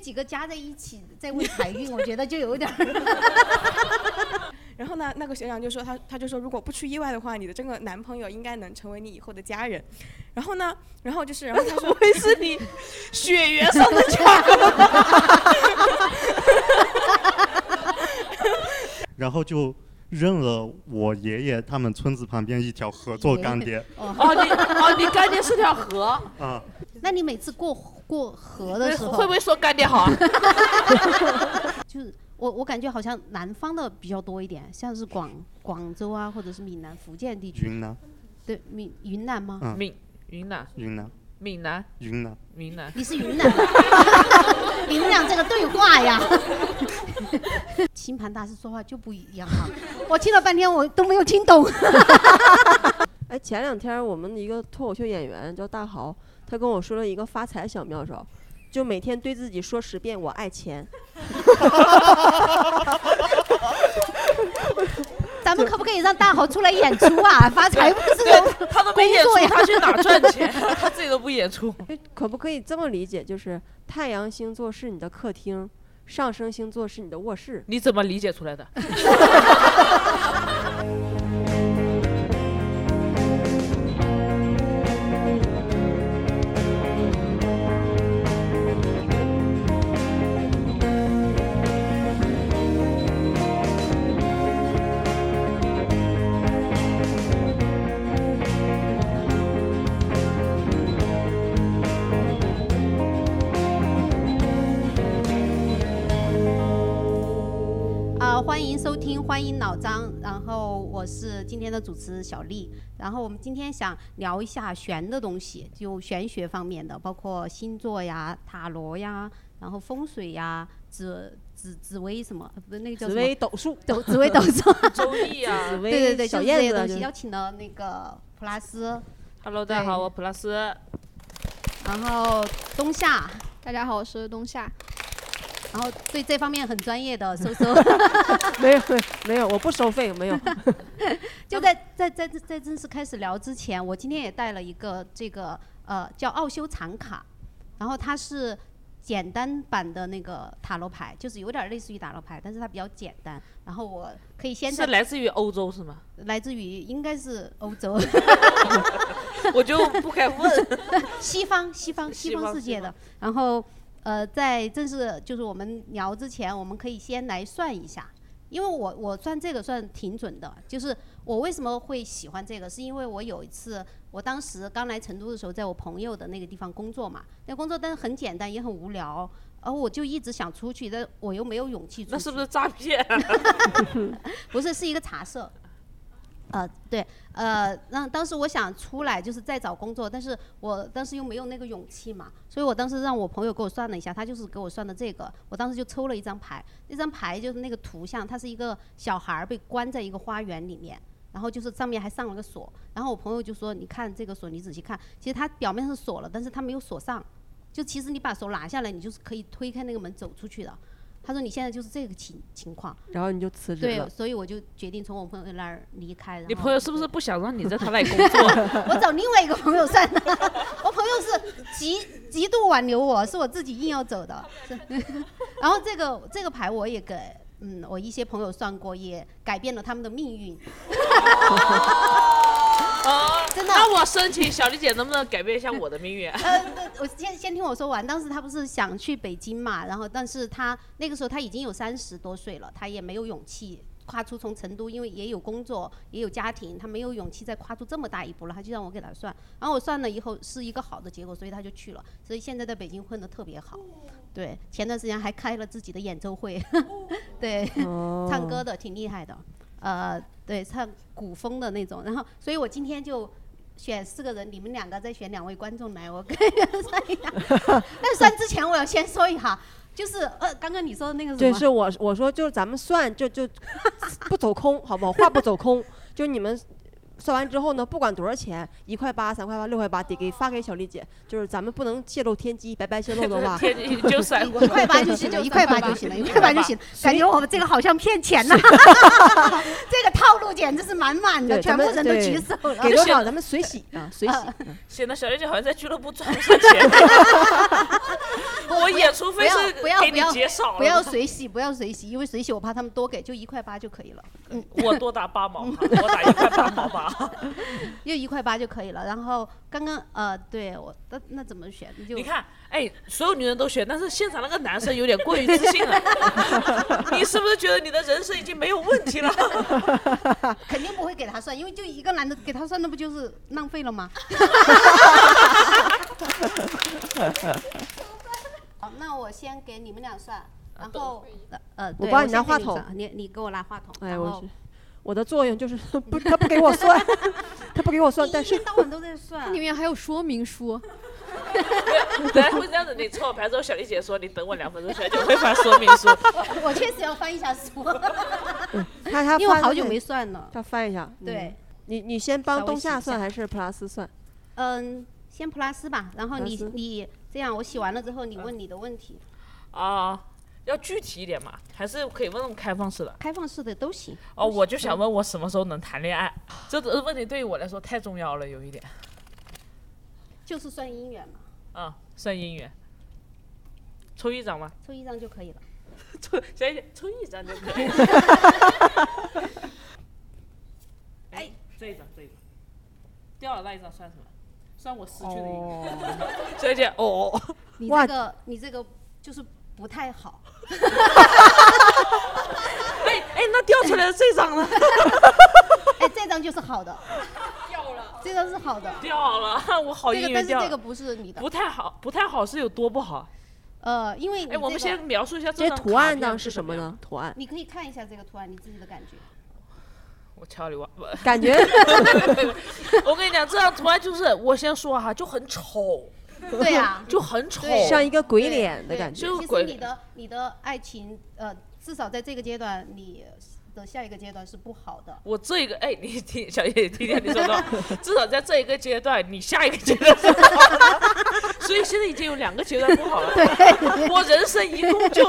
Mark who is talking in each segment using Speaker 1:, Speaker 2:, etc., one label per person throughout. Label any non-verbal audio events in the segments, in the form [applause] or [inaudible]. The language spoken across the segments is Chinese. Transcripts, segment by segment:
Speaker 1: 几个加在一起在问海运，我觉得就有点儿。
Speaker 2: [laughs] 然后呢，那个学长就说他他就说，如果不出意外的话，你的这个男朋友应该能成为你以后的家人。然后呢，然后就是，然后他说会是你血缘上的家
Speaker 3: 然后就认了我爷爷他们村子旁边一条河做干爹。
Speaker 4: 哦，你哦，你干爹是条河，
Speaker 3: 啊，
Speaker 1: 那你每次过过河的时候，
Speaker 4: 会不会说干爹好？啊
Speaker 1: [laughs] 就是我我感觉好像南方的比较多一点，像是广广州啊，或者是闽南、福建地区。
Speaker 3: 云南，
Speaker 1: 对，闽云南吗？
Speaker 3: 嗯，
Speaker 4: 闽云南，
Speaker 3: 云南，
Speaker 4: 闽南，
Speaker 3: 云南，
Speaker 4: 云南。
Speaker 1: 你是云
Speaker 4: [laughs]
Speaker 1: 南的，你们俩这个对话呀， [laughs] 星盘大师说话就不一样哈、我听了半天我都没有听懂。
Speaker 5: [laughs] 哎，前两天我们的一个脱口秀演员叫大豪，他跟我说了一个发财小妙招，就每天对自己说十遍“我爱
Speaker 1: [laughs]
Speaker 5: 钱
Speaker 1: 咱们可不可以让大豪出来演出
Speaker 4: [laughs]
Speaker 1: 啊？发财不是有
Speaker 4: 他都没演
Speaker 1: 工作呀
Speaker 4: 出，他去哪儿赚钱？ [laughs] 他自己都不演出。”，
Speaker 5: [laughs] 哎可不可以这么理解？就是太阳星座是你的客厅，上升星座是你的卧室。
Speaker 4: 你怎么理解出来的？
Speaker 1: [laughs] 啊、欢迎收听，欢迎老张，然后我是今天的主持小丽。然后我们今天想聊一下玄的东西，就玄学方面的，包括星座呀、塔罗呀，然后风水呀、紫紫紫薇什么，呃不是那个叫
Speaker 5: 紫
Speaker 1: 什
Speaker 5: 薇
Speaker 1: 么？
Speaker 5: 斗数，
Speaker 1: 斗紫薇斗数，
Speaker 4: [laughs] 周易
Speaker 5: 紫
Speaker 4: 啊
Speaker 5: 薇
Speaker 1: [laughs] 对对对，就
Speaker 5: 小
Speaker 1: 是这
Speaker 5: 燕
Speaker 1: 些
Speaker 5: 子啊
Speaker 1: 东
Speaker 5: 就
Speaker 1: 西。
Speaker 5: 是
Speaker 1: 邀请了那个普拉斯，
Speaker 4: [laughs] ，Hello，大家好，我普拉斯。
Speaker 1: 然后冬夏，
Speaker 6: 大家好，我是冬夏。
Speaker 1: 然后对这方面很专业
Speaker 4: [laughs]
Speaker 1: 的搜搜。
Speaker 5: [laughs] 没有没有，我不收费，没有。 [laughs]
Speaker 1: 就在在在在在正式开始聊之前，我今天也带了一个这个呃叫奥修禅卡，然后它是简单版的那个塔罗牌，就是有点类似于塔罗牌，但是它比较简单。然后我可以先
Speaker 4: 是
Speaker 1: 在
Speaker 4: 来自于欧洲是吗？
Speaker 1: 来自于应该是
Speaker 4: [laughs]
Speaker 1: 欧洲
Speaker 4: 我就不该问。
Speaker 1: [laughs] 西方西方西
Speaker 4: 西
Speaker 1: 方
Speaker 4: 方
Speaker 1: 世
Speaker 4: 西
Speaker 1: 界的，然后呃在正式就是我们聊之前，我们可以先来算一下。因为我我算这个算挺准的，就是我为什么会喜欢这个，是因为我有一次，我当时刚来成都的时候，在我朋友的那个地方工作嘛，那工作但是很简单也很无聊，而我就一直想出去，但我又没有勇气出去。
Speaker 4: 那是不是诈骗啊？
Speaker 1: [laughs] 不是，是一个茶社。呃，对，呃，那当时我想出来就是再找工作，但是我当时又没有那个勇气嘛，所以我当时让我朋友给我算了一下，他就是给我算的这个，我当时就抽了一张牌，那张牌就是那个图像，它是一个小孩儿被关在一个花园里面，然后就是上面还上了个锁，然后我朋友就说，你看这个锁，你仔细看，其实它表面是锁了，但是它没有锁上，就其实你把手拿下来，你就是可以推开那个门走出去的。他说你现在就是这个情情况。
Speaker 5: 然后你就辞职
Speaker 1: 对，
Speaker 5: 了。
Speaker 1: 所以我就决定从我朋友那儿离开。然
Speaker 4: 你
Speaker 1: 后
Speaker 4: 朋友是不是不想让你在他那里工作？ [laughs]
Speaker 1: [laughs] 我找另外一个朋友算的， [laughs] 我朋友是极极度挽留我，是我自己硬要走的。 [laughs] 是然后这个这个牌我也给嗯我一些朋友算过，也改变了他们的命运。
Speaker 4: 啊，
Speaker 1: 哦真的
Speaker 4: 那我申请小丽姐能不能改变一下我的命
Speaker 1: [laughs]
Speaker 4: 运？ [laughs]
Speaker 1: 呃，我先先听我说完。当时他不是想去北京嘛，然后但是他那个时候他已经有三十多岁了，他也没有勇气跨出从成都，因为也有工作也有家庭，他没有勇气再跨出这么大一步了，他就让我给他算。然后我算了以后是一个好的结果，所以他就去了。所以现在在北京混得特别好。 [laughs] 对，前段时间还开了自己的演奏会，对。 [laughs]
Speaker 5: 哦
Speaker 1: 唱歌的，挺厉害的，呃，对，唱古风的那种。然后，所以我今天就选四个人，你们两个再选两位观众来，我跟算一下。 [laughs] 但算之前，我要先说一下，就是呃，刚刚你说的那个
Speaker 5: 对，
Speaker 1: 什么，
Speaker 5: 是我我说就是咱们算就就不走空，好不好？话不走空，就你们算完之后呢，不管多少钱，一块八、三块八、六块八，得给发给小丽姐。就是咱们不能泄露天机，白白泄露的话，
Speaker 4: [laughs] 天津就算
Speaker 5: [laughs]
Speaker 4: 过
Speaker 1: 一块八就行了，一块八就行了，一块八就行了。 [laughs] 感觉我哦们这个好像骗钱呐， [laughs] 这个套路简直是满满的，
Speaker 5: 对咱
Speaker 1: 全部
Speaker 5: 们
Speaker 1: 人都
Speaker 5: 对
Speaker 1: 举手了
Speaker 5: 给。多
Speaker 4: 是
Speaker 1: [laughs]
Speaker 5: 少咱们随喜啊，随喜。嗯
Speaker 4: 显得小丽姐好像在俱乐部赚不
Speaker 1: [laughs]
Speaker 4: 上钱。我演出费是
Speaker 1: 不要
Speaker 4: 给
Speaker 1: 不
Speaker 4: 你
Speaker 1: 要
Speaker 4: 减少了，
Speaker 1: 不要水洗，不要水洗，因为水洗我怕他们多给，就一块八就可以了，
Speaker 4: 我多打八毛吧，我打一块八毛吧。
Speaker 1: [laughs] 就一块八就可以了。然后刚刚呃，对我那那怎么选？你就
Speaker 4: 你看，哎，所有女人都选，但是现场那个男生有点过于自信
Speaker 1: [laughs]
Speaker 4: 了。你是不是觉得你的人生已经没有问题了？
Speaker 1: 肯定不会给他算，因为就一个男的给他算，那不就是浪费了
Speaker 5: [laughs]
Speaker 1: 吗？好，那我先给你们俩算，然后呃呃，
Speaker 5: 啊我
Speaker 1: 对
Speaker 5: 帮你
Speaker 1: 先
Speaker 5: 拿话
Speaker 1: 给们
Speaker 5: 筒
Speaker 1: 算你你给我拿话筒，
Speaker 5: 哎，
Speaker 1: 然
Speaker 5: 我
Speaker 1: 后
Speaker 5: 是我的作用就是 [laughs] 不，他不给我算， [laughs] 他不给我算，
Speaker 1: 你
Speaker 5: 但
Speaker 1: 一
Speaker 5: 是
Speaker 1: 天到晚都在算 [laughs]
Speaker 6: 里，面还有说明书，
Speaker 4: [laughs] 对，会这样子，你抽我牌之后，小丽姐说你等我两分钟，小丽姐会发说明
Speaker 1: [laughs]
Speaker 4: 书。
Speaker 1: 我确实要翻一下书，
Speaker 5: 他
Speaker 1: [laughs]
Speaker 5: 他
Speaker 1: 因为我
Speaker 5: 翻
Speaker 1: 好
Speaker 5: 了
Speaker 1: 久
Speaker 5: 得
Speaker 1: 没算了。
Speaker 5: 他翻一下。嗯
Speaker 1: 对，
Speaker 5: 你你先
Speaker 1: 稍
Speaker 5: 帮
Speaker 1: 微
Speaker 5: 东
Speaker 1: 洗
Speaker 5: 夏
Speaker 1: 一
Speaker 5: 算
Speaker 1: 下
Speaker 5: 还是普拉斯算？
Speaker 1: 嗯，先 plus 吧，然后你
Speaker 5: plus
Speaker 1: 你这样，我洗完了之后，你问你的问题，
Speaker 4: 啊、要具体一点嘛，还是可以问那种开放式的。
Speaker 1: 开放式的都行。嗯
Speaker 4: 哦，我就想问我什么时候能谈恋爱？这个问题对于我来说太重要了，有一点。
Speaker 1: 就是算姻缘嘛，
Speaker 4: 嗯，算姻缘。抽一
Speaker 1: [laughs]
Speaker 4: 张吗？
Speaker 1: 抽一张就可以
Speaker 4: [laughs]
Speaker 1: 了。
Speaker 4: 抽，小姐抽一张就可以。 [laughs]
Speaker 1: [laughs]
Speaker 5: [laughs]
Speaker 4: 哎，这一张，这一张，掉了那一张算什么？算我失去的一个。 [laughs] 小姐，哦哦，哦
Speaker 1: 你
Speaker 5: 哇
Speaker 1: 这个你这个就是不
Speaker 4: [laughs]
Speaker 1: 太好，
Speaker 4: 哎哎，那掉出来的这张
Speaker 1: [laughs]
Speaker 4: 呢？
Speaker 1: 哎，这张就是好的，掉了，这张是好的，
Speaker 4: 掉了， [laughs] 我好
Speaker 1: 这
Speaker 4: 姻
Speaker 1: 个
Speaker 4: 缘
Speaker 1: 但是
Speaker 4: 掉
Speaker 1: 这
Speaker 4: 了
Speaker 1: 个。不是你的
Speaker 4: 不，太好，不太好是有多不好？
Speaker 1: 呃，因为你
Speaker 4: 哎，我们
Speaker 1: 这
Speaker 4: 先
Speaker 1: 个
Speaker 4: 描述一下
Speaker 5: 这
Speaker 4: 张
Speaker 5: 图
Speaker 4: 卡
Speaker 5: 案
Speaker 4: 片
Speaker 5: 呢是什
Speaker 4: 怎
Speaker 5: 么
Speaker 4: 样？
Speaker 5: 呢？图案
Speaker 1: 你可以看一下这个图案，你自己的感觉。
Speaker 4: 我敲你碗，不
Speaker 5: [laughs] 感
Speaker 4: [laughs]
Speaker 5: 觉
Speaker 4: 我跟你讲，这张图案就是我先说哈，就很丑，
Speaker 1: [laughs] 对呀，
Speaker 4: 就很丑。
Speaker 1: 对
Speaker 5: 像一个鬼
Speaker 1: 对
Speaker 5: 脸的
Speaker 1: 对
Speaker 5: 感觉。
Speaker 4: 就
Speaker 1: 其
Speaker 4: 鬼
Speaker 1: 实你的你的爱情，呃，至少在这个阶段，你的下一个阶段是不好
Speaker 4: [laughs]
Speaker 1: 的。
Speaker 4: 我这一个，哎，你听，小姐，听听你说的，
Speaker 1: [laughs]
Speaker 4: 至少在这一个阶段，你下一个阶段是不好的， [laughs] 所以现在已经有两个阶段不好了。我人生一共就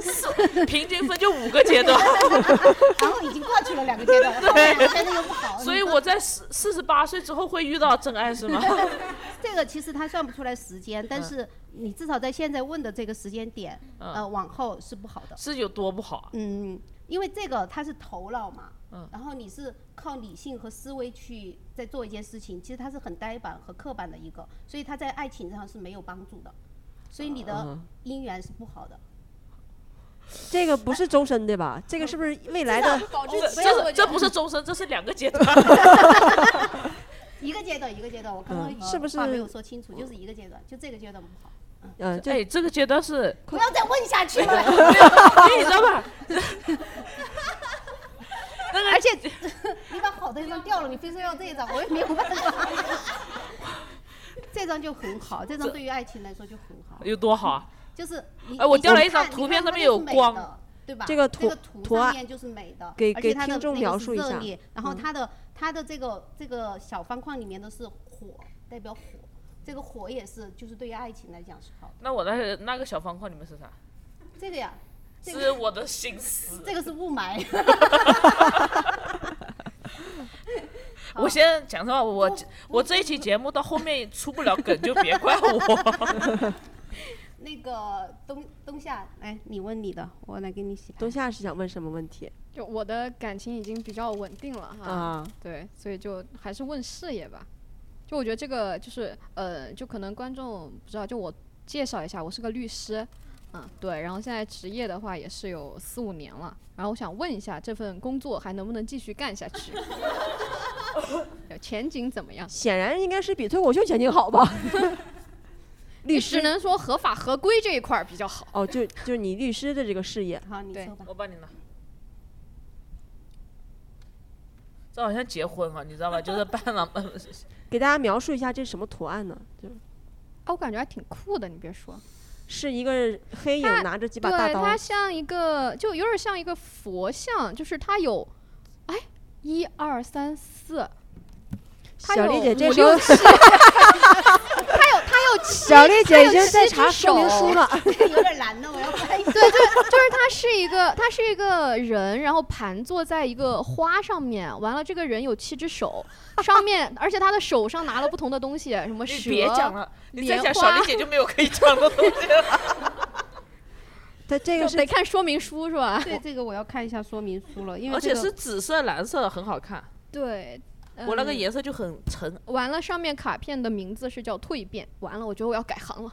Speaker 4: 四平均分就五个阶
Speaker 1: [laughs]
Speaker 4: 段，
Speaker 1: 然后已经过去了两个阶
Speaker 4: [laughs]
Speaker 1: 段，后面真的又不好，
Speaker 4: 所以
Speaker 1: 你
Speaker 4: 我在四四十八岁之后会遇到真爱是吗？
Speaker 1: [laughs]
Speaker 4: [laughs]
Speaker 1: 这个其实他算不出来时间，但是你至少在现在问的这个时间点，
Speaker 4: 嗯
Speaker 1: 呃，往后是不好的。
Speaker 4: 是有多不好啊？
Speaker 1: 嗯，因为这个它是头脑嘛，
Speaker 4: 嗯
Speaker 1: 然后你是靠理性和思维去在做一件事情，其实它是很呆板和刻板的一个，所以它在爱情上是没有帮助的，所以你的
Speaker 5: 嗯
Speaker 1: 姻缘是不好的。
Speaker 4: 嗯
Speaker 5: 这个不是周深的吧？这个是不是
Speaker 1: 嗯
Speaker 5: 未来的？
Speaker 6: 搞
Speaker 4: 这
Speaker 6: 不要
Speaker 4: 这这不是终身，这是两个阶段。
Speaker 1: [laughs]
Speaker 4: [laughs]
Speaker 1: 一个阶段一个阶段，我刚
Speaker 5: 嗯
Speaker 1: 刚
Speaker 5: 是不是
Speaker 1: 话没有说清楚，就是一个阶段，就这个阶段不好，
Speaker 5: 嗯，这
Speaker 4: 哎，这个阶段是
Speaker 1: [laughs] 不要再问下去 [laughs] 了。
Speaker 4: [laughs] 你知道 [laughs] 吧？
Speaker 1: 而且你把好的一张掉了，你非说要这一张，我也没有办法。 [laughs] 这张就很好，这张对于爱情来说就很好，
Speaker 4: 有多好啊？
Speaker 1: 就是你。
Speaker 4: 哎我掉了一张
Speaker 1: 你看
Speaker 4: 图片
Speaker 1: 你看
Speaker 4: 上面有
Speaker 1: 它就是美
Speaker 4: 光
Speaker 1: 的，对吧？
Speaker 5: 这个
Speaker 1: 图
Speaker 5: 图
Speaker 1: 图
Speaker 5: 图
Speaker 1: 上
Speaker 5: 案
Speaker 1: 面就是美的，
Speaker 5: 给
Speaker 1: 而
Speaker 5: 给
Speaker 1: 且它的
Speaker 5: 听众
Speaker 1: 那个
Speaker 5: 描
Speaker 1: 是
Speaker 5: 述一
Speaker 1: 热
Speaker 5: 下
Speaker 1: 烈，然后
Speaker 5: 嗯
Speaker 1: 它的它的这个这个小方框里面的是火，代表火，这个火也是就是对于爱情来讲是好的。
Speaker 4: 那我那那个小方框里面是
Speaker 1: [laughs]
Speaker 4: 啥？
Speaker 1: 这个呀，这
Speaker 4: 是我的心思。
Speaker 1: 这个是雾霾， [laughs]
Speaker 4: 我先讲实话，我我这一期节目到后面出不了梗，就别怪我。
Speaker 1: [laughs] 那个冬冬夏，哎，你问你的，我来给你洗牌。
Speaker 5: 东夏是想问什么问题
Speaker 6: 就我的感情已经比较稳定了哈，
Speaker 5: 啊？
Speaker 6: 对，所以就还是问事业吧。就我觉得这个就是呃，就可能观众不知道，就我介绍一下，我是个律师，嗯，对，然后现在职业的话也是有四五年了，然后我想问一下这份工作还能不能继续干下去，有前景怎么样？
Speaker 5: 显然应该是比脱口秀前景好
Speaker 6: [laughs]
Speaker 5: 吧？律
Speaker 6: 也只
Speaker 5: 师
Speaker 6: 能说合法合规这一块儿比较好。
Speaker 5: 哦，就就是你律师的这个事业，
Speaker 1: 好，你
Speaker 6: 对
Speaker 1: 说吧。
Speaker 4: 我帮你拿。这好像结婚啊，你知
Speaker 1: [laughs]
Speaker 4: 道吧？就是伴郎们，
Speaker 5: 给大家描述一下这是什么图案呢？就是
Speaker 6: 啊，我感觉还挺酷的，你别说，
Speaker 5: 是一个黑影
Speaker 6: 它
Speaker 5: 拿着几把大
Speaker 6: 对，
Speaker 5: 刀，
Speaker 6: 它像一个，就有点像一个佛像，就是它有，哎，一二三四，他
Speaker 5: 小
Speaker 6: 有
Speaker 5: 丽姐这
Speaker 6: 五
Speaker 5: 时候
Speaker 6: 六七，他有他有七，
Speaker 5: 小丽
Speaker 6: 他
Speaker 5: 姐
Speaker 6: 有
Speaker 5: 已经在
Speaker 6: 七只
Speaker 5: 查说明
Speaker 6: 手
Speaker 5: 书了。
Speaker 1: [laughs] 有点难呢，我要翻译。
Speaker 6: 对，就就是他是一个，他是一个人，然后盘坐在一个花上面。完了，这个人有七只手，上面，而且他的手上拿了不同的东西，什么
Speaker 4: 你
Speaker 6: 蛇。
Speaker 4: 别讲了，你再
Speaker 6: 莲
Speaker 4: 讲小
Speaker 6: 花
Speaker 4: 丽姐就没有可以讲的东西了。
Speaker 5: 她这
Speaker 6: 就
Speaker 5: 个是
Speaker 6: 得看说明书是吧？
Speaker 1: 对，这个我要看一下说明书了，因为
Speaker 4: 而
Speaker 1: 这
Speaker 4: 且
Speaker 1: 个
Speaker 4: 是紫色、蓝色，很好看。
Speaker 6: 对，
Speaker 4: 我那个
Speaker 6: 嗯
Speaker 4: 颜色就很沉，
Speaker 6: 完了，上面卡片的名字是叫蜕变。完了，我觉得我要改行了。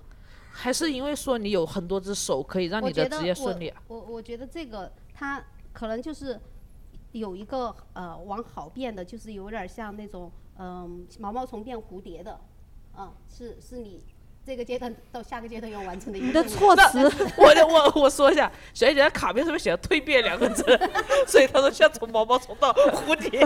Speaker 4: 还是因为说你有很多只手，可以让
Speaker 1: 我
Speaker 4: 你
Speaker 1: 觉
Speaker 4: 的
Speaker 1: 得
Speaker 4: 职业顺
Speaker 5: 啊
Speaker 4: 利。啊
Speaker 1: 我我觉得这个它可能就是有一个呃往好变的，就是有点像那种嗯、毛毛虫变蝴蝶的，嗯，是是你这个阶段到下个阶段要完成的一个
Speaker 5: 你的
Speaker 1: 任务
Speaker 5: 措辞，
Speaker 4: [laughs] 我的我我说一下，小姐姐的卡片上面写了“蜕变”两个字， [laughs] 所以她说像从毛毛虫到蝴蝶。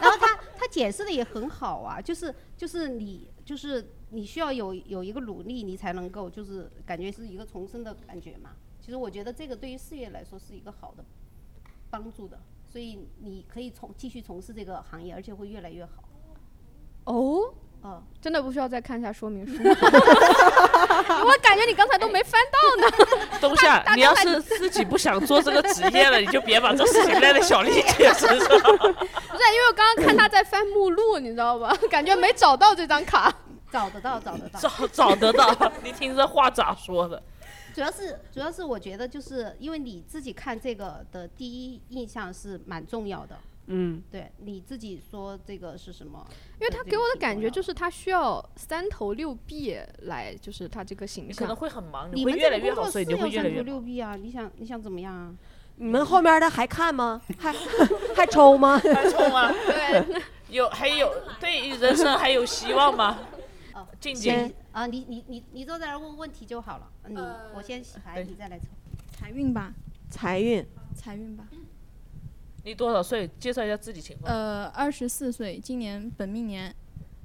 Speaker 1: 然后他他解释的也很好啊，就是就是你就是你需要有有一个努力，你才能够就是感觉是一个重生的感觉嘛。其实我觉得这个对于事业来说是一个好的帮助的，所以你可以从继续从事这个行业，而且会越来越好。
Speaker 6: 哦，
Speaker 1: 嗯，
Speaker 6: 真的不需要再看一下说
Speaker 1: [laughs]
Speaker 6: 明书吗。我感觉你刚才都没翻到呢。 [laughs]
Speaker 4: [laughs] 冬夏，你要是自己不想做这个职业了，你就别把这事情赖在小丽姐身上。
Speaker 7: [laughs]
Speaker 6: 不是，因为我刚刚看他在翻目录，你知道吧？感觉没找到这张卡。
Speaker 1: [laughs] 找得到，找得到。
Speaker 4: 找找得到， [laughs] 你听这话咋说的？
Speaker 1: 主要是主要是我觉得就是因为你自己看这个的第一印象是蛮重要的，
Speaker 5: 嗯，
Speaker 1: 对你自己说这个是什么？
Speaker 6: 因为他给我的感觉就是是他需要三头六臂来，就是他这个形
Speaker 4: 你可能
Speaker 6: 象。
Speaker 4: 会很忙，
Speaker 1: 你
Speaker 4: 会
Speaker 1: 们
Speaker 4: 越
Speaker 1: 这
Speaker 4: 来
Speaker 1: 个
Speaker 4: 越
Speaker 1: 工
Speaker 4: 好，
Speaker 1: 作
Speaker 4: 所以
Speaker 1: 室
Speaker 4: 你
Speaker 1: 要
Speaker 4: 会越来
Speaker 1: 三
Speaker 4: 越忙。
Speaker 1: 头六臂啊！你想你想怎么样啊？
Speaker 5: 你们后面的还看吗？
Speaker 4: [laughs]
Speaker 5: 还还抽吗？
Speaker 4: 还冲吗？
Speaker 6: 对，
Speaker 4: 有还有对人生还有希
Speaker 5: [laughs]
Speaker 4: 望吗 [laughs]
Speaker 1: 哦？
Speaker 4: 静
Speaker 5: 先
Speaker 4: 静，
Speaker 1: 啊，你你你你坐在那儿问问题就好了。你、我先洗牌，
Speaker 4: 对
Speaker 1: 你再来抽。
Speaker 7: 呃财运吧，
Speaker 5: 财运，
Speaker 7: 财运吧。
Speaker 1: 嗯
Speaker 4: 你多少岁？介绍一下自己情况。
Speaker 7: 呃，二十四岁，今年本命年，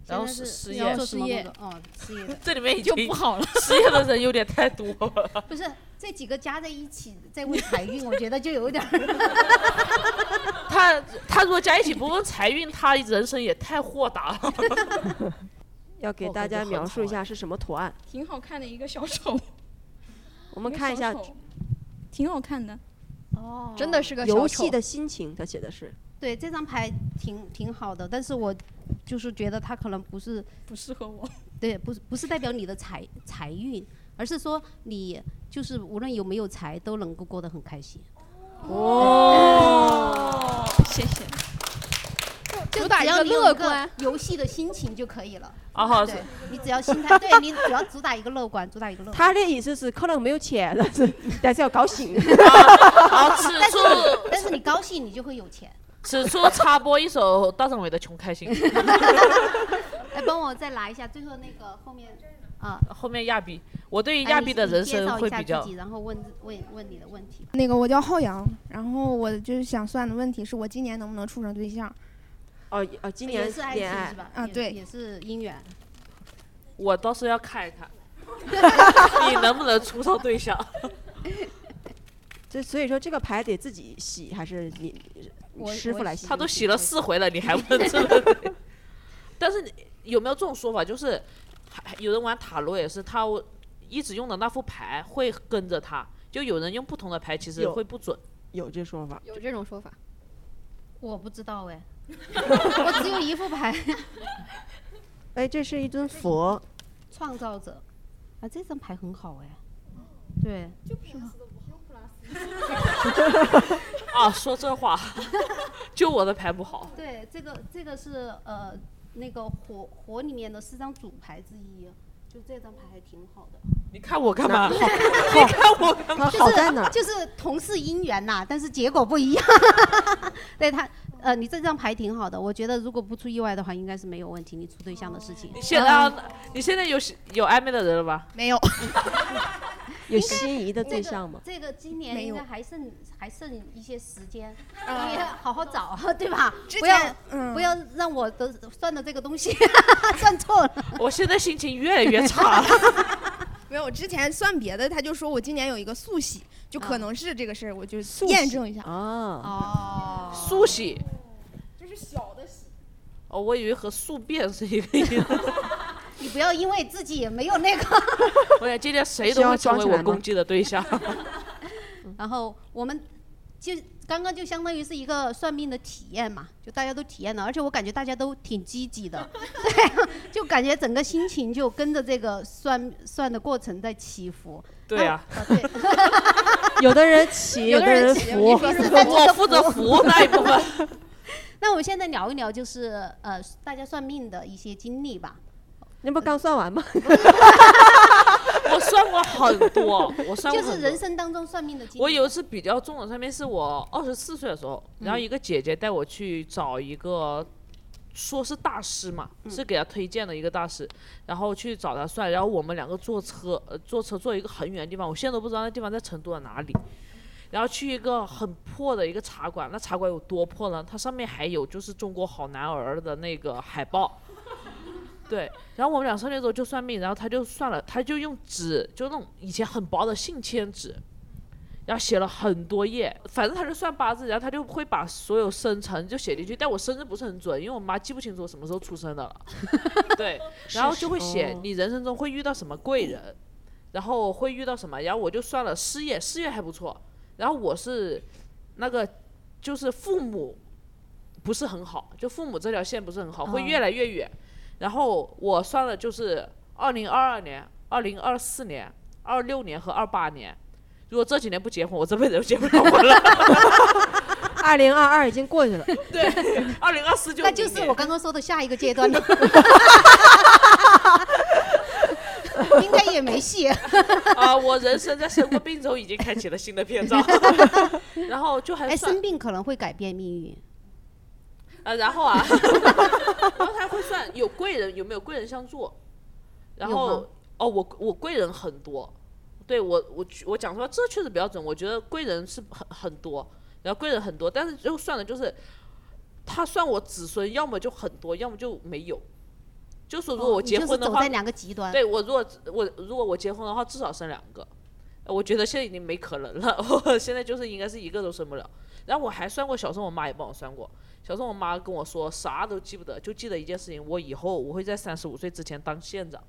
Speaker 4: 然后
Speaker 1: 现在是
Speaker 4: 失
Speaker 1: 你要
Speaker 4: 业，
Speaker 1: 做什么
Speaker 7: 失业
Speaker 1: 工作哦，失业的
Speaker 4: [laughs] 这里面已
Speaker 7: 就
Speaker 4: 经
Speaker 7: 不
Speaker 4: [laughs]
Speaker 7: 好了。
Speaker 4: 失业的人有点太多了。
Speaker 1: [laughs] 不是这几个加在一起在问财运，我觉得就有点儿
Speaker 4: 他他如果加一起不问财运，他人生也太豁达了。 [laughs]
Speaker 5: 要给
Speaker 4: 我
Speaker 5: 大
Speaker 4: 感觉
Speaker 5: 家
Speaker 4: 很
Speaker 5: 描
Speaker 4: 好
Speaker 5: 述一
Speaker 4: 哎
Speaker 5: 下是什么图案。
Speaker 7: 挺好看的一个小丑，
Speaker 5: 我
Speaker 7: 我
Speaker 5: 们看一下
Speaker 7: 挺好看的。
Speaker 1: 哦，
Speaker 6: 真的是个
Speaker 5: 游
Speaker 6: 小丑
Speaker 5: 戏。的心情，他写的是
Speaker 1: 对这张牌挺挺好的，但是我就是觉得它可能不是
Speaker 7: 不适合我，
Speaker 1: 对，不是不是代表你的财财运，而是说你就是无论有没有财都能够过得很开心。
Speaker 7: 哦 [laughs] 谢谢。
Speaker 6: 就
Speaker 1: 就
Speaker 6: 打
Speaker 1: 只
Speaker 6: 一
Speaker 1: 要
Speaker 6: 个
Speaker 1: 你有
Speaker 6: 乐
Speaker 1: 一个
Speaker 6: 观，
Speaker 1: 游戏的心情就可
Speaker 7: [laughs]
Speaker 1: 以了。
Speaker 7: 哦
Speaker 4: 啊哈，
Speaker 1: 对你只要心态，对你只要主打一个乐观，主打一个乐观。
Speaker 5: 他的意思是可能没有钱，但
Speaker 4: [laughs]
Speaker 5: 是但是要高兴。
Speaker 4: 好，此
Speaker 1: 但是
Speaker 4: 处
Speaker 1: 你但是你高兴，你就会有
Speaker 7: [laughs]
Speaker 1: 钱。
Speaker 4: 此处插播一首大张伟的《穷开心》，
Speaker 1: [laughs] 来哎帮我再拿一下最后那个后面啊。
Speaker 4: 后面亚比，我对于
Speaker 1: 哎
Speaker 4: 亚
Speaker 1: 你
Speaker 4: 比的
Speaker 1: 你
Speaker 4: 人
Speaker 1: 介
Speaker 4: 生
Speaker 1: 绍一
Speaker 4: 会
Speaker 1: 下
Speaker 4: 比较
Speaker 1: 自己，然后问问问你的问题吧。
Speaker 8: [laughs] 那个我叫浩洋，然后我就是想算的问题是我今年能不能处上对象？
Speaker 5: 哦哦，今
Speaker 1: 也
Speaker 5: 年
Speaker 1: 是爱情
Speaker 5: 恋
Speaker 1: 是
Speaker 5: 爱，
Speaker 1: 吧？
Speaker 8: 啊
Speaker 1: 也
Speaker 8: 对
Speaker 1: 也是姻缘。
Speaker 4: 我倒是要看一看，你能不能出上对象？
Speaker 5: 这所以说这个牌得自己洗还是你
Speaker 1: [laughs] 我
Speaker 5: 师傅
Speaker 1: 我
Speaker 5: 来
Speaker 1: 洗
Speaker 5: 洗？
Speaker 4: 他都洗了四回了，你
Speaker 1: [laughs]
Speaker 4: 还问这个问题？ [laughs] 但是你有没有这种说法，就是还有人玩塔罗也是，他一直用的那副牌会跟着他，就有人用不同的牌其实
Speaker 5: 有
Speaker 4: 会不准。
Speaker 5: [laughs] 有这说法，
Speaker 6: 有这种说法。
Speaker 1: 我不知道哎， [laughs] 我只有一副牌，
Speaker 5: 哎，这是一尊佛，
Speaker 1: 创造者。啊，这张牌很好哎。对，
Speaker 4: 啊，说这
Speaker 8: [laughs]
Speaker 4: 话，就我的牌不好。
Speaker 1: 对，这个这个是呃那个火火里面的四张主牌之一，就这张牌还挺好的，
Speaker 4: 你看我干嘛？
Speaker 5: 那
Speaker 4: [laughs] 你看我干嘛？
Speaker 5: 它好在哪儿？
Speaker 1: 就是同是姻缘呐，但是结果不一样。 [laughs] 对他，呃，你这张牌挺好的，我觉得如果不出意外的话，应该是没有问题，你处对象的事情。
Speaker 4: 哦
Speaker 1: 嗯
Speaker 4: 你现在要，你现在有喜有暧昧的人了吧？
Speaker 8: 嗯没
Speaker 4: [laughs]
Speaker 8: 有，
Speaker 5: 有心仪的对
Speaker 1: 这个
Speaker 5: 象吗？
Speaker 1: 这个今年
Speaker 8: 没
Speaker 1: 应
Speaker 8: 有啊
Speaker 1: 该还剩还剩一些时间，你好好找，啊哦对吧？
Speaker 8: 之
Speaker 1: 不要
Speaker 8: 前嗯
Speaker 1: 不要让我的算的这个东西 [laughs] 算错了。
Speaker 4: 我现在心情越来越差了。
Speaker 8: 没有，我之前算别的，他就说我今年有一个速喜，就
Speaker 1: 啊
Speaker 8: 可能是这个事儿，我就
Speaker 5: 速
Speaker 8: 验
Speaker 5: 喜
Speaker 1: [laughs]
Speaker 8: 证一下。
Speaker 5: 啊，
Speaker 1: 哦
Speaker 4: 苏喜，哦，我以为和宿便是一个意思。
Speaker 1: 你不要因为自己也没有那个。
Speaker 4: [laughs] 我想今天谁都会成为我攻击的对象。
Speaker 1: [laughs] 然后我们就刚刚就相当于是一个算命的体验嘛，就大家都体验了，而且我感觉大家都挺积极的， [laughs] 对， [laughs] 就感觉整个心情就跟着这个算算的过程在起伏。
Speaker 4: 对啊呀、
Speaker 5: 啊 [laughs] 有的人骑，
Speaker 1: 有的
Speaker 5: 的
Speaker 1: 人骑
Speaker 5: 扶
Speaker 1: 有，的人在做
Speaker 4: 我负责服那一部分。
Speaker 1: [laughs] 那我们现在聊一聊，就是呃，大家算命的一些经历吧。
Speaker 5: 那不刚算完吗？
Speaker 4: 我算过很
Speaker 5: [laughs]
Speaker 4: 多，我算过
Speaker 1: 就
Speaker 4: 很多。
Speaker 1: 是人生当中算命的经历。嗯
Speaker 4: 我有一次比较重的算命，是我二十四岁的时候，然后一个姐姐带我去找一个，说是大师嘛，
Speaker 1: 嗯
Speaker 4: 是给她推荐的一个大师，然后去找他算，然后我们两个坐车，呃坐车坐一个很远的地方，我现在都不知道那地方在成都的哪里。然后去一个很破的一个茶馆，那茶馆有多破呢？它上面还有就是中国好男儿的那个海报，对，然后我们俩上去之后就算命，然后他就算了，他就用纸，就那种以前很薄的信签纸，然后写了很多页，反正他就算八字，然后他就会把所有生辰就写进去，但我生日不是很准，因为我妈记不清楚我什么时候出生的了，对，然后就会写
Speaker 9: 哦
Speaker 4: 你人生中会遇到什么贵人，然后会遇到什么，然后我就算了事业，事业还不错，然后我是那个就是父母不是很好，就父母这条线不是很好，会越来越远。然后我算了，就是二零二二年、二零二四年、二六年和二八年。如果这几年不结婚，我这辈子都结不了婚了。 [laughs]
Speaker 5: 二零二二已经过去了，
Speaker 4: 二零二四就
Speaker 1: 那就是
Speaker 4: 明
Speaker 1: 我
Speaker 4: 年
Speaker 1: 刚刚说的下一个
Speaker 4: [laughs]
Speaker 1: 阶段了。应该也没戏。
Speaker 4: 啊、我人生在生过病之后已经开启了新的篇章，然后就还
Speaker 1: 哎，
Speaker 4: 算
Speaker 1: 生病可能会改变命运。
Speaker 4: 啊，然后啊， [laughs] 然后他会算有贵人有没有贵人相助，然
Speaker 1: 有吗
Speaker 4: 后哦，我我贵人很多，对我我去我讲说这确实比较准，我觉得贵人是很很多，然后贵人很多，但是就算了，就是他算我子孙要么就很多，要么就没有，就说如果我
Speaker 1: 哦你
Speaker 4: 结
Speaker 1: 就是
Speaker 4: 婚的
Speaker 1: 走
Speaker 4: 话，
Speaker 1: 在两个极端。
Speaker 4: 对我如果我如果我结婚的话，至少生两个。呃我觉得现在已经没可能了， [laughs] 我现在就是应该是一个都生不了。然后我还算过，小时候我妈也帮我算过。小时候我妈跟我说啥都记不得，就记得一件事情：我以后我会在三十五岁之前当县长。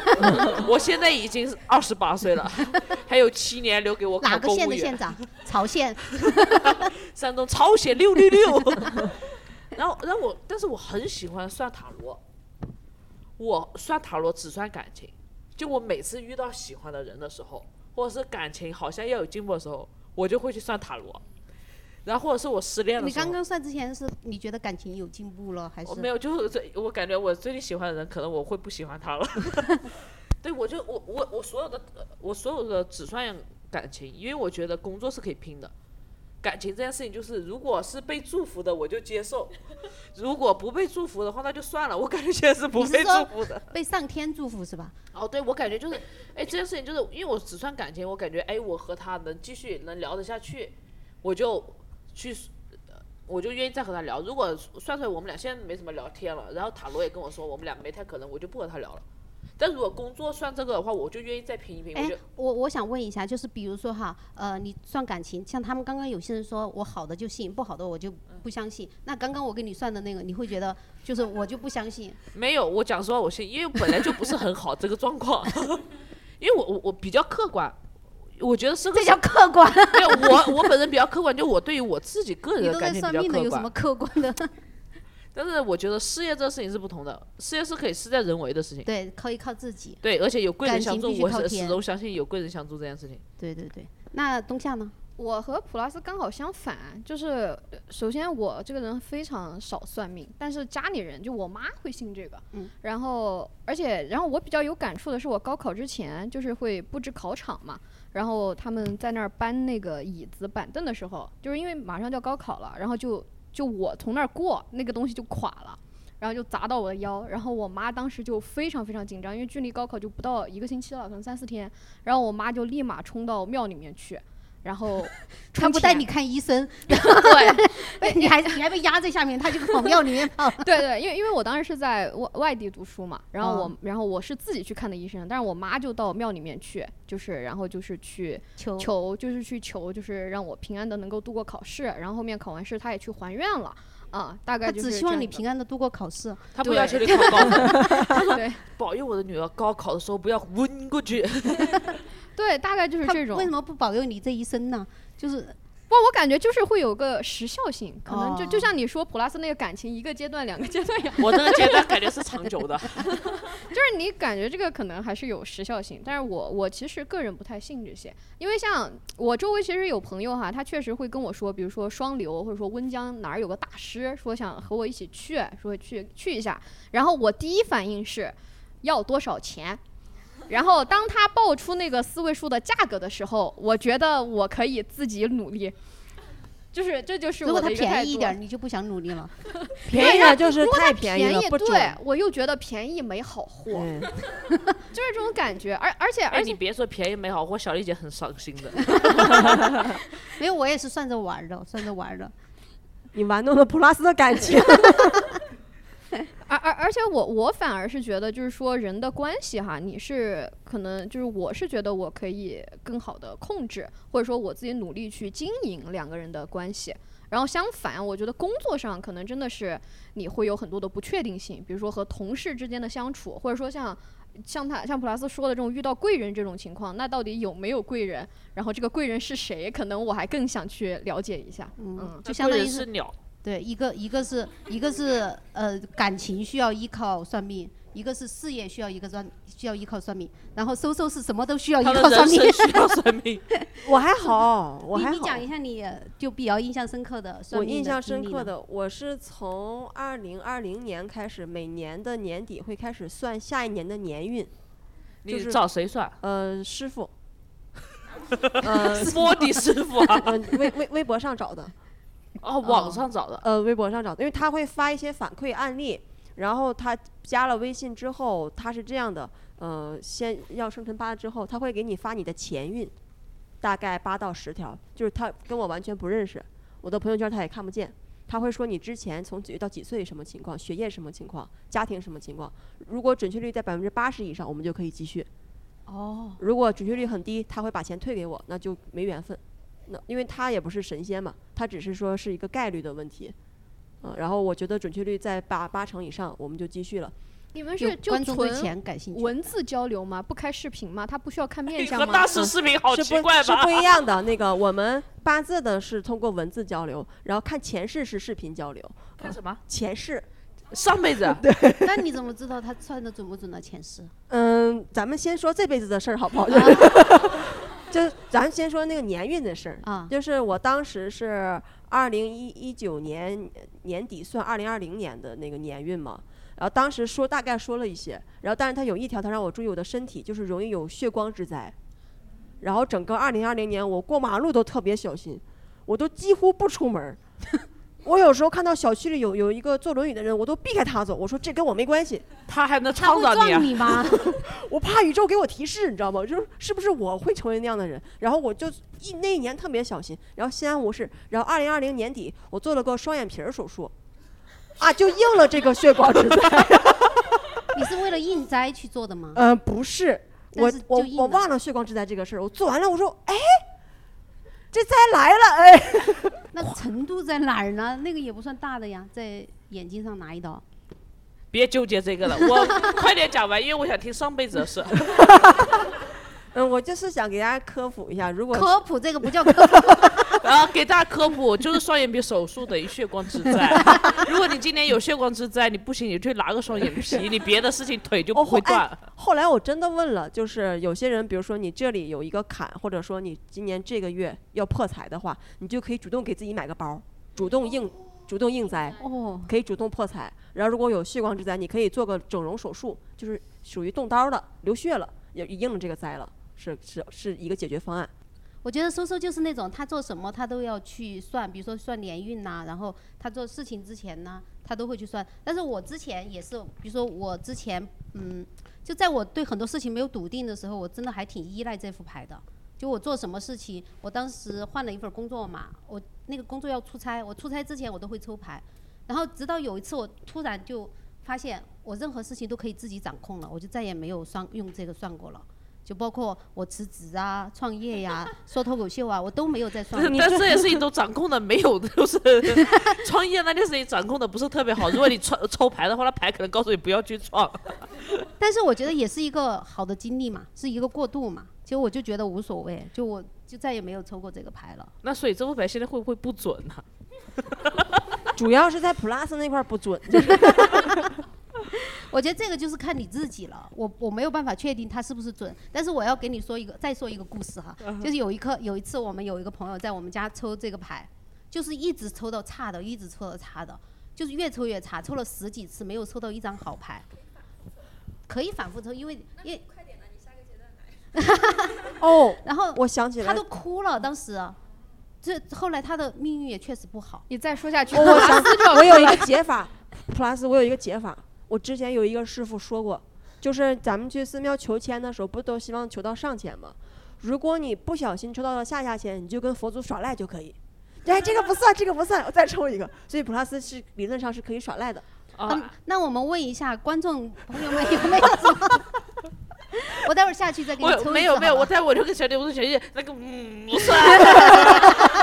Speaker 4: [laughs] 我现在已经二十八岁了，还有七年留给我考
Speaker 1: 哪个
Speaker 4: 公
Speaker 1: 县
Speaker 4: 务
Speaker 1: 的
Speaker 4: 员
Speaker 1: 县。长？曹
Speaker 4: [laughs]
Speaker 1: 县。
Speaker 4: 山东朝鲜六六六。然后，然后我，但是我很喜欢算塔罗，我算塔罗只算感情，就我每次遇到喜欢的人的时候，或者是感情好像要有进步的时候，我就会去算塔罗。然后或者是我失恋的
Speaker 1: 你
Speaker 4: 时候，
Speaker 1: 刚刚算之前是你觉得感情有进步了还是
Speaker 4: 我？哦没有，就是最我感觉我最近喜欢的人，可能我会不喜欢他了。 [laughs] 对，我就我我我所有的我所有的只算感情，因为我觉得工作是可以拼的，感情这件事情就是，如果是被祝福的我就接受， [laughs] 如果不被祝福的话那就算了。我感觉现在是不
Speaker 1: 你是
Speaker 4: 被
Speaker 1: 说
Speaker 4: 祝福的。
Speaker 1: 被上天祝福是吧？
Speaker 4: 哦，对，我感觉就是，哎，这件事情就是因为我只算感情，我感觉哎，我和他能继续能聊得下去，我就去，呃我就愿意再和他聊。如果算出来我们俩现在没什么聊天了，然后塔罗也跟我说我们俩没太可能，我就不和他聊了。但如果工作算这个的话，我就愿意再拼一拼。我
Speaker 1: 哎
Speaker 4: 就，
Speaker 1: 我我想问一下，就是比如说哈，呃，你算感情，像他们刚刚有些人说我好的就信，不好的我就不相信。那刚刚我给你算的那个，你会觉得就是我就不相信，
Speaker 4: 没有，我讲实话，我信，因为本来就不是很好这个状况， [laughs] 因为我我我比较客观，我觉得是个
Speaker 1: 这叫客观。
Speaker 4: 没有我我本人比较客观，就我对于我自己个
Speaker 1: 你
Speaker 4: 人
Speaker 1: 都
Speaker 4: 的
Speaker 1: 在
Speaker 4: 感情
Speaker 1: 算
Speaker 4: 比较
Speaker 1: 命的，
Speaker 4: 客
Speaker 1: 有什
Speaker 4: 观
Speaker 1: 么。客观的？
Speaker 4: 但是我觉得事业这个事情是不同的，事业是可以事在人为的事情。
Speaker 1: 对，可以靠自己。
Speaker 4: 对，而且有贵人
Speaker 1: 感
Speaker 4: 相
Speaker 1: 情
Speaker 4: 助
Speaker 1: 必，须
Speaker 4: 我
Speaker 1: 靠
Speaker 4: 始始
Speaker 1: 天
Speaker 4: 终相信有贵人相助这件事情。
Speaker 1: 对对对。那冬夏呢？
Speaker 6: 我和普拉斯刚好相反，就是呃首先我这个人非常少算命，但是家里人就我妈会信这个，
Speaker 1: 嗯
Speaker 6: 然后而且然后我比较有感触的是，我高考之前就是会布置考场嘛，然后他们在那儿搬那个椅子板凳的时候，就是因为马上就要高考了，然后就就我从那儿过，那个东西就垮了。然后就砸到我的腰，然后我妈当时就非常非常紧张，因为距离高考就不到一个星期了，可能三四天。然后我妈就立马冲到庙里面去，然后
Speaker 1: [laughs] 他
Speaker 6: 充
Speaker 1: 不带
Speaker 6: 钱
Speaker 1: 你看医生，
Speaker 6: [laughs] 对
Speaker 1: [laughs] 你还你还被压在下面，他就往庙里面跑。
Speaker 6: [laughs] 对对，因为因为我当时是在外外地读书嘛，然后我、
Speaker 1: 嗯
Speaker 6: 然后我是自己去看的医生，但是我妈就到庙里面去，就是然后就是去
Speaker 1: 求
Speaker 6: 求，就是去求，就是让我平安的能够度过考试，然后后面考完试她也去还愿了。啊，大概
Speaker 1: 他
Speaker 6: 就
Speaker 1: 只
Speaker 6: 是
Speaker 1: 希
Speaker 6: 这
Speaker 1: 望
Speaker 6: 样
Speaker 1: 你
Speaker 6: 的
Speaker 1: 平安的度过考试。
Speaker 4: 他不
Speaker 6: 对
Speaker 1: [laughs]
Speaker 4: 要求你考高分，他说
Speaker 6: 对
Speaker 4: 保佑我的女儿高考的时候不要昏过去。
Speaker 6: 对，大概就是
Speaker 1: 他
Speaker 6: 这种。
Speaker 1: 为什么不 [laughs] 保佑你这一生呢？就是
Speaker 6: 不，我感觉就是会有个时效性，可能就、就
Speaker 1: 哦
Speaker 6: 像你说普拉斯那个感情，一个阶段、两个阶段一 [laughs] 样，
Speaker 4: [laughs] 我那个阶段感觉是长久的，
Speaker 6: 就是你感觉这个可能还是有时效性。但是我我其实个人不太信这些，因为像我周围其实有朋友哈，他确实会跟我说，比如说双流或者说温江哪儿有个大师，说想和我一起去，说去去一下，然后我第一反应是要多少钱。然后，当他报出那个四位数的价格的时候，我觉得我可以自己努力，就是这就是
Speaker 1: 如果
Speaker 6: 我
Speaker 1: 他
Speaker 6: 的一个态
Speaker 1: 便
Speaker 6: 度。
Speaker 1: 宜一点儿，你就不想努力了。
Speaker 5: 便宜了就是太便宜
Speaker 6: 便
Speaker 5: 了，
Speaker 6: 宜
Speaker 5: 不准。
Speaker 6: 对我又觉得便宜没好货，
Speaker 5: 嗯
Speaker 6: [laughs] 就是这种感觉。而而且
Speaker 4: 哎，
Speaker 6: 而且
Speaker 4: 你别说便宜没好货，小丽姐很伤心的。
Speaker 1: 没有，我也是算着玩儿的，算着玩儿的。
Speaker 5: 你玩弄了普拉斯的感
Speaker 1: [laughs]
Speaker 5: 情。
Speaker 6: [laughs] 而而而且我我反而是觉得，就是说人的关系哈，你是可能就是我是觉得我可以更好的控制，或者说我自己努力去经营两个人的关系。然后相反，我觉得工作上可能真的是你会有很多的不确定性，比如说和同事之间的相处，或者说像像他像普拉斯说的这种遇到贵人这种情况，那到底有没有贵人？然后这个贵人是谁？可能我还更想去了解一下。嗯
Speaker 1: 嗯，就
Speaker 4: 那
Speaker 1: 相
Speaker 4: 贵
Speaker 1: 当
Speaker 4: 人
Speaker 1: 于
Speaker 4: 是
Speaker 1: 是
Speaker 4: 鸟，
Speaker 1: 对一个一个是一个是呃感情需要依靠算命，一个是事业需要一个算需要依靠算命，然后收收是什么都需要依
Speaker 4: 他
Speaker 1: 靠
Speaker 4: 的
Speaker 1: 算
Speaker 4: 人
Speaker 1: 命
Speaker 4: 生。需要算
Speaker 1: [laughs]
Speaker 4: 命。
Speaker 5: 我还好，我
Speaker 1: 你
Speaker 5: 还
Speaker 1: 你
Speaker 5: 好
Speaker 1: 讲。一下你就比较印象深刻的算
Speaker 5: 我
Speaker 1: 命
Speaker 5: 印象深
Speaker 1: 经历
Speaker 5: 刻
Speaker 1: 呢，
Speaker 5: 的，我是从二零二零年开始，每年的年底会开始算下一年的年运。
Speaker 4: 你
Speaker 5: 是
Speaker 4: 找谁算？
Speaker 5: 呃，师
Speaker 4: [laughs]
Speaker 5: 傅，呃，
Speaker 4: 摸你师傅啊！
Speaker 5: 呃微微微博上找的，
Speaker 4: 哦，网上找的。
Speaker 5: 嗯呃，微博上找的，因为他会发一些反馈案例，然后他加了微信之后，他是这样的，呃，先要生辰八字之后，他会给你发你的前运，大概八到十条，就是他跟我完全不认识，我的朋友圈他也看不见。他会说你之前从几岁到几岁什么情况，学业什么情况，家庭什么情况。如果准确率在百分之八十以上，我们就可以继续。
Speaker 1: 哦，
Speaker 5: 如果准确率很低，他会把钱退给我，那就没缘分。那因为他也不是神仙嘛，他只是说是一个概率的问题。嗯，然后我觉得准确率在八八成以上，我们就继续了。
Speaker 6: 你们
Speaker 1: 就是
Speaker 6: 就
Speaker 1: 观众对
Speaker 6: 纯
Speaker 1: 钱感兴趣。
Speaker 6: 文字交流吗？不开视频吗？他不需要看面
Speaker 4: 你
Speaker 6: 相
Speaker 4: 和
Speaker 6: 吗
Speaker 4: 大？师视频好
Speaker 5: 嗯
Speaker 1: 嗯
Speaker 5: 是
Speaker 4: 奇
Speaker 5: 不
Speaker 4: 怪
Speaker 5: 是
Speaker 4: 吧
Speaker 5: 不？
Speaker 4: [laughs]
Speaker 5: 一 [laughs] 样的。那个我们八字的是通过文字交流，然后看前世是视频交流。嗯
Speaker 4: 看什么？
Speaker 5: 前世，
Speaker 4: 上辈
Speaker 5: [laughs]
Speaker 4: 子啊？ [laughs]
Speaker 1: 那你怎么知道他算的准不准呢？前世？
Speaker 5: 嗯，咱们先说这辈子的事儿好不好？ [laughs] 就咱先说那个年运的事儿
Speaker 1: 啊
Speaker 5: 就是我当时是二零一一九年年底算二零二零年的那个年运嘛，然后当时说大概说了一些，然后但是他有一条，他让我注意我的身体，就是容易有血光之灾，然后整个二零二零年我过马路都特别小心，我都几乎不出门
Speaker 1: [laughs]
Speaker 5: 儿。我有时候看到小区里有有一个坐轮椅的人，我都避开他走。我说这跟我没关系，
Speaker 4: 他还能
Speaker 1: 他
Speaker 4: 创
Speaker 1: 会
Speaker 4: 造你啊
Speaker 1: 撞？你吗？
Speaker 5: [laughs] 我怕宇宙给我提示，你知道吗？就是是不是我会成为那样的人？然后我就一那一年特别小心，然后相安无事。然后二零二零年底，我做了个双眼皮儿手术，啊，就应了这个血光之灾。
Speaker 1: 你是为了应灾去做的吗？
Speaker 5: 嗯、不是，我
Speaker 1: 但是就
Speaker 5: 我
Speaker 1: 应
Speaker 5: 我
Speaker 1: 了
Speaker 5: 忘了血光之灾这个事儿。我做完了，我说，哎，这灾来了，哎，
Speaker 1: 那程度在哪儿呢？那个也不算大的呀，在眼睛上拿一刀。
Speaker 4: 别纠结这个了，我 [laughs] 快点讲完，因为我想听上辈子的事。
Speaker 5: 嗯，我就是想给大家科普一下，如果
Speaker 1: 科普这个不叫科普，
Speaker 4: 然后给大家科普，就是双眼皮手术等于血光之
Speaker 5: [laughs]
Speaker 4: 灾。如果你今年有血光之灾，你不行，你就拿个双眼皮，你别的事情腿就不
Speaker 5: 哦
Speaker 4: 会断。
Speaker 5: 后来我真的问了，就是有些人，比如说你这里有一个坎，或者说你今年这个月要破财的话，你就可以主动给自己买个包，主动应主动应灾，
Speaker 1: 哦，
Speaker 5: 可以主动破财。然后如果有血光之灾，你可以做个整容手术，就是属于动刀了，流血了，也也应了这个灾了，是是是一个解决方案。
Speaker 1: 我觉得收收就是那种他做什么他都要去算，比如说算年运呐、然后他做事情之前呢，他都会去算。但是我之前也是，比如说我之前，嗯，就在我对很多事情没有笃定的时候，我真的还挺依赖这副牌的。就我做什么事情，我当时换了一份工作嘛，我那个工作要出差，我出差之前我都会抽牌，然后直到有一次我突然就发现我任何事情都可以自己掌控了，我就再也没有算用这个算过了。就包括我辞职啊、创业呀、说脱口秀啊，我都没有在创业。
Speaker 4: 但这些事情都掌控的没有，就是创业那件事情掌控的不是特别好。如果你抽抽牌的话，那牌可能告诉你不要去创。
Speaker 1: 但是我觉得也是一个好的经历嘛，是一个过渡嘛。其实我就觉得无所谓，就我就再也没有抽过这个牌了。
Speaker 4: 那所以这副牌现在会不会不准呢、啊
Speaker 5: 主要是在 Plus 那块儿不准，就是
Speaker 1: 我觉得这个就是看你自己了，我我没有办法确定它是不是准，但是我要给你说一个，再说一个故事哈，
Speaker 6: 嗯
Speaker 1: 就是有一刻有一次我们有一个朋友在我们家抽这个牌，就是一直抽到差的，一直抽到差的，就是越抽越差，抽了十几次没有抽到一张好牌，可以反复抽，因为因为 [laughs]
Speaker 5: 哦，
Speaker 1: 然后
Speaker 5: 我想起来
Speaker 1: 他都哭了，当时，啊这后来他的命运也确实不好。
Speaker 6: 你再说下去，
Speaker 5: 哦
Speaker 6: [laughs]
Speaker 5: 我想
Speaker 6: 撕掉
Speaker 1: [laughs]
Speaker 5: 我有一个
Speaker 6: [laughs]
Speaker 5: 解法，plus 我有一个解法。我之前有一个师傅说过，就是咱们去寺庙求签的时候，不都希望求到上签吗？如果你不小心抽到了下下签，你就跟佛祖耍赖就可以。哎，这个不算，这个不算，我再抽一个。所以 plus 是理论上是可以耍赖的。
Speaker 1: 嗯
Speaker 4: 啊，，
Speaker 1: 那我们问一下观众朋友们
Speaker 5: [laughs]
Speaker 1: [laughs] 有没有什么？我待会儿下去再给你抽一
Speaker 4: 我
Speaker 1: 次
Speaker 4: 没有没有，[laughs]
Speaker 1: 好吧
Speaker 4: 我待会儿就跟小姐我说小姐那个嗯不算。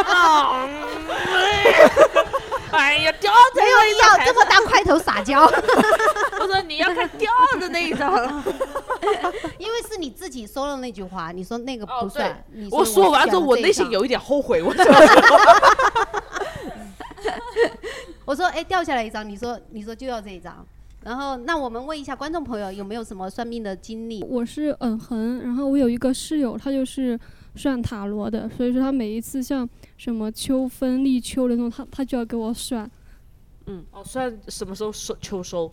Speaker 4: 啊嗯 [laughs] 哎呀，掉的
Speaker 1: 没
Speaker 4: 那
Speaker 1: 有
Speaker 4: 一
Speaker 1: 必要
Speaker 4: 张
Speaker 1: 这么大块头撒娇，
Speaker 4: 牌， [laughs] 我说你要看掉的那一张。
Speaker 1: [laughs] 因为是你自己说了那句话，你说那个
Speaker 4: 哦
Speaker 1: 不
Speaker 4: 对
Speaker 1: 算。你
Speaker 4: 我
Speaker 1: 说
Speaker 4: 说完之后，
Speaker 1: 选了
Speaker 4: 我
Speaker 1: 这一
Speaker 4: 内心
Speaker 1: 张，
Speaker 4: 有一点 [laughs] 后悔，我说
Speaker 1: [laughs] 我说哎掉下来一张，你说你说就要这一张。然后，那我们问一下观众朋友有没有什么算命的经历？
Speaker 9: 我是嗯恒，然后我有一个室友，他就是算塔罗的，所以说他每一次像什么秋分、立秋的那种，他他就要给我算，
Speaker 4: 哦，算什么时候收秋收？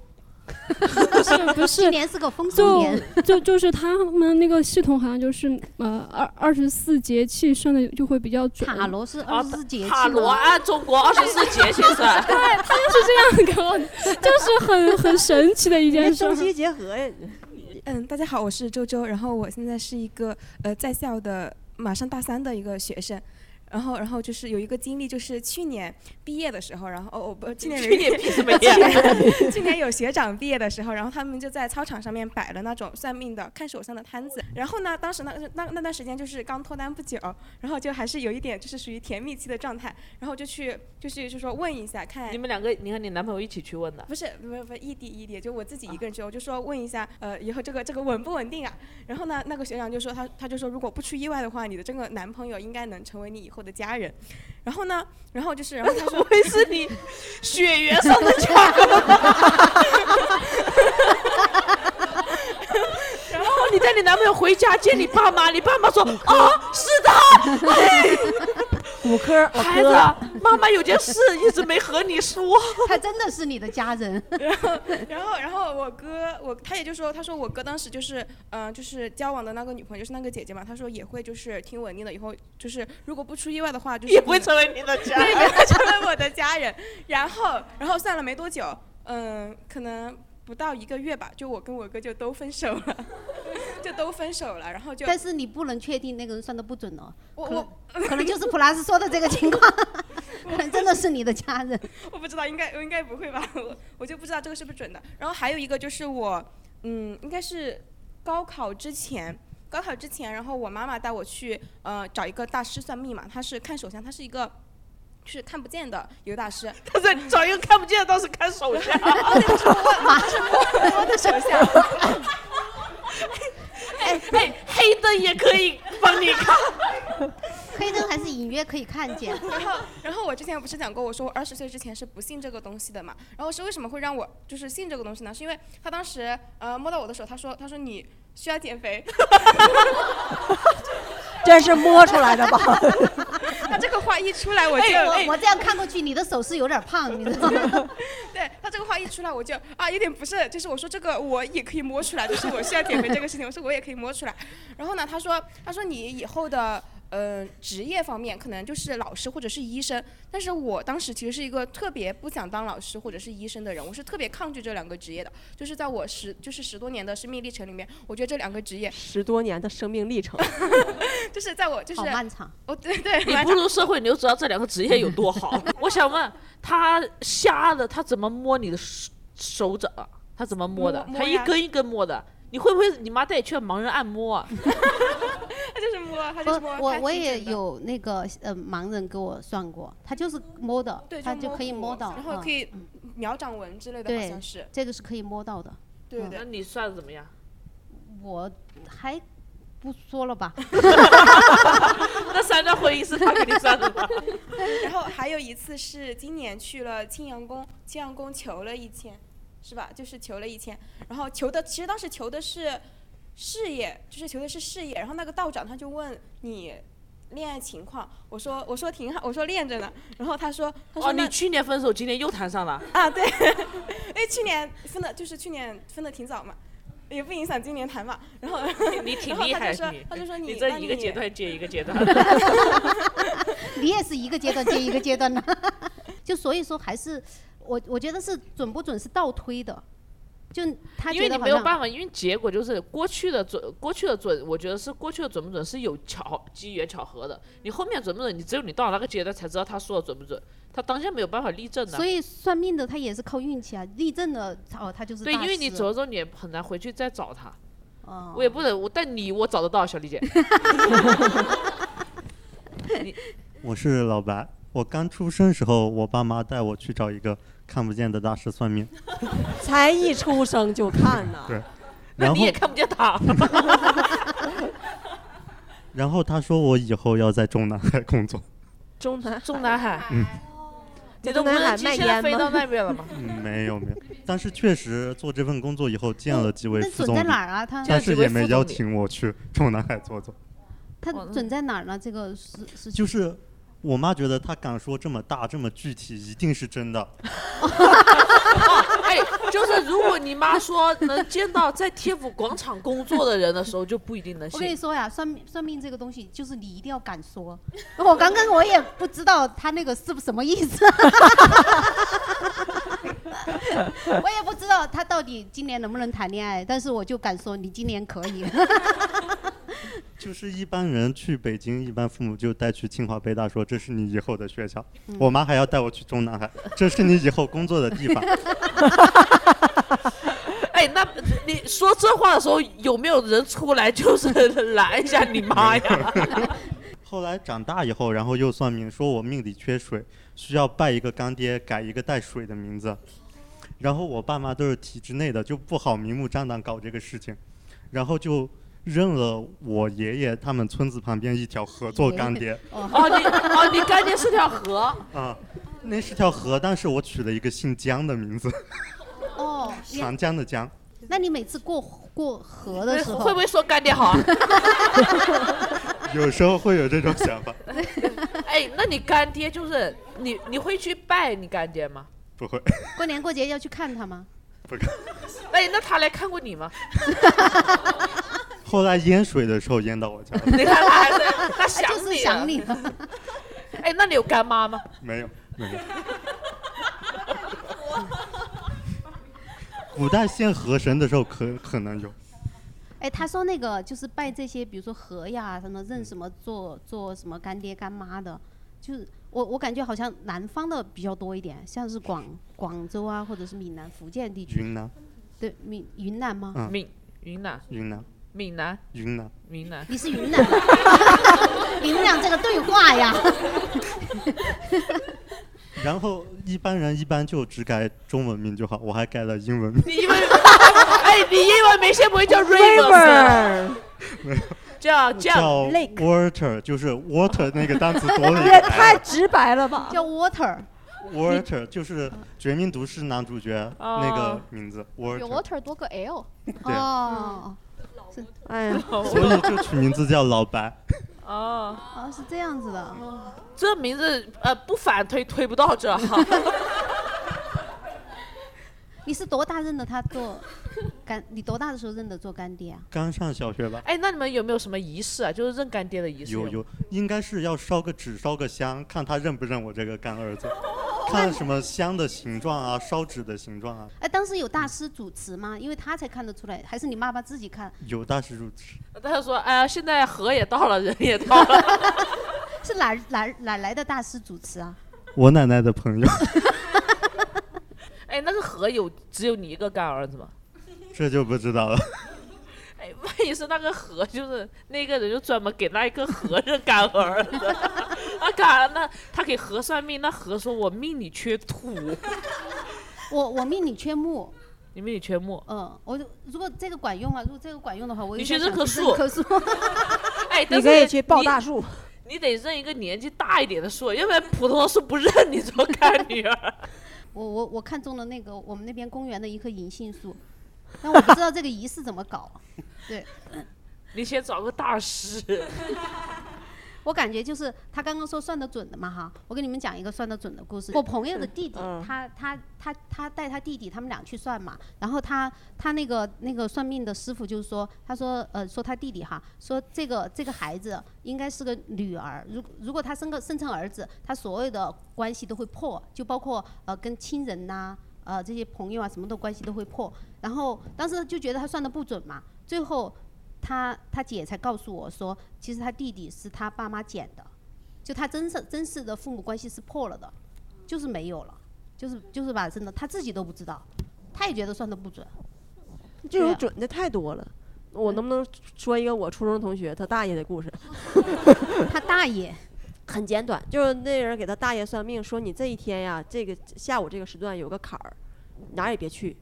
Speaker 9: 不是不
Speaker 1: 今
Speaker 9: 是，
Speaker 1: 年是个丰收
Speaker 9: 就
Speaker 1: 年，
Speaker 9: 就 [laughs] 就是他们那个系统好像就是呃二二十四节气算的就会比较准，
Speaker 1: 塔罗是二十四节气
Speaker 4: 啊塔罗啊
Speaker 1: 吗
Speaker 4: 按中国二十四
Speaker 9: [laughs]
Speaker 4: 节气 [laughs] 算。
Speaker 9: 就是这样给我，就是很很神奇的一件
Speaker 5: 哎
Speaker 9: 事
Speaker 5: 中
Speaker 9: 儿。
Speaker 5: 西结合呀，
Speaker 2: [laughs] 嗯，大家好，我是周周，然后我现在是一个呃在校的马上大三的一个学生，然后然后就是有一个经历，就是去年毕业的时候，然后哦哦不，去
Speaker 4: [laughs]
Speaker 2: 年
Speaker 4: 去年毕什么
Speaker 2: 去 [laughs]
Speaker 4: 业？
Speaker 2: 年去年有学长毕业的时候，然后他们就在操场上面摆了那种算命的、看手相的摊子。然后呢，当时那那那段时间就是刚脱单不久，然后就还是有一点就是属于甜蜜期的状态，然后就去就是就说问一下看
Speaker 4: 你。们两个，你和你男朋友一起去问的。
Speaker 2: 不是，不是不是，异地异地，就我自己一个人去，我就说问一下，呃，以后这个这个稳不稳定啊？然后呢，那个学长就说他他就说，如果不出意外的话，你的这个男朋友应该能成为你以后的家人。然后呢，然后就是，然后他说会是你血缘上的家
Speaker 4: 然后哦你带你男朋友回家见你爸妈，你爸妈 [laughs] 说啊，是哎他， [laughs]
Speaker 5: 骨科我
Speaker 4: 孩子
Speaker 5: 哥，，
Speaker 4: 妈妈有件事一直没和你说。
Speaker 1: [laughs] 他真的是你的
Speaker 8: [laughs]
Speaker 1: 家人。
Speaker 2: [laughs] 然后，然后我哥，我他也就说，他说我哥当时就是，嗯、就是交往的那个女朋友就是那个姐姐嘛，他说也会就是挺稳定的，以后就是如果不出意外的话，就是
Speaker 4: 也不会成为你的家
Speaker 2: 对，也不
Speaker 4: [laughs]
Speaker 2: 会成为我的家人。然后，然后算了没多久，嗯、可能不到一个月吧，就我跟我哥就都分手了， [laughs] 就都分手了，然后就
Speaker 1: 但是你不能确定那个人算的不准哦，
Speaker 2: 我
Speaker 1: 可能
Speaker 2: 我
Speaker 1: [laughs] 可能就是 plus 说的这个情况， [laughs] 可能真的是你的家
Speaker 4: [laughs]
Speaker 1: 人。
Speaker 2: [laughs] 我不知道，应该我应该不会吧？ [laughs] 我我就不知道这个是不是准的。然后还有一个就是我，嗯，应该是高考之前，高考之前，然后我妈妈带我去呃找一个大师算命嘛，他是看手相，他是一个。是看不见的一个大师，
Speaker 4: 他在找一个看不见的，当时看手
Speaker 2: [laughs]
Speaker 4: 相。
Speaker 2: 我的手相，
Speaker 4: 哎哎，黑灯也可以帮你看。
Speaker 1: 黑灯还是隐约可以看见，
Speaker 2: [laughs] 然后，然后我之前不是讲过，我说我二十岁之前是不信这个东西的嘛。然后是为什么会让我就是信这个东西呢？是因为他当时呃摸到我的手，他说他说你需要减肥，
Speaker 5: [laughs] 这是摸出来的吧？ [laughs]
Speaker 2: 他这个话一出来我就
Speaker 1: 哎
Speaker 2: 哎
Speaker 1: 我我这样看过去，你的手是有点胖，你知道吗？
Speaker 2: [laughs] 对他这个话一出来，我就啊有点不是，就是我说这个我也可以摸出来，就是我需要减肥这个事情，我说我也可以摸出来。然后呢，他说他说你以后的呃职业方面可能就是老师或者是医生，但是我当时其实是一个特别不想当老师或者是医生的人，我是特别抗拒这两个职业的，就是在我十就是十多年的生命历程里面，我觉得这两个职业 [laughs]
Speaker 5: 十多年的生命历程，
Speaker 2: 就是在我就是
Speaker 1: 好漫长。
Speaker 4: 哦
Speaker 2: 我对对
Speaker 4: 你步入社会，你就知道这两个职业有多
Speaker 2: [laughs]
Speaker 4: 好。我想问他瞎的，他怎么摸你的手手掌啊？他怎么摸的？
Speaker 2: 摸摸
Speaker 4: 他一
Speaker 2: 呀
Speaker 4: 根一根摸的。你会不会你妈带你去盲人按摩啊？
Speaker 2: 他就是摸，他就是摸
Speaker 1: 我我
Speaker 2: 他
Speaker 1: 我
Speaker 2: 自己
Speaker 1: 也
Speaker 2: 整的
Speaker 1: 有那个呃盲人给我算过，他就是摸的
Speaker 2: [laughs] 对，，
Speaker 1: 他
Speaker 2: 就
Speaker 1: 可以
Speaker 2: 骨
Speaker 1: 摸到，
Speaker 2: 然后
Speaker 1: 嗯
Speaker 2: 可以秒掌纹之类的，好
Speaker 1: 对
Speaker 2: 像是，，
Speaker 1: 这个是可以摸到的。
Speaker 2: 对对
Speaker 4: 嗯那你算的怎么样？
Speaker 1: 我还不说了吧，
Speaker 4: [laughs]
Speaker 1: [laughs]
Speaker 4: 那三段婚姻是他给你算的吗？
Speaker 2: [laughs] 然后还有一次是今年去了青羊宫，青羊宫求了一千，是吧？就是求了一千，然后求的其实当时求的是事业，就是求的是事业。然后那个道长他就问你恋爱情况，我说我说挺好，我说恋着呢。 [laughs] 然后他说他说
Speaker 4: 哦，
Speaker 2: 那、
Speaker 4: 你去年分手，今年又谈上了。 [laughs]
Speaker 2: 啊对， [laughs] 因为去年分的就是去年分的挺早嘛。也不影响今年谈嘛，然后 [laughs]
Speaker 4: 你挺
Speaker 2: 然后
Speaker 4: 厉
Speaker 2: 他
Speaker 4: 害
Speaker 2: 就说
Speaker 4: 你
Speaker 2: 他就说
Speaker 4: 你
Speaker 2: 那
Speaker 4: 这
Speaker 2: 你
Speaker 4: 一个阶段接一
Speaker 2: [laughs]
Speaker 4: 个阶段，
Speaker 1: [laughs] 你也是一个阶段接一个阶段的， [laughs] 就所以说还是我我觉得是准不准是倒推的，就他
Speaker 4: 因
Speaker 1: 觉
Speaker 4: 为你
Speaker 1: 得好
Speaker 4: 没有
Speaker 1: 像
Speaker 4: 办法，因为结果就是过去的准，过去的准，我觉得是过去的准不准是有巧机缘巧合的，你后面准不准，你只有你到那个阶段才知道他说的准不准，他当下没有办法例证的
Speaker 1: 所。以算命的他也是靠运气啊，立正的哦他就是
Speaker 4: 对，因为你走
Speaker 1: 走，
Speaker 4: 了之后，你也很难回去再找他。
Speaker 1: 哦
Speaker 4: 我也不能，我但你我找得到，小丽姐。
Speaker 3: 我是老白，我刚出生时候，我爸妈带我去找一个看不见的大师算命，
Speaker 5: 才一出生就看呢，
Speaker 3: 对，
Speaker 4: 啊那
Speaker 3: 然
Speaker 4: 你
Speaker 3: 后
Speaker 4: 也看不
Speaker 3: [laughs]
Speaker 4: 见他，
Speaker 3: 然后他说我以后要在中南海工作，
Speaker 5: 中南
Speaker 4: 中南海，
Speaker 3: 嗯
Speaker 4: 你的无
Speaker 5: 中南
Speaker 4: 人
Speaker 5: 海
Speaker 4: 机
Speaker 5: 卖
Speaker 4: 现在
Speaker 5: 烟
Speaker 4: 飞
Speaker 5: 吗
Speaker 4: 到那边了吗？
Speaker 3: 嗯，没有没有，但是确实做这份工作以后见了几位
Speaker 1: 嗯那
Speaker 3: 副
Speaker 1: 准
Speaker 3: 总
Speaker 1: 在
Speaker 3: 理，
Speaker 1: 哪儿啊？他
Speaker 4: 就
Speaker 3: 但是也没邀请我去中南海坐坐，
Speaker 1: 他
Speaker 4: 哦那
Speaker 1: 准在哪儿呢？这个事事
Speaker 3: 就
Speaker 1: 情
Speaker 3: 是。我妈觉得他敢说这么大这么具体，一定是真的。
Speaker 4: [laughs] 哎，就是如果你妈说能见到在天府广场工作的人的时候，就不一定能
Speaker 1: 我跟你
Speaker 4: 信。
Speaker 1: 说呀，算命算命这个东西，就是你一定要敢说。 [laughs] 我刚刚我也不知道他那个是不什么意思， [laughs] 我也不知道他到底今年能不能谈恋爱，但是我就敢说你今年可以。 [laughs]
Speaker 3: 就是一般人去北京，一般父母就带去清华北大，说这是你以后的学校。
Speaker 1: 嗯
Speaker 3: 我妈还要带我去中南海，这是你以后工作的地
Speaker 1: [laughs]
Speaker 3: 方。
Speaker 4: 哎，那你说这话的时候，有没有人出来就是拦一下你妈呀？
Speaker 3: 后来长大以后，然后又算命，说我命里缺水，需要拜一个干爹，改一个带水的名字。然后我爸妈都是体制内的，就不好明目张胆搞这个事情，然后就认了我爷爷他们村子旁边一条河
Speaker 10: 嗯
Speaker 3: 做干爹
Speaker 4: 哦，你哦，你干爹是条
Speaker 10: [laughs]
Speaker 4: 河，
Speaker 3: 啊。那是条河，但是我取了一个姓江的名字，
Speaker 1: 哦，你
Speaker 3: 长江的江。
Speaker 1: 那你每次过过河的时候，
Speaker 4: 会不会说干爹好啊？ [laughs]
Speaker 3: 有时候会有这种想法， [laughs]
Speaker 4: 哎，那你干爹就是你，你会去拜你干爹吗？
Speaker 3: 不会，
Speaker 1: 过年过节要去看他吗？
Speaker 3: 不敢。
Speaker 4: 哎，那他来看过你吗？ [laughs]
Speaker 3: 后来淹水的时候淹到我家了，
Speaker 4: [laughs] 你看他还是他
Speaker 1: [laughs] 他
Speaker 4: 想
Speaker 1: 就是
Speaker 4: 你，啊
Speaker 1: 想。你了。
Speaker 4: 哎，那你有干妈吗？
Speaker 3: 没有，没有。
Speaker 1: [laughs]
Speaker 3: 古代献河神的时候可可能有，
Speaker 1: 哎，他说那个就是拜这些，比如说河呀，什么
Speaker 3: 嗯
Speaker 1: 认什么做做什么干爹干妈的，就是我我感觉好像南方的比较多一点，像是广广州啊，或者是闽南、福建地区，
Speaker 3: 云南、
Speaker 1: 对，闽云南吗？
Speaker 3: 嗯
Speaker 4: 闽云南、
Speaker 3: 云南、
Speaker 4: 闽南、
Speaker 3: 云南，
Speaker 4: 云南。
Speaker 1: 你
Speaker 4: [laughs]
Speaker 1: 是云南的，你们俩这个对话
Speaker 3: [laughs]
Speaker 1: 呀，
Speaker 3: 然后一般人一般就只改中文名就好，我还改了英文名，
Speaker 4: 你英文，哎，你英文名先不会
Speaker 1: [laughs]
Speaker 4: 叫 River，叫叫
Speaker 3: 叫
Speaker 5: Lake
Speaker 3: water，就是 water 那个单
Speaker 1: [laughs]
Speaker 3: 词多啊了一
Speaker 5: 也
Speaker 3: 个 [laughs]
Speaker 5: 太
Speaker 3: L
Speaker 5: 直白了吧？
Speaker 1: 叫 water，
Speaker 3: water，就是《绝命毒师》男主角那个名字
Speaker 6: 有啊
Speaker 3: water，
Speaker 6: water 多个 L，
Speaker 3: 对
Speaker 1: 哦，
Speaker 5: 嗯哎呀，
Speaker 3: 所以就取名字叫老白。
Speaker 4: 哦，
Speaker 1: 哦是这样子的，
Speaker 4: 这名字呃不反推推不到这
Speaker 1: [laughs]
Speaker 4: 哈。
Speaker 1: 你是多大认得他做干？你多大的时候认得做干爹啊？
Speaker 3: 刚上小学
Speaker 1: [laughs]
Speaker 3: 吧，
Speaker 4: 哎，那你们有没有什么仪式啊？就是认干爹的仪式？
Speaker 3: 有有，应该是要烧个纸，烧个香，看他认不认我这个干儿子，看什么香的形状啊，烧纸的形状啊，
Speaker 1: 哎，当时有大师主持吗？因为他才看得出来，还是你妈妈自己看？
Speaker 3: 有大师主持。
Speaker 4: 他就说，哎呀，现在河也到了，人 [laughs] 也到了。 [laughs]
Speaker 1: [laughs] 是哪儿哪儿哪儿来的大师主持啊？
Speaker 3: 我奶奶的朋友， [laughs]
Speaker 4: 哎，那个河有只有你一个干儿子吗？
Speaker 3: 这就不知道了。
Speaker 4: 哎万一是那个和，就是那个人就专门给那一个和尚干儿子， [laughs] 啊，干那他给和算命，那和说我命里缺土， [laughs]
Speaker 1: 我我命里缺木，
Speaker 4: 你命里缺木，
Speaker 1: 嗯，我就如果这个管用啊，如果这个管用的话，我
Speaker 4: 你
Speaker 1: 有点
Speaker 4: 去认
Speaker 1: 想
Speaker 4: 棵
Speaker 1: 去
Speaker 4: 树
Speaker 1: 认棵树，
Speaker 4: [laughs]
Speaker 1: [laughs]
Speaker 4: 哎，但
Speaker 5: 你可
Speaker 4: 是
Speaker 5: 以去抱
Speaker 4: 你
Speaker 5: 大树。
Speaker 4: 你得认一个年纪大一点的树，要不然普通的树不认你啊做干女儿。
Speaker 1: 我我我看中了那个我们那边公园的一棵银杏树，但我不知道这个仪式怎么搞。啊对，
Speaker 4: 你先找个大师，
Speaker 1: 我感觉就是他刚刚说算得准的嘛哈，我给你们讲一个算得准的故事。我朋友的弟弟，
Speaker 5: 嗯
Speaker 1: 他他他他带他弟弟，他们俩去算嘛，然后他他那个那个算命的师傅就是说，他说呃说他弟弟哈，说这个这个孩子应该是个女儿，如如果他生个生成儿子，他所有的关系都会破，就包括呃跟亲人呐、呃这些朋友啊什么的关系都会破。然后当时就觉得他算的不准嘛，最后他他姐才告诉我说，其实他弟弟是他爸妈捡的，就他真是真实的父母关系是破了的，就是没有了，就是就是吧，真的他自己都不知道，他也觉得算的不准。
Speaker 5: 这
Speaker 1: 对
Speaker 5: 种
Speaker 1: 啊
Speaker 5: 准的太多了。我能不能说一个我初中同学他大爷的故事？
Speaker 1: 他大爷，
Speaker 5: 很简短，就是那人给他大爷算命，说你这一天呀，这个下午这个时段有个坎儿，哪儿也别去。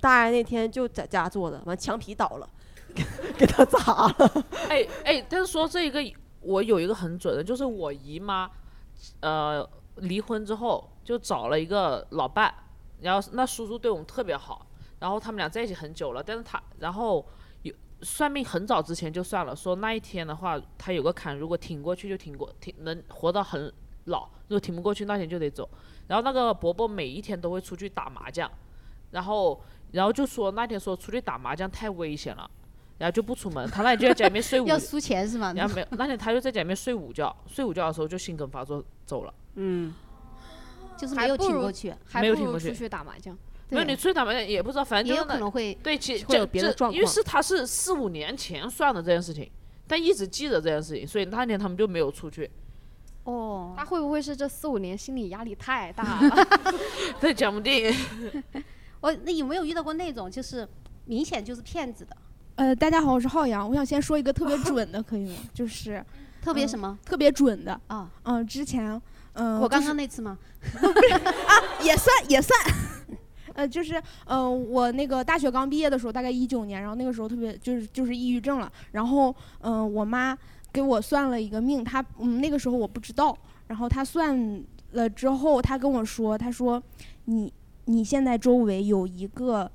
Speaker 5: 大爷那天就在家坐着，完墙皮倒了，给他砸了。
Speaker 4: 哎哎，但是说这一个，我有一个很准的，就是我姨妈，呃，离婚之后就找了一个老伴，然后那叔叔对我们特别好，然后他们俩在一起很久了，但是他然后有算命很早之前就算了，说那一天的话，他有个坎，如果挺过去就挺过，挺能活到很老，如果挺不过去那天就得走。然后那个伯伯每一天都会出去打麻将，然后然后就说那天说出去打麻将太危险了。然后就不出门，他那天就在家里面睡午
Speaker 1: [laughs] 要输钱是吗？
Speaker 4: 然后没有，那天他就在家里面睡午觉，睡午觉的时候就性梗发作走了。
Speaker 5: 嗯，
Speaker 1: 就是没有挺过去，
Speaker 6: 还
Speaker 4: 没有
Speaker 6: 不
Speaker 4: 听
Speaker 6: 如
Speaker 4: 过
Speaker 6: 出
Speaker 4: 去
Speaker 6: 去打麻将。
Speaker 4: 没有
Speaker 1: 对
Speaker 4: 你出去打麻将也不知道，反正
Speaker 1: 也
Speaker 4: 就
Speaker 1: 有
Speaker 4: 是
Speaker 1: 可
Speaker 4: 那
Speaker 1: 能会
Speaker 4: 对，其
Speaker 5: 会有
Speaker 4: 这
Speaker 5: 别的
Speaker 4: 这
Speaker 5: 状
Speaker 4: 因为
Speaker 5: 况
Speaker 4: 是他是四五年前算的这件事情，但一直记得这件事情，所以那天他们就没有出去。
Speaker 1: 哦
Speaker 6: 他。会不会是这四五
Speaker 1: [laughs]
Speaker 6: 年心理压力太大了？
Speaker 4: [laughs] 这讲不定
Speaker 1: 我那有没有遇到过那种就是明显就是骗子的，
Speaker 8: 呃，大家好，我是浩洋，我想先说一个特别准的，可以吗？就是
Speaker 1: 特别
Speaker 8: 嗯
Speaker 1: 什么
Speaker 8: 特别准的，
Speaker 1: 啊？
Speaker 8: 嗯、之前，嗯、
Speaker 1: 我刚
Speaker 8: 就是
Speaker 1: 刚那次吗？
Speaker 8: [laughs] 也算也算。呃，就是，呃，我那个大学刚毕业的时候，大概一九年，然后那个时候特别就是就是抑郁症了，然后，嗯、我妈给我算了一个命，她嗯那个时候我不知道，然后她算了之后，她跟我说，她说你你现在周围有一个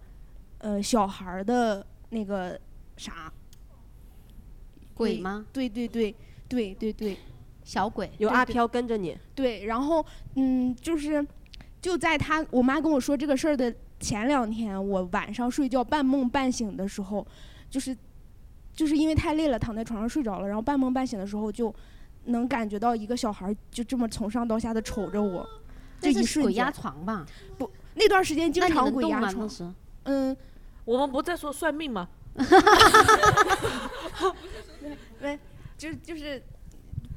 Speaker 8: 呃小孩儿的那个啥，
Speaker 1: 鬼
Speaker 8: 对
Speaker 1: 吗？
Speaker 8: 对对对对对对，
Speaker 1: 小鬼？
Speaker 5: 有
Speaker 8: 对
Speaker 5: 阿
Speaker 8: 对
Speaker 5: 飘跟着你，
Speaker 8: 对，然后嗯，就是就在他我妈跟我说这个事儿的前两天，我晚上睡觉半梦半醒的时候，就是就是因为太累了，躺在床上睡着了，然后半梦半醒的时候就能感觉到一个小孩儿就这么从上到下的瞅着我，就
Speaker 1: 这
Speaker 8: 一
Speaker 1: 是
Speaker 8: 瞬
Speaker 1: 鬼
Speaker 8: 间
Speaker 1: 压。床吧？
Speaker 8: 那段时 [laughs] 间经
Speaker 1: 那你
Speaker 8: 常
Speaker 1: 能
Speaker 8: 鬼
Speaker 1: 动
Speaker 8: 压
Speaker 1: 吗那
Speaker 8: 床，
Speaker 1: 时
Speaker 8: 嗯，
Speaker 4: 呃我们不在说算命
Speaker 1: [laughs]
Speaker 4: 吗？
Speaker 8: 就就是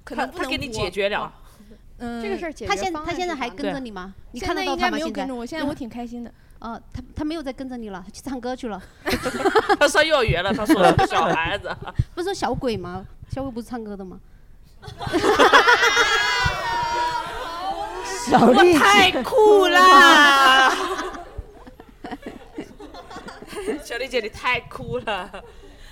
Speaker 8: 可
Speaker 4: 他
Speaker 8: 能不
Speaker 4: 他
Speaker 8: 能
Speaker 4: 给你
Speaker 8: 播
Speaker 4: 解，决
Speaker 1: 啊
Speaker 4: 了，
Speaker 8: 嗯，
Speaker 6: 这个事儿解决
Speaker 1: 他现
Speaker 6: 方
Speaker 1: 他
Speaker 6: 案
Speaker 1: 现在
Speaker 6: 是
Speaker 1: 还
Speaker 6: 啥
Speaker 1: 跟
Speaker 4: 对
Speaker 1: 着你吗？你
Speaker 8: 现
Speaker 1: 看得
Speaker 8: 在
Speaker 1: 到
Speaker 8: 应
Speaker 1: 他
Speaker 8: 该没
Speaker 1: 吗？
Speaker 8: 有
Speaker 1: 现在
Speaker 8: 跟着我，现在我挺开心的。
Speaker 1: 哦，他他没有再跟着你了，他去唱歌去了。
Speaker 4: 他上幼儿园了，他说
Speaker 8: [laughs]
Speaker 4: 了小孩子，
Speaker 1: 不是说小鬼吗？小鬼不是唱歌的吗？
Speaker 5: 小丽
Speaker 4: 太酷啦！ [laughs] 小丽姐，你太酷了！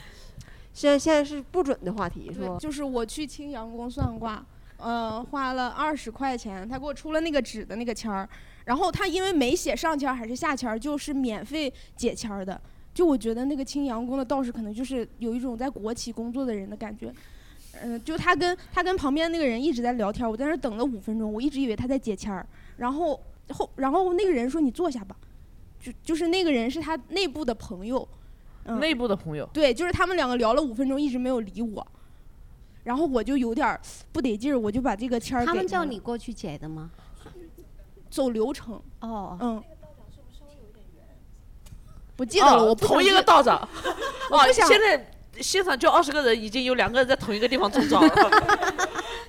Speaker 5: [laughs] 现在现在是不准的话题是
Speaker 8: 对，
Speaker 5: 吧？
Speaker 8: 就是我去青阳宫算卦，呃，花了二十块钱，他给我出了那个纸的那个签儿，然后他因为没写上签儿还是下签儿，就是免费解签儿的。就我觉得那个青阳宫的道士可能就是有一种在国企工作的人的感觉。嗯、就他跟他跟旁边那个人一直在聊天，我在那儿等了五分钟，我一直以为他在解签儿，然后后然后那个人说你坐下吧，就就是那个人是他内部的朋友，嗯
Speaker 4: 内部的朋友，
Speaker 8: 对，就是他们两个聊了五分钟，一直没有理我，然后我就有点儿不得劲儿，我就把这个签儿
Speaker 1: 他
Speaker 8: 给
Speaker 1: 们叫
Speaker 8: 了
Speaker 1: 你过去解的吗？
Speaker 8: 走流程，
Speaker 1: 哦，
Speaker 8: 嗯。不记得了，
Speaker 4: 哦
Speaker 8: 我不
Speaker 4: 同
Speaker 8: 想
Speaker 4: 一个
Speaker 8: 记
Speaker 4: 道长。
Speaker 8: 我不
Speaker 4: 哦，
Speaker 8: 想 [laughs]
Speaker 4: 现在现场就二十个人，已经有两个人在同一个地方中招了。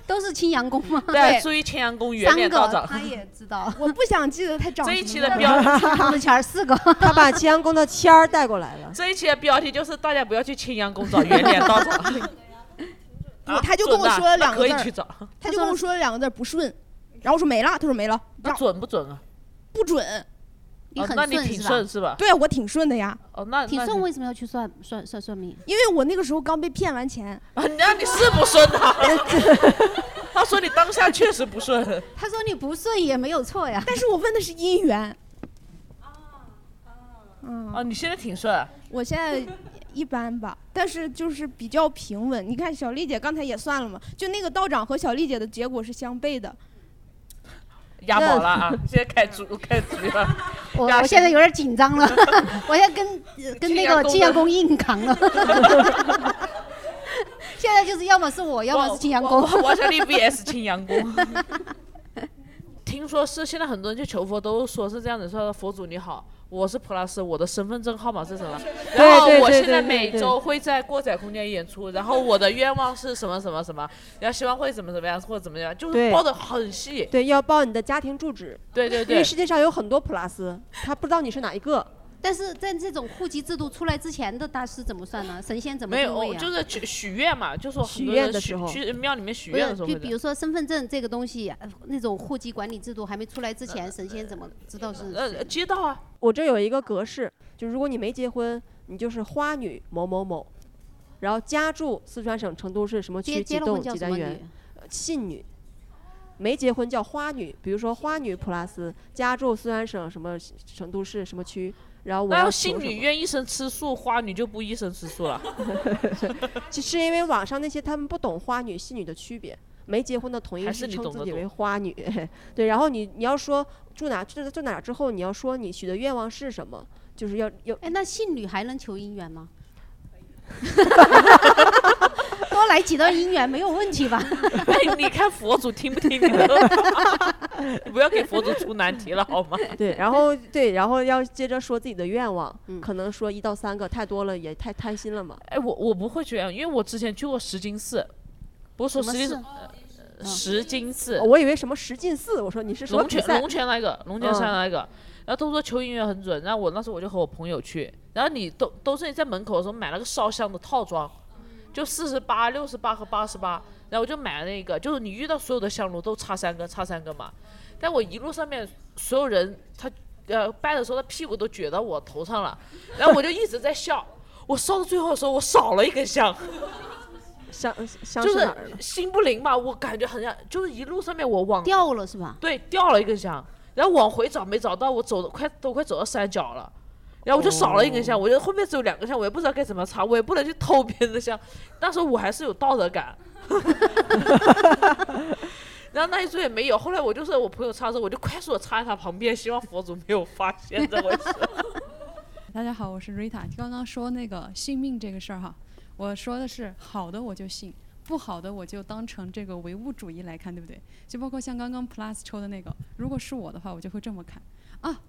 Speaker 1: 都是清阳宫吗？
Speaker 4: 对啊注意清阳宫元年到
Speaker 1: 三
Speaker 4: 早
Speaker 1: 个他也知道。我
Speaker 8: 不想记得他长
Speaker 4: 这一期的
Speaker 5: [laughs]
Speaker 4: 标
Speaker 8: [laughs]
Speaker 4: 题
Speaker 1: 他们前儿四个，
Speaker 5: 他把秦阳宫的签儿带过来了。
Speaker 4: 这一期的标题就是大家不要去青阳宫找元年到
Speaker 8: [laughs]
Speaker 4: 早。啊
Speaker 8: 不，他就跟我说了两个字
Speaker 4: 那可以去
Speaker 8: 儿
Speaker 4: 找，
Speaker 8: [laughs] 他就跟我说了两个字儿不顺，然后我说没了，他说没了，
Speaker 4: 那准不准啊？
Speaker 8: 不准。
Speaker 4: 你哦很那你顺挺是吧顺是吧
Speaker 8: 对，我挺顺的呀。
Speaker 4: 哦，那
Speaker 1: 挺顺，为什么要去算算算算命？
Speaker 8: 因为我那个时候刚被骗完钱。
Speaker 4: 啊，那你是不顺
Speaker 8: [laughs]
Speaker 4: 啊？他说你当下确实不顺，
Speaker 1: 他说你不顺也没有错呀。
Speaker 8: 但是我问的是姻缘。嗯，
Speaker 4: 哦，你现在挺顺，
Speaker 8: 我现在一般吧，但是就是比较平稳。你看小丽姐刚才也算了嘛，就那个道长和小丽姐的结果是相悖的。
Speaker 4: 押宝了啊！现在开局 [laughs] 开局了，
Speaker 1: 我
Speaker 4: 压
Speaker 1: 我
Speaker 4: 线
Speaker 1: 现在有点紧张了，
Speaker 4: [laughs]
Speaker 1: 我现在跟跟 [laughs] 那个
Speaker 4: 青
Speaker 1: 青
Speaker 4: 阳
Speaker 1: 阳
Speaker 4: 宫
Speaker 1: 宫硬扛了。现在就是要么是我，要么是青阳宫
Speaker 4: 我。我我想立
Speaker 1: [laughs]
Speaker 4: VS 青阳宫。听说是现在很多人去求佛都说是这样子，说佛祖你好，我是 plus，我的身份证号码是什么？
Speaker 10: 对
Speaker 4: 然后
Speaker 10: 对
Speaker 4: 我
Speaker 10: 对
Speaker 4: 现在
Speaker 10: 对
Speaker 4: 每
Speaker 10: 对
Speaker 4: 周会在过载空间演出，然后我的愿望是什么什么什么，然后希望会怎么怎么样或者怎么样，就是
Speaker 5: 对
Speaker 4: 报的很细。
Speaker 5: 对，要报你的家庭住址。
Speaker 4: 对对对
Speaker 5: 因为世界上有很多普拉斯，他不知道你是哪一个。
Speaker 1: 但是在这种户籍制度出来之前的大师怎么算呢？神仙怎么
Speaker 4: 没
Speaker 1: 定
Speaker 4: 有，
Speaker 1: 位啊？
Speaker 4: 就是许许愿嘛，就说很
Speaker 5: 许
Speaker 4: 多
Speaker 5: 愿
Speaker 4: 人
Speaker 5: 的
Speaker 4: 许
Speaker 5: 时候
Speaker 4: 去庙里面许
Speaker 1: 不
Speaker 4: 愿
Speaker 1: 是
Speaker 4: 的时，候会
Speaker 1: 就
Speaker 4: 这
Speaker 1: 比
Speaker 4: 样
Speaker 1: 如说身份证这个东西，呃那种户籍管理制度还没出来之前，神仙怎么知道是？
Speaker 4: 呃，街道啊，
Speaker 5: 我这有一个格式，就如果你没结婚，你就是花女某某某，然后家住四川省成都市什么
Speaker 1: 结
Speaker 5: 区
Speaker 1: 结
Speaker 5: 几
Speaker 1: 了
Speaker 5: 栋
Speaker 1: 婚叫
Speaker 5: 几
Speaker 1: 什
Speaker 5: 单
Speaker 1: 么
Speaker 5: 元
Speaker 1: 女，
Speaker 5: 呃信女。没结婚叫花女，比如说花女普拉斯，家住四川省什么成都市什么区，然后我
Speaker 4: 那要
Speaker 5: 要
Speaker 4: 信
Speaker 5: 求什
Speaker 4: 女
Speaker 5: 么
Speaker 4: 愿一生吃素，花女就不一生吃素了。
Speaker 5: 其实因为网上那些他们不懂花女、戏女的区别，没结婚的统一
Speaker 4: 还是
Speaker 5: 是
Speaker 4: 你
Speaker 5: 称
Speaker 4: 懂得
Speaker 5: 自己
Speaker 4: 多
Speaker 5: 为花女，对。然后你你要说住哪住住哪儿之后，你要说你许的愿望是什么，就是要要
Speaker 1: 哎，那信女还能求姻缘吗？多来几段姻缘没有问题吧？ [laughs]
Speaker 4: 哎，你看佛祖听不听歌？你不要给佛祖出难题了好吗？
Speaker 5: 对，然后对，然后要接着说自己的愿望，
Speaker 1: 嗯
Speaker 5: 可能说一到三个，太多了也太贪心了嘛。
Speaker 4: 哎，我我不会觉得，因为我之前去过石经寺，不是
Speaker 5: 什
Speaker 4: 说
Speaker 5: 么
Speaker 4: 石经
Speaker 5: 寺
Speaker 4: 寺，呃石经寺
Speaker 5: 哦，我以为什么十进四，我说你是说嗯
Speaker 4: 龙
Speaker 5: 比
Speaker 4: 泉
Speaker 5: 赛
Speaker 4: 龙泉那个龙泉山那个，然后都说求姻缘很准，然后我那时候我就和我朋友去，然后你都都是你在门口的时候买了个烧香的套装，就四十八、六十八和八十八，然后我就买了那个，就是你遇到所有的香炉都插三根，插三根嘛，但我一路上面所有人他呃拜的时候他屁股都撅到我头上了，然后我就一直在笑，我烧到最后的时候我少了一根 [laughs] 香。
Speaker 5: 相相
Speaker 4: 呃就是
Speaker 5: 哪儿了？
Speaker 4: 心不灵吧，我感觉很像，就是一路上面我往
Speaker 1: 掉了是吧？
Speaker 4: 对，掉了一根香，然后往回找没找到，我走的快都快走到山脚了，然后我就少了一根香，我觉得后面只有两根香，我也不知道该怎么查，我也不能去偷别人的香，那时候我还是有道德感。 [laughs] 然后那一桌也没有，后来我就是我朋友插的时候，我就快速的插在他旁边，希望佛祖没有发现这回事。
Speaker 11: 大家好，我是 Rita。刚刚说那个信命这个事儿哈，我说的是好的我就信，不好的我就当成这个唯物主义来看，对不对？就包括像刚刚 Plus 抽的那个，如果是我的话，我就会这么看啊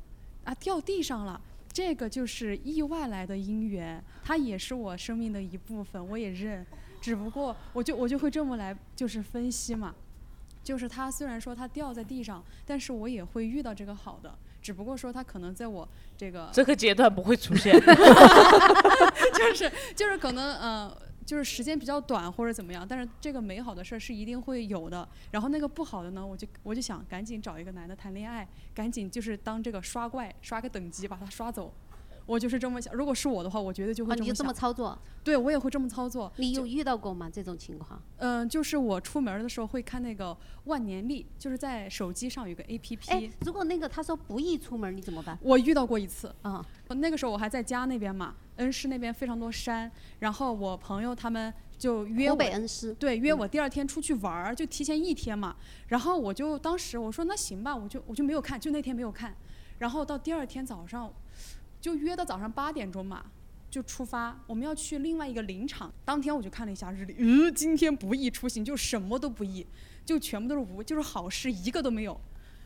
Speaker 11: 啊掉地上了。这个就是意外来的姻缘，它也是我生命的一部分，我也认。只不过我就我就会这么来，就是分析嘛。就是它虽然说它掉在地上，但是我也会遇到这个好的，只不过说它可能在我这个
Speaker 4: [laughs] 这个阶段不会出 [laughs]
Speaker 1: [laughs]
Speaker 4: 现。
Speaker 11: 就是就是可能呃，就是时间比较短或者怎么样，但是这个美好的事儿是一定会有的。然后那个不好的呢，我就我就想赶紧找一个男的谈恋爱，赶紧就是当这个刷怪刷个等级把他刷走。我就是这么想，如果是我的话，我绝对就会
Speaker 1: 啊，
Speaker 11: 这么
Speaker 1: 你
Speaker 11: 想。
Speaker 1: 就这么操作？
Speaker 11: 对，我
Speaker 6: [laughs]
Speaker 11: 也会这么操作。
Speaker 1: 你
Speaker 11: 就
Speaker 1: 有遇到过吗？这种情况？
Speaker 11: 嗯、就是我出门儿的时候会看那个万年历，就是在手机上有个 APP。
Speaker 1: 哎，如果那个他说不宜出门，你怎么办？
Speaker 11: 我遇到过一次
Speaker 1: 啊，
Speaker 11: 那个时候我还在家那边嘛，恩施那边非常多山，然后我朋友他们就约
Speaker 1: 湖
Speaker 11: 我，
Speaker 1: 北恩施嗯
Speaker 11: 对，约我第二天出去玩儿，就提前一天嘛。然后我就当时我说那行吧，我就我就没有看，就那天没有看。然后到第二天早上，就约到早上八点钟嘛，就出发，我们要去另外一个林场。当天我就看了一下日历，嗯，今天不宜出行，就什么都不宜，就全部都是无，就是好事一个都没有。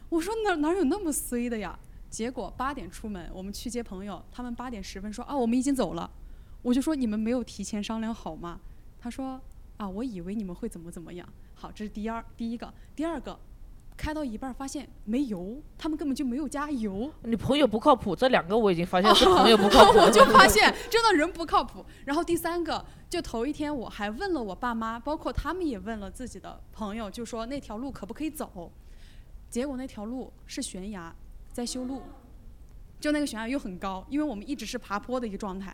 Speaker 11: 我说哪哪有那么衰的呀？结果八点出门，我们去接朋友，他们八点十分说啊，我们已经走了。我就说你们没有提前商量好吗？他说啊，我以为你们会怎么怎么样。好，这是第二第一个，第二个，开到一半儿发现没油，他们根本就没有加油。
Speaker 4: 你朋友不靠谱，这两个我已经发现是朋友不靠谱。
Speaker 11: [laughs] 我哦就发现真的人不靠谱。然后第三个，就头一天我还问了我爸妈，包括他们也问了自己的朋友，就说那条路可不可以走？结果那条路是悬崖，在修路，就那个悬崖又很高，因为我们一直是爬坡的一个状态，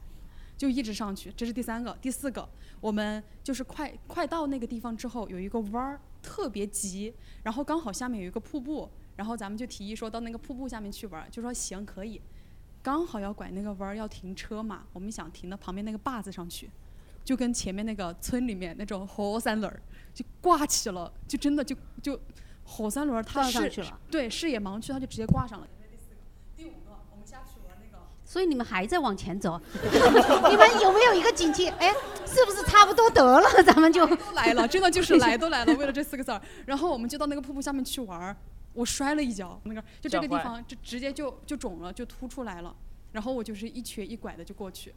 Speaker 11: 就一直上去。这是第三个，第四个，我们就是快快到那个地方之后，有一个弯儿特别急，然后刚好下面有一个瀑布，然后咱们就提议说到那个瀑布下面去玩儿，就说行可以，刚好要拐那个弯儿要停车嘛，我们想停到旁边那个坝子上去，就跟前面那个村里面那种火三轮儿就挂起了，就真的就就火三轮儿它
Speaker 1: 挂上
Speaker 11: 是
Speaker 1: 去了
Speaker 11: 对视野盲区，它就直接挂上了。
Speaker 1: 所以你们还在往前走，你们有没有一个警惕？哎，是不是差不多得了？咱们就
Speaker 11: 来了，
Speaker 1: [laughs]
Speaker 11: 真的就是来都来了，为了这四个字儿。然后我们就到那个瀑布下面去玩儿，我摔了一跤，那个就这个地
Speaker 4: 吓坏
Speaker 11: 方就直接就就肿了，就凸出来了。然后我就是一瘸一拐的就过去，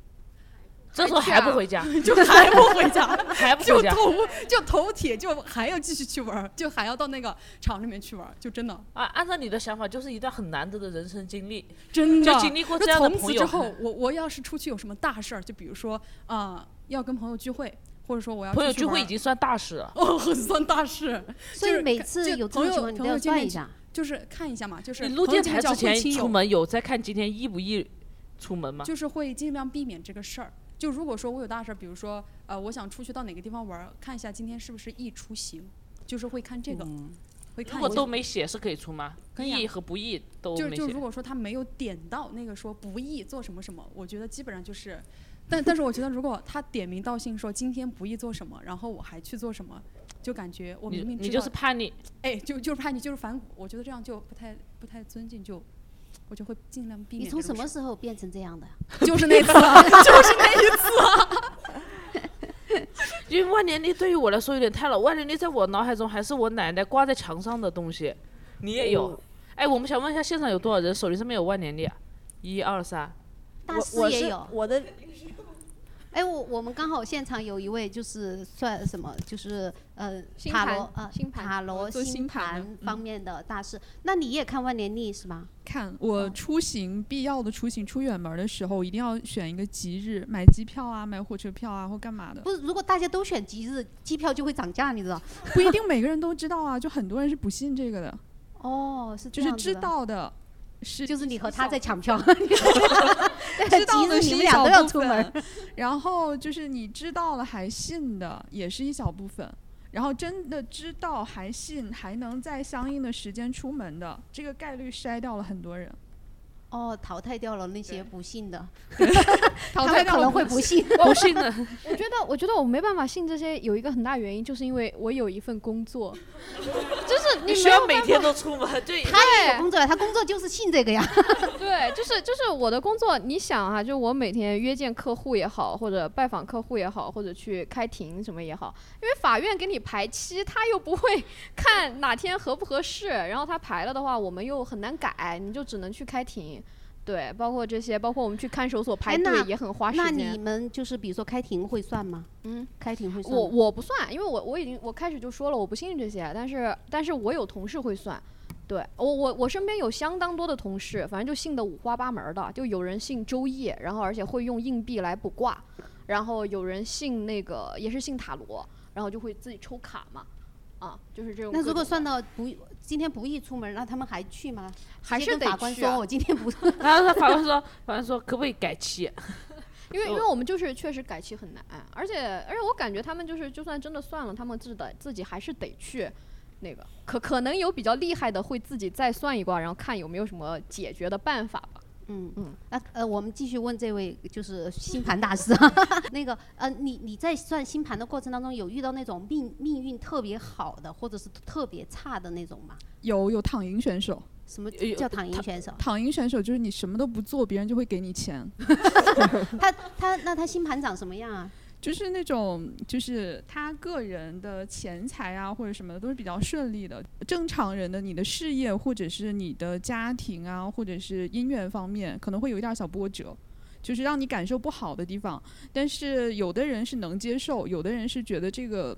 Speaker 4: 这时候还不回家
Speaker 11: 就还不回家，
Speaker 4: [laughs] 还不回
Speaker 11: 就
Speaker 4: 家
Speaker 11: 头就头铁，就还要继续去玩儿，就还要到那个厂里面去玩儿，就真的
Speaker 4: [laughs] 啊，按照你的想法，就是一段很难得的人生经历，
Speaker 11: [laughs] 真的
Speaker 4: 就经历过这样的
Speaker 11: 那从
Speaker 4: 朋
Speaker 11: 此
Speaker 4: 友
Speaker 11: 之
Speaker 4: [laughs]
Speaker 11: 后，我我要是出去有什么大事儿，就比如说啊、要跟朋友聚会，或者说我要
Speaker 4: 朋友
Speaker 11: 出去
Speaker 4: 聚
Speaker 11: 玩
Speaker 4: 会
Speaker 11: 儿
Speaker 4: 已经算大事了。
Speaker 11: 哦， [laughs] 很算大事。 [laughs]
Speaker 1: 所以
Speaker 11: 就是
Speaker 1: 每
Speaker 11: 看
Speaker 1: 次
Speaker 11: 就
Speaker 1: 有这
Speaker 11: 朋
Speaker 1: 种
Speaker 11: 友
Speaker 1: 情况你都
Speaker 11: 朋友
Speaker 1: 要
Speaker 11: 见
Speaker 1: 算
Speaker 11: 面
Speaker 1: 一
Speaker 11: 就
Speaker 1: 下。
Speaker 11: 就是看一下嘛，就是
Speaker 4: 你录
Speaker 11: 朋友
Speaker 4: 电
Speaker 11: 间
Speaker 4: 台
Speaker 11: 叫
Speaker 4: 之
Speaker 11: 会
Speaker 4: 前
Speaker 11: 亲
Speaker 4: 出
Speaker 11: 友
Speaker 4: 门有在看今天易不易出门吗？
Speaker 11: 就是会尽量避免这个事儿。就如果说我有大事儿，比如说呃，我想出去到哪个地方玩儿，看一下今天是不是易出行，就是会看这个，会看
Speaker 4: 嗯如
Speaker 11: 一
Speaker 4: 果
Speaker 11: 下
Speaker 4: 都没写是可以出吗？
Speaker 11: 可以啊
Speaker 4: 易和不易都
Speaker 11: 就
Speaker 4: 没
Speaker 11: 就
Speaker 4: 写
Speaker 11: 如。果说他没有点到那个说不易做什么什么，我觉得基本上就是，但但是我觉得如果他点名道姓说今天不易做什么，然后我还去做什么，就感觉我
Speaker 4: 你
Speaker 11: 明明
Speaker 4: 你
Speaker 11: 知
Speaker 4: 就是
Speaker 11: 道，
Speaker 4: 叛逆，
Speaker 11: 哎，就就是叛逆，就是反骨，我觉得这样就不太不太尊敬，就我就会尽量避免
Speaker 1: 你
Speaker 11: 这
Speaker 1: 从
Speaker 11: 种事儿。
Speaker 1: 什么时候变成这样的？
Speaker 11: [laughs] 就是那次啊， [laughs] 就是那一次啊。
Speaker 4: 因为万年历对于我来说有点太老。万年历在我脑海中还是我奶奶挂在墙上的东西。你也有？哎，我们想问一下现场有多少人手机上面有万年历啊？一二三，
Speaker 1: 大
Speaker 5: 我
Speaker 1: 四
Speaker 5: 我
Speaker 1: 也
Speaker 5: 是
Speaker 1: 有。
Speaker 5: 我的
Speaker 1: 哎，我我们刚好现场有一位就是算什么，就是呃
Speaker 6: 星
Speaker 1: 塔
Speaker 6: 盘
Speaker 1: 罗呃
Speaker 6: 星盘
Speaker 1: 塔罗
Speaker 10: 做
Speaker 1: 星
Speaker 10: 星盘的
Speaker 1: 盘方面的大师，那你也看万年历是吧？
Speaker 10: 看我出行必要的出行出远门的时候，一定要选一个吉日，买机票啊，买火车票啊，或干嘛的。
Speaker 1: 不是，如果大家都选吉日，机票就会涨价，你知道？
Speaker 10: [laughs] 不一定每个人都知道啊，就很多人是不信这个的，
Speaker 1: 哦，是
Speaker 10: 就是知，道的，是
Speaker 1: 就是你和他在抢
Speaker 10: [laughs]
Speaker 1: 票，
Speaker 10: 知道
Speaker 1: 吉
Speaker 10: 的
Speaker 1: 日
Speaker 10: 是
Speaker 1: 你
Speaker 10: 一
Speaker 1: 们俩
Speaker 10: 小
Speaker 1: 都要
Speaker 10: 部
Speaker 1: 出门
Speaker 10: 分，然后就是你知道了还信的也是一小部分，然后真的知道还信还能在相应的时间出门的，这个概率筛掉了很多人。
Speaker 1: 哦，淘汰掉了那些不信的，
Speaker 10: 淘
Speaker 1: 他
Speaker 10: 汰
Speaker 1: 们
Speaker 10: 掉
Speaker 1: 可
Speaker 10: 了
Speaker 1: 能会 [laughs]
Speaker 6: [laughs]
Speaker 1: 不信。
Speaker 4: 不信的。
Speaker 6: 我觉得，我觉得我没办法信这些，有一个很大原因，就是因为我有一份工作，就是你
Speaker 4: 你需
Speaker 6: 没有
Speaker 4: 要每
Speaker 6: 办
Speaker 4: 天
Speaker 6: 法
Speaker 4: 都出
Speaker 1: [laughs]
Speaker 4: 门，对，
Speaker 1: 他也有工作呀，他工作就是信这个呀。
Speaker 6: [laughs] 对，就是就是我的工作，你想啊，就我每天约见客户也好，或者拜访客户也好，或者去开庭什么也好，因为法院给你排期，他又不会 [laughs] 看哪天合不合适，然后他排了的话，我们又很难改，你就只能去开庭。对，包括这些，包括我们去看守所排
Speaker 1: 哎那
Speaker 6: 队也很花时间。
Speaker 1: 那你们就是比如说开庭会算吗？
Speaker 6: 嗯，
Speaker 1: 开庭会算吗。
Speaker 6: 我我不算，因为我我已经我开始就说了我不信这些，但是但是我有同事会算，对我我我身边有相当多的同事，反正就信的五花八门儿的，就有人信周易，然后而且会用硬币来卜卦，然后有人信那个也是信塔罗，然后就会自己抽卡嘛，啊，就是这种各种的。
Speaker 1: 那如果算到不今天不宜出门，那他们还去吗？
Speaker 6: 还
Speaker 1: 直
Speaker 6: 是
Speaker 1: 接
Speaker 6: 得
Speaker 1: 跟法官
Speaker 6: 去啊
Speaker 1: 说，我今天不。
Speaker 4: 然后他法官说，法官说可不可以改期？啊
Speaker 6: 因为因为我们就是确实改期很难，而且而且我感觉他们就是就算真的算了，他们自的自己还是得去那个，可可能有比较厉害的会自己再算一卦，然后看有没有什么解决的办法吧。
Speaker 1: 嗯
Speaker 6: 嗯，
Speaker 1: 那呃，我们继续问这位就是星盘
Speaker 6: [laughs]
Speaker 1: 大师啊，那个呃，你你在算星盘的过程当中，有遇到那种命命运特别好的，或者是特别差的那种吗？
Speaker 10: 有有躺赢选手，
Speaker 1: 什么
Speaker 10: 呃
Speaker 4: 有
Speaker 1: 叫躺赢选手？
Speaker 10: 躺赢选手就是你什么都不做，别人就会给
Speaker 1: [laughs]
Speaker 10: 你钱，
Speaker 1: 他他那他星盘长什么样啊？
Speaker 10: 就是那种就是他个人的钱财啊或者什么的都是比较顺利的。正常人的你的事业或者是你的家庭啊，或者是姻缘方面可能会有一点小波折。就是让你感受不好的地方，但是有的人是能接受，有的人是觉得这个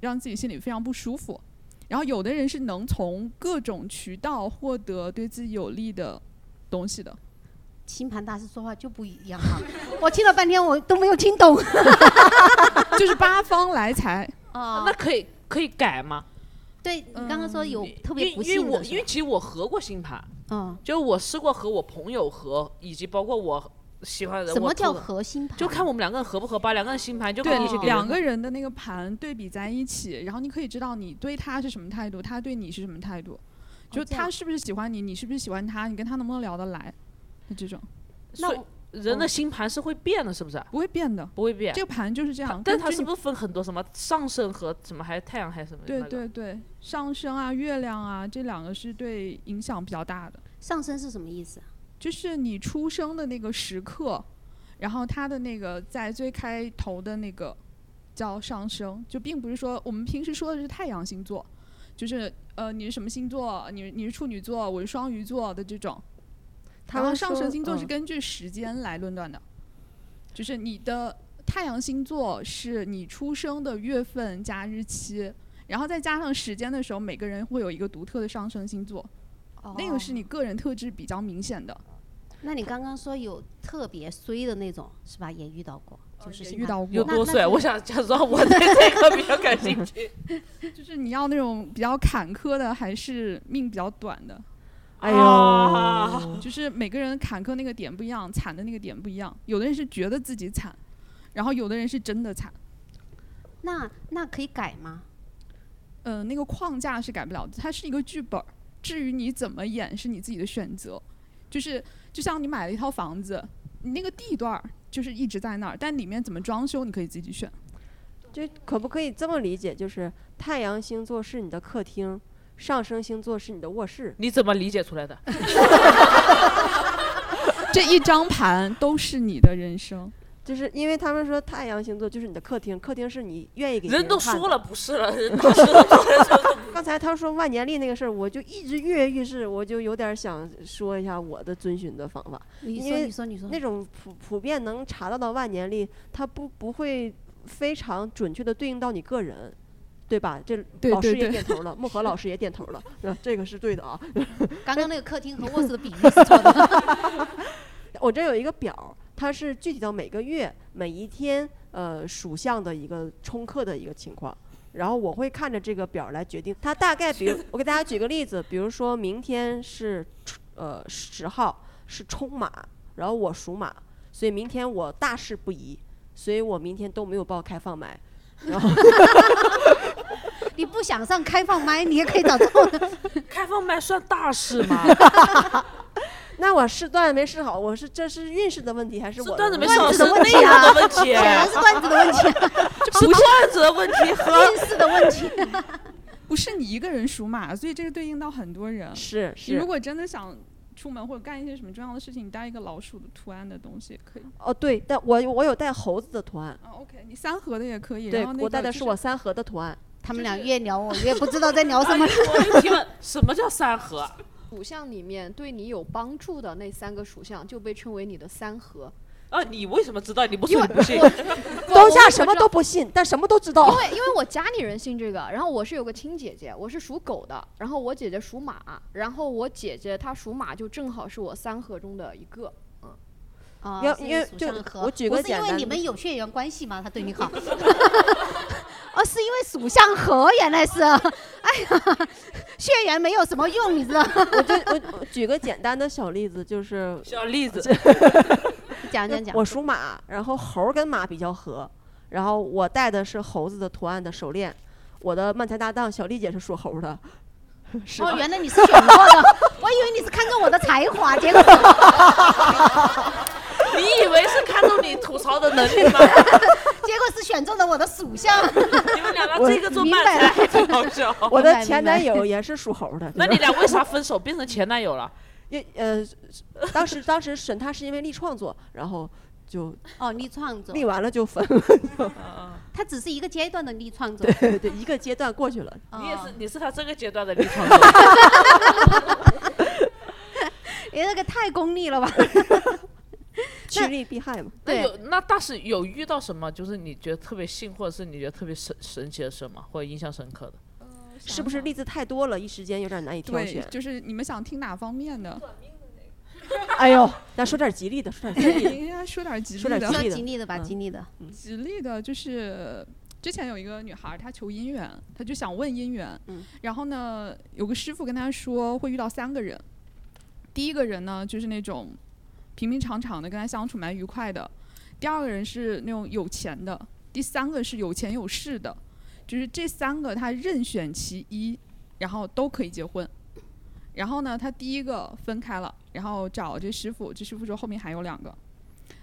Speaker 10: 让自己心里非常不舒服。然后有的人是能从各种渠道获得对自己有利的东西的。
Speaker 1: 星盘大师说话就不一样哈、我听了半天我都没有听懂。 [laughs]
Speaker 10: 就是八方来财
Speaker 1: 啊
Speaker 4: 那可以 [laughs] 可以改吗？
Speaker 1: 对你刚刚说有特别
Speaker 4: 嗯因
Speaker 1: 不
Speaker 4: 为因
Speaker 1: 幸
Speaker 4: 为
Speaker 1: 的
Speaker 4: 我
Speaker 1: 是
Speaker 4: 因为其实我合过星盘，
Speaker 1: 嗯，
Speaker 4: 就是我试过和我朋友合，以及包括我喜欢的人。
Speaker 1: 什么
Speaker 4: 我
Speaker 1: 叫
Speaker 4: 合
Speaker 1: 合星盘？
Speaker 4: 就看我们两个人合不合吧，两个人星盘就
Speaker 10: 对
Speaker 4: 跟你去，
Speaker 10: 两个人的那个盘对比在一起，然后你可以知道你对他是什么态度，他对你是什么态度，就
Speaker 4: 哦这样
Speaker 10: 他是不是喜欢你，你是不是喜欢他，你跟他能不能聊得来，就这种。
Speaker 4: 所以人的星盘是会变的，是嗯不是？
Speaker 10: 不会变的，
Speaker 4: 不会变。
Speaker 10: 这个盘就是这样
Speaker 4: 但
Speaker 10: 根
Speaker 4: 它
Speaker 10: 据
Speaker 4: 是
Speaker 10: 你
Speaker 4: 不是分很多什么上升和什么还是太阳还是什么？
Speaker 10: 对
Speaker 4: 那个
Speaker 10: 对对，上升啊、月亮啊，这两个是对影响比较大的。
Speaker 1: 上升是什么意思？啊
Speaker 10: 就是你出生的那个时刻，然后它的那个在最开头的那个叫上升，就并不是说我们平时说的是太阳星座，就是呃你是什么星座，你你是处女座，我是双鱼座的这种。
Speaker 11: 他
Speaker 10: 然后
Speaker 11: 们
Speaker 10: 上升
Speaker 11: 说
Speaker 10: 星座是
Speaker 11: 嗯
Speaker 10: 根据时间来论断的，就是你的太阳星座是你出生的月份加日期，然后再加上时间的时候，每个人会有一个独特的上升星座，那个是你个人特质比较明显的。
Speaker 1: 那你刚刚说有特别衰的那种是吧？也遇到过，就
Speaker 5: 哦
Speaker 1: 是
Speaker 10: 也
Speaker 1: 星
Speaker 10: 遇
Speaker 1: 盘
Speaker 10: 到过
Speaker 1: 那
Speaker 10: 有多
Speaker 1: 那
Speaker 10: 衰
Speaker 1: 是
Speaker 10: 我想
Speaker 4: 假装我对这个比较感兴趣。
Speaker 10: [laughs] 就是你要那种比较坎坷的，还是命比较短的？
Speaker 4: 哎呦啊
Speaker 10: 就是每个人坎坷那个点不一样，惨的那个点不一样。有的人是觉得自己惨，然后有的人是真的惨。
Speaker 1: 那那可以改吗？
Speaker 10: 呃，那个框架是改不了的，它是一个剧本儿。至于你怎么演，是你自己的选择。就是就像你买了一套房子，你那个地段儿就是一直在那儿，但里面怎么装修你可以自己选。
Speaker 5: 就可不可以这么理解？就是太阳星座是你的客厅，上升星座是你的卧室。
Speaker 4: 你怎么理解
Speaker 5: [laughs]
Speaker 4: 出来的？
Speaker 10: 这一张盘都是你的人生。
Speaker 5: 就是因为他们说太阳星座就是你的客厅，客厅是你愿意给别
Speaker 4: 人都
Speaker 5: 看
Speaker 4: 说
Speaker 5: 的
Speaker 4: 了不是了，
Speaker 5: [laughs]
Speaker 4: 人都说了不是了
Speaker 5: 刚才他说万年历那个事儿，我就一直跃跃欲试，我就有点想说一下我的遵循的方法。
Speaker 1: 你
Speaker 5: 因
Speaker 1: 说
Speaker 5: 为
Speaker 1: 你说你说
Speaker 5: 那种普普遍能查到的万年历，它不不会非常准确的对应到你个人。对吧？这
Speaker 10: 对
Speaker 5: 老师
Speaker 10: 对
Speaker 5: 也
Speaker 10: 对
Speaker 5: 点头了，
Speaker 1: [laughs]
Speaker 5: 漠河老师也点头了，是吧这个是对的啊。
Speaker 1: 刚刚那个客厅和卧室的比喻是错的。
Speaker 5: [laughs] 我这有一个表，它是具体到每个月每一天呃属相的一个冲克的一个情况，然后我会看着这个表来决定。它大概，比如我给大家举个例子，比如说明天是出呃十号是冲马，然后我属马，所以明天我大事不宜，所以我明天都没有报开放麦。然
Speaker 1: [laughs]
Speaker 5: 后
Speaker 1: 你不想上开放麦，你也可以找这种人。
Speaker 4: [laughs] 开放麦算大事吗？
Speaker 5: [laughs] 那我试段没试好，我是这是运势的问题还是我
Speaker 4: 段子没试好
Speaker 5: 试
Speaker 4: 是内容的问题
Speaker 5: 显啊然是 [laughs] 段子的问
Speaker 4: [laughs]
Speaker 5: 题。 [laughs]
Speaker 4: 是
Speaker 5: 啊
Speaker 4: 段子的问题和
Speaker 1: 题，
Speaker 10: [laughs] 不是你一个人属马，所以这是对应到很多人。
Speaker 5: 是
Speaker 10: 你
Speaker 5: 是
Speaker 10: 如果真的想出门或者干一些什么重要的事情，你带一个老鼠的图案的东西也可以。
Speaker 5: 哦，对，但我有我有带猴子的图案，
Speaker 10: 哦，OK，你三合的也可以。
Speaker 5: 对
Speaker 10: 然后那
Speaker 5: 我
Speaker 10: 个
Speaker 5: 带的
Speaker 10: 就是
Speaker 5: 我三合的图案。
Speaker 1: 他们俩越聊，我越不知道在聊什么。
Speaker 4: 我提
Speaker 5: [laughs]
Speaker 4: 问，什么叫三合？
Speaker 6: [laughs] 属相里面对你有帮助的那三个属相就被称为你的三合。
Speaker 4: 啊，你为什么知道？你不是不
Speaker 6: [laughs]
Speaker 4: 信？
Speaker 5: 当下什么都不信，但什么都知道。
Speaker 6: 因为因为我家里人信这个，然后我是有个亲姐姐，我是属狗的，然后我姐姐属马，然后我姐姐她属马就正好是我三合中的一个，嗯。
Speaker 1: 啊
Speaker 5: 要
Speaker 1: 是
Speaker 5: 因为
Speaker 1: 属
Speaker 5: 就
Speaker 1: 相合
Speaker 5: 我举
Speaker 1: 不
Speaker 5: 个
Speaker 1: 是
Speaker 5: 简
Speaker 1: 因为
Speaker 5: 单
Speaker 1: 你
Speaker 5: 的 [laughs]
Speaker 1: 们有血缘关系吗？他对你好。哦，是因为属相合，原来啊是， [laughs] 哎呀，血缘没有什么用，你知道？
Speaker 5: 我就我我举个简单的小例子，就是
Speaker 4: 小例
Speaker 5: [laughs]
Speaker 4: 子
Speaker 1: 讲讲讲
Speaker 5: 我属马，然后猴儿跟马比较合，然后我戴的是猴子的图案的手链。我的漫才搭档小丽姐是属猴的，是
Speaker 1: 哦
Speaker 5: 吧，。
Speaker 1: 原来你是选过的，我以为你是看中我的才华，结果
Speaker 4: [laughs] 你以为是看中你吐槽的能力吗？
Speaker 1: [laughs] 结果是选中了我的属相。
Speaker 4: [laughs] 你们俩拿
Speaker 1: 我
Speaker 4: 这个做
Speaker 1: 明
Speaker 4: 漫
Speaker 1: 白了
Speaker 4: 才，真好笑
Speaker 5: 我的前男友也是属猴的。
Speaker 4: 那你俩为啥分手变成前男友了？
Speaker 5: 因呃，当时当时审他是因为立创作，然后就
Speaker 1: 哦，立创作，
Speaker 5: 立完了就 [laughs] 分了。
Speaker 1: 它只是一个阶段的立创作。哦
Speaker 5: 对对，一个阶段过去了。
Speaker 4: 你也是，你是他这个阶段的立场。
Speaker 1: [laughs] 你那个太功利了吧？
Speaker 5: [laughs] 趋利避害嘛。
Speaker 4: 那有那大使有遇到什么，就是你觉得特别信，或者是你觉得特别神神奇的事吗？或者印象深刻的？ [laughs]
Speaker 5: 是不是例子太多了，一时间有点难以挑
Speaker 10: 对
Speaker 5: 选，？
Speaker 10: 就是你们想听哪方面的？
Speaker 5: [laughs] 哎呦，那说点吉利的， [laughs] 说点吉利的。
Speaker 10: 应该说点吉利
Speaker 5: 说点
Speaker 10: 的，嗯
Speaker 5: 吉利的说吉嗯利
Speaker 1: 的吧吉利的。
Speaker 10: 吉利的就是之前有一个女孩儿，她求姻缘，她就想问姻缘。然后呢，有个师傅跟她说会遇到三个人，第一个人呢就是那种平平常常的，跟她相处蛮愉快的；第二个人是那种有钱的；第三个是有钱有势的。就是这三个，她任选其一，然后都可以结婚。然后呢，他第一个分开了，然后找这师傅，这师傅说后面还有两个，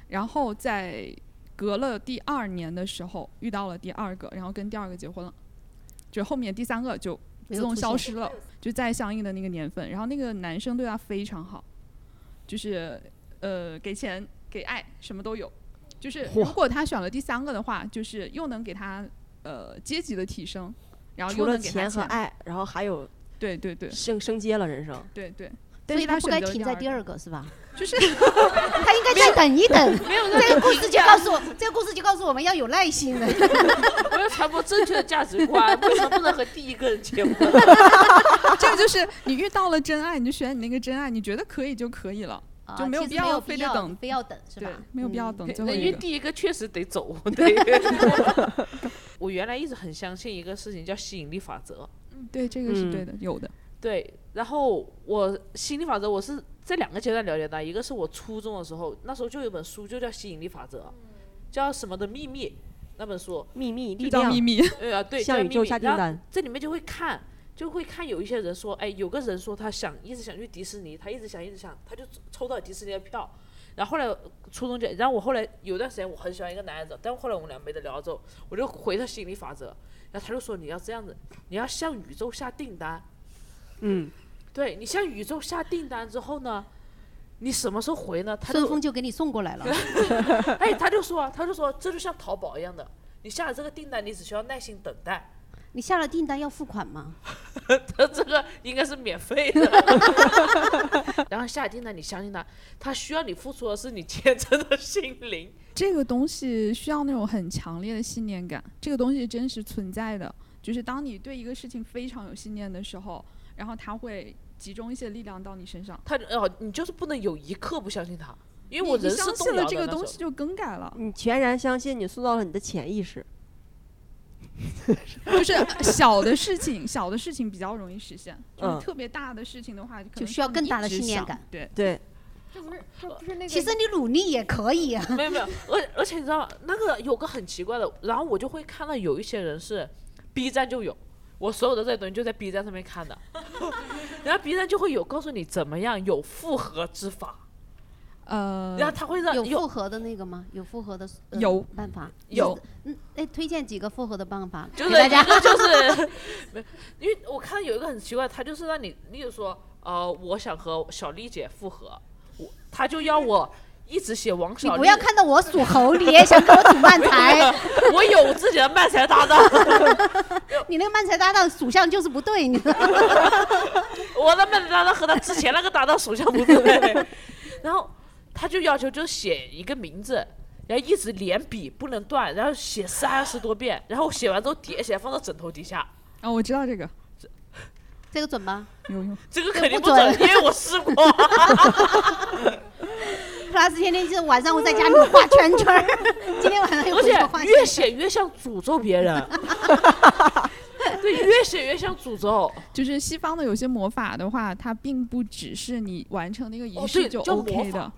Speaker 10: 然后在隔了第二年的时候遇到了第二个，然后跟第二个结婚了，就后面第三个就
Speaker 12: 没
Speaker 10: 自
Speaker 12: 有
Speaker 10: 动
Speaker 12: 出
Speaker 10: 消
Speaker 12: 现
Speaker 10: 失了，就在相应的那个年份，然后那个男生对她非常好，就是呃给钱给爱什么都有，就是如
Speaker 12: 嚯
Speaker 10: 果他选了第三个的话，就是又能给他呃阶级的提升， [laughs] 然后
Speaker 5: 除
Speaker 10: 又
Speaker 5: 了
Speaker 10: 能给他
Speaker 5: 钱和爱，然后还有
Speaker 10: 对对对
Speaker 5: 升升阶了人生。
Speaker 10: 对对，
Speaker 1: 所
Speaker 10: 但
Speaker 1: 以
Speaker 10: 是
Speaker 1: 他不
Speaker 10: 选
Speaker 1: 该
Speaker 10: 择了
Speaker 1: 停在第
Speaker 10: 二
Speaker 1: 二个是吧？
Speaker 10: 就是
Speaker 1: 他应该再等一等。
Speaker 4: 没有
Speaker 1: 这个故事就告诉我
Speaker 4: 没有，
Speaker 1: 这个故事就告诉我们要有耐
Speaker 8: [laughs]
Speaker 1: 心的。
Speaker 4: 我要传播正确的价值观，为什么不能和第一个人结婚？
Speaker 10: [laughs] 这个就是你遇到了真爱，你就选你那个真爱，你觉得可以就可以了，
Speaker 1: 啊
Speaker 10: 就没有
Speaker 1: 其
Speaker 10: 必
Speaker 1: 实没有
Speaker 10: 非
Speaker 1: 必
Speaker 10: 得
Speaker 1: 要
Speaker 10: 等，
Speaker 1: 非要等是吧嗯
Speaker 10: 对没有必要等最后
Speaker 4: 那因
Speaker 10: 一
Speaker 4: 为
Speaker 10: 个。
Speaker 4: 第一个确实得
Speaker 1: [laughs]
Speaker 4: 走，对。我原来一直很相信一个事情叫吸引力法则，
Speaker 1: 嗯
Speaker 10: 对，这个是对的，有的。
Speaker 4: 对。然后我吸引力法则，我是这两个阶段了解到，一个是我初中的时候，那时候就有一本书就叫《吸引力法则》，叫什么的秘密那本书，
Speaker 5: 秘密
Speaker 4: 就
Speaker 5: 力
Speaker 4: 叫
Speaker 5: 量
Speaker 4: 秘密，
Speaker 5: [laughs]
Speaker 4: 对啊，对，
Speaker 5: 向
Speaker 4: 叫
Speaker 5: 宇
Speaker 4: 秘
Speaker 5: 宙
Speaker 4: 密
Speaker 5: 下订
Speaker 4: 然后
Speaker 5: 单
Speaker 4: 这里面就会看，就会看有一些人说，哎，有个人说他想一直想去迪士尼，他一直想一直想，他就抽到迪士尼的票。然后后来初中就，然后我后来有一段时间我很喜欢一个男孩子，但后来我们俩没得聊之后，我就回他心理法则，然后他就说你要这样子，你要向宇宙下订单，
Speaker 5: [laughs] 嗯，
Speaker 4: 对你向宇宙下订单之后呢，你什么时候回呢？他
Speaker 1: 顺
Speaker 4: 就
Speaker 1: 丰就给你送
Speaker 4: [laughs]
Speaker 1: 过来了。
Speaker 4: 哎，他就说他就说这就像淘宝一样的，你下了这个订单，你只需要耐心等待，
Speaker 1: 你下了订单要付款吗？
Speaker 4: 他这个应该是免费的。 [laughs] 然后下订单，你相信他，他需要你付出的是你虔诚的心灵。
Speaker 10: 这个东西需要那种很强烈的信念感，这个东西真实存在的。就是当你对一个事情非常有信念的时候，然后它会集中一些力量到你身上。
Speaker 4: 他哦，你就是不能有一刻不相信他，因为
Speaker 10: 你
Speaker 4: 我
Speaker 10: 你
Speaker 4: 人
Speaker 10: 相
Speaker 4: 是
Speaker 10: 信
Speaker 4: 动
Speaker 10: 了
Speaker 4: 摇
Speaker 10: 这
Speaker 4: 的
Speaker 10: 个
Speaker 4: 那
Speaker 10: 东
Speaker 4: 时
Speaker 10: 西
Speaker 4: 候
Speaker 10: 就更改了，
Speaker 5: 你全然相信，你塑造了你的潜意识。
Speaker 10: 就是小的事情，小的事情比较容易
Speaker 4: [laughs]
Speaker 10: 实现，就是
Speaker 5: 嗯
Speaker 10: 特别大的事情的话，可能
Speaker 1: 就需要
Speaker 10: 你
Speaker 1: 更
Speaker 10: 一
Speaker 1: 大的
Speaker 10: 直
Speaker 1: 信念
Speaker 10: 想
Speaker 1: 感。
Speaker 10: 对
Speaker 5: 对，
Speaker 6: 这不是这不是那个
Speaker 1: 其实你努力也可以啊。
Speaker 4: 没有没有，而而且你知道那个有个很奇怪的，然后我就会看到有一些人是 B 站就有，我所有的这些东西就在 B 站上面看的， [laughs] 然后 B 站就会有告诉你怎么样有复合之法。
Speaker 10: 呃
Speaker 4: 然后他会让
Speaker 1: 有
Speaker 4: 有
Speaker 1: 复合的那个吗？有复合的、呃
Speaker 4: 有
Speaker 1: 办法？
Speaker 4: 有
Speaker 1: 就是，嗯，哎，推荐几个复合的办法
Speaker 4: 就是
Speaker 1: 给大家
Speaker 4: 一个。 [laughs] 就是，没有，因为我看到有一个很奇怪，他就是让你，例如说，呃，我想和小丽姐复合，我他就要我一直写王
Speaker 1: [laughs] 你
Speaker 4: 小丽。
Speaker 1: 不要看到我属猴，你也想跟我组漫
Speaker 4: 没有 [laughs]
Speaker 1: 才？
Speaker 4: 没有我有自己的漫才搭档，
Speaker 1: 你那个漫才搭档属相就是不对，你知道吗？
Speaker 10: [laughs]
Speaker 4: 我的漫才搭档和他之前那个搭档属相不对， [laughs] 然后他就要求就写一个名字。然后一直连笔不能断，然后写三十多遍，然后写完之后叠起来放到枕头底下，
Speaker 10: 啊，我知道这个
Speaker 1: 这个准吗？
Speaker 10: 有用，
Speaker 4: 这个
Speaker 1: 这
Speaker 4: 肯定
Speaker 1: 不
Speaker 4: 不准，
Speaker 1: 准
Speaker 4: 因为我试
Speaker 1: [laughs]
Speaker 4: 过。
Speaker 1: plus 天天就是晚上我在家里画圈圈 [laughs] 儿，今天晚上又
Speaker 4: 而
Speaker 1: 回去画
Speaker 4: 且
Speaker 1: 圈
Speaker 4: 越
Speaker 1: 圈
Speaker 4: 写越像诅咒别人，对，越写越像诅咒。
Speaker 10: 就是西方的有些魔法的话，它并不只是你完成那个仪
Speaker 4: 哦
Speaker 10: 式
Speaker 4: 对
Speaker 10: 就
Speaker 4: 叫魔
Speaker 10: OK 的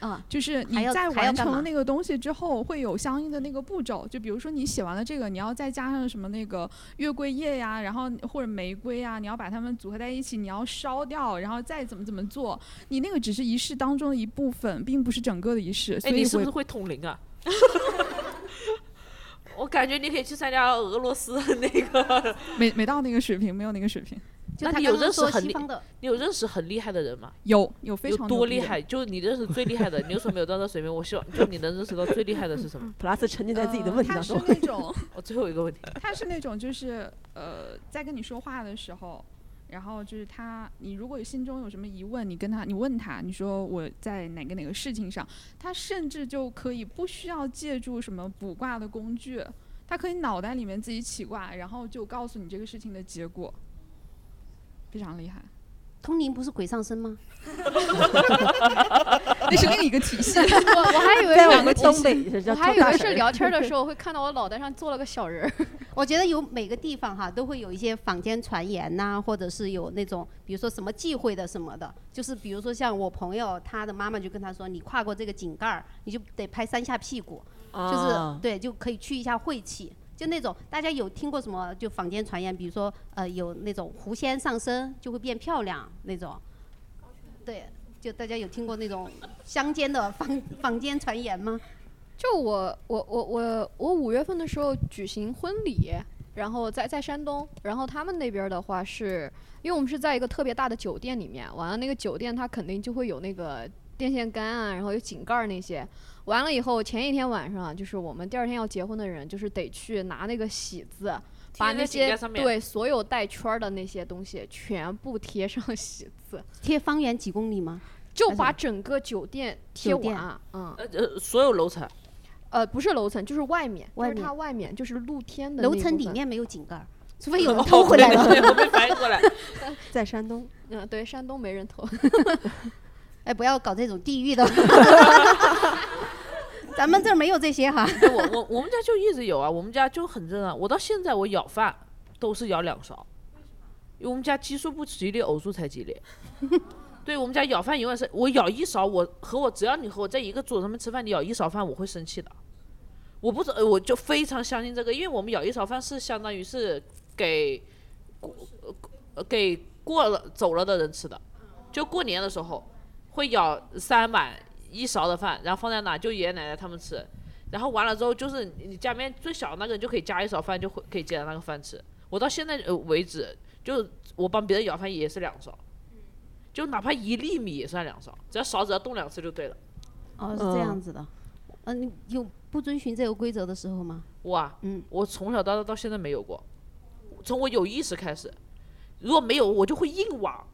Speaker 4: 法，
Speaker 1: 啊，
Speaker 10: 就是
Speaker 4: 嗯
Speaker 10: 你
Speaker 4: 还要
Speaker 10: 在
Speaker 4: 还要
Speaker 10: 完
Speaker 4: 干嘛
Speaker 10: 成那个东西之后，会有相应的那个步骤。就比如说你写完了这个，你要再加上什么那个月桂叶呀，然后或者玫瑰呀，你要把它们组合在一起，你要烧掉，然后再怎么怎么做。你那个只是仪式当中的一部分，并不是整个的仪式。所
Speaker 4: 哎，
Speaker 10: 以
Speaker 4: 你是不是会通灵啊？我感觉你可以去参加俄罗斯的 [laughs] 那个。
Speaker 10: 没没到那个水平，没有那个水平。
Speaker 4: 那你有认识很厉，你有认识很厉害的人吗？
Speaker 10: 有有非
Speaker 4: 有
Speaker 10: 常
Speaker 4: 多
Speaker 10: 牛逼
Speaker 4: 厉
Speaker 10: 的
Speaker 4: 害？就是你认识最厉害的，你为什么没有到那水平？我希望就你能认识到 [laughs] 最厉害的是什么
Speaker 5: ？plus 沉 [laughs] 浸在自己的
Speaker 10: 呃
Speaker 5: 问题
Speaker 10: 他
Speaker 5: 当
Speaker 10: 是
Speaker 5: 中。 [laughs]
Speaker 10: 那种
Speaker 4: [laughs] 我最后一个问题，
Speaker 10: 他是那种就是呃，在跟你说话的时候，然后就是他，你如果心中有什么疑问，你跟他，你问他，你说我在哪个哪个事情上，他甚至就可以不需要借助什么卜卦的工具，他可以脑袋里面自己起卦，然后就告诉你这个事情的结果，非
Speaker 4: [laughs]
Speaker 10: 常厉害。
Speaker 1: 通灵不是鬼上身
Speaker 10: [laughs]
Speaker 1: 吗？
Speaker 10: 那是另一个体
Speaker 1: [laughs]
Speaker 10: 系
Speaker 6: [laughs] 我我还以为是 [laughs] 我还以为是聊天的时
Speaker 1: 候。
Speaker 6: 候会看到我脑袋上做了个小人儿。 [laughs]
Speaker 1: 我觉得有每个地方哈都会有一些坊间传言呐、或者是有那种比如说什么忌讳的什么的，就是比如说像我朋友他的妈妈就跟他说，你跨过这个井盖儿，你就得拍三下屁股，
Speaker 5: 啊
Speaker 1: 就是对，就可以去一下晦气。就那种大家有听过什么就坊间传言，比如说呃有那种狐仙上身就会变漂亮那种，对，就大家有听过那种乡间的坊坊间传言吗？
Speaker 6: 就我我我我我五月份的时候举行婚礼，然后在在山东，然后他们那边的话是，因为我们是在一个特别大的酒店里面，完了那个酒店它肯定就会有那个电线杆啊，然后有井盖儿那些，完了以后前一天晚上就是我们第二天要结婚的人，就是得去拿那个喜字。把
Speaker 4: 贴在
Speaker 6: 那
Speaker 4: 井盖
Speaker 6: 些
Speaker 4: 上面
Speaker 6: 对所有带圈儿的那些东西全部贴上喜字，
Speaker 1: [laughs] 贴方圆几公里吗？
Speaker 6: 就把整个酒店贴
Speaker 1: 酒店
Speaker 6: 完，嗯，
Speaker 4: 呃呃，所有楼层，
Speaker 6: 呃，不是楼层，就是外面，
Speaker 1: 外
Speaker 6: 就是它
Speaker 1: 面
Speaker 6: 外面，就是露天的那
Speaker 1: 楼
Speaker 6: 一
Speaker 1: 层
Speaker 6: 部
Speaker 1: 里
Speaker 6: 分哦
Speaker 1: 面没有井盖儿，除非有
Speaker 6: [laughs]
Speaker 1: 人偷回来了。 [laughs]
Speaker 5: 在山东，
Speaker 6: 嗯，对，山东没人投。
Speaker 1: 哎，不要搞这种地域的，咱们这儿没有这些哈。
Speaker 4: 我我我们家就一直有啊，我们家就很热闹。我到现在我舀饭都是舀两勺，因为我们家奇数不吉利，偶数才吉利。
Speaker 1: 嗯
Speaker 4: 对我们家舀饭永远是我舀一勺，我和我只要你和我在一个桌子上面吃饭，你舀一勺饭我会生气的。我不知呃我就非常相信这个，因为我们舀一勺饭是相当于是给过呃给过了走了的人吃的，就过年的时候会舀三碗一勺的饭，然后放在哪就爷爷奶奶他们吃，然后完了之后就是你你家里面最小的那个人就可以加一勺饭，就会可以接着那个饭吃。我到现在呃为止，就我帮别人舀饭也是两勺，就哪怕一粒米也算两勺，只要勺子要动两次就对了。
Speaker 1: 哦，是这样子的。嗯，你有不遵循这个规则的时候吗？
Speaker 4: 哇，
Speaker 1: 嗯，
Speaker 4: 我从小到大到现在没有过，从我有意识开始，如果没有我就会硬挖，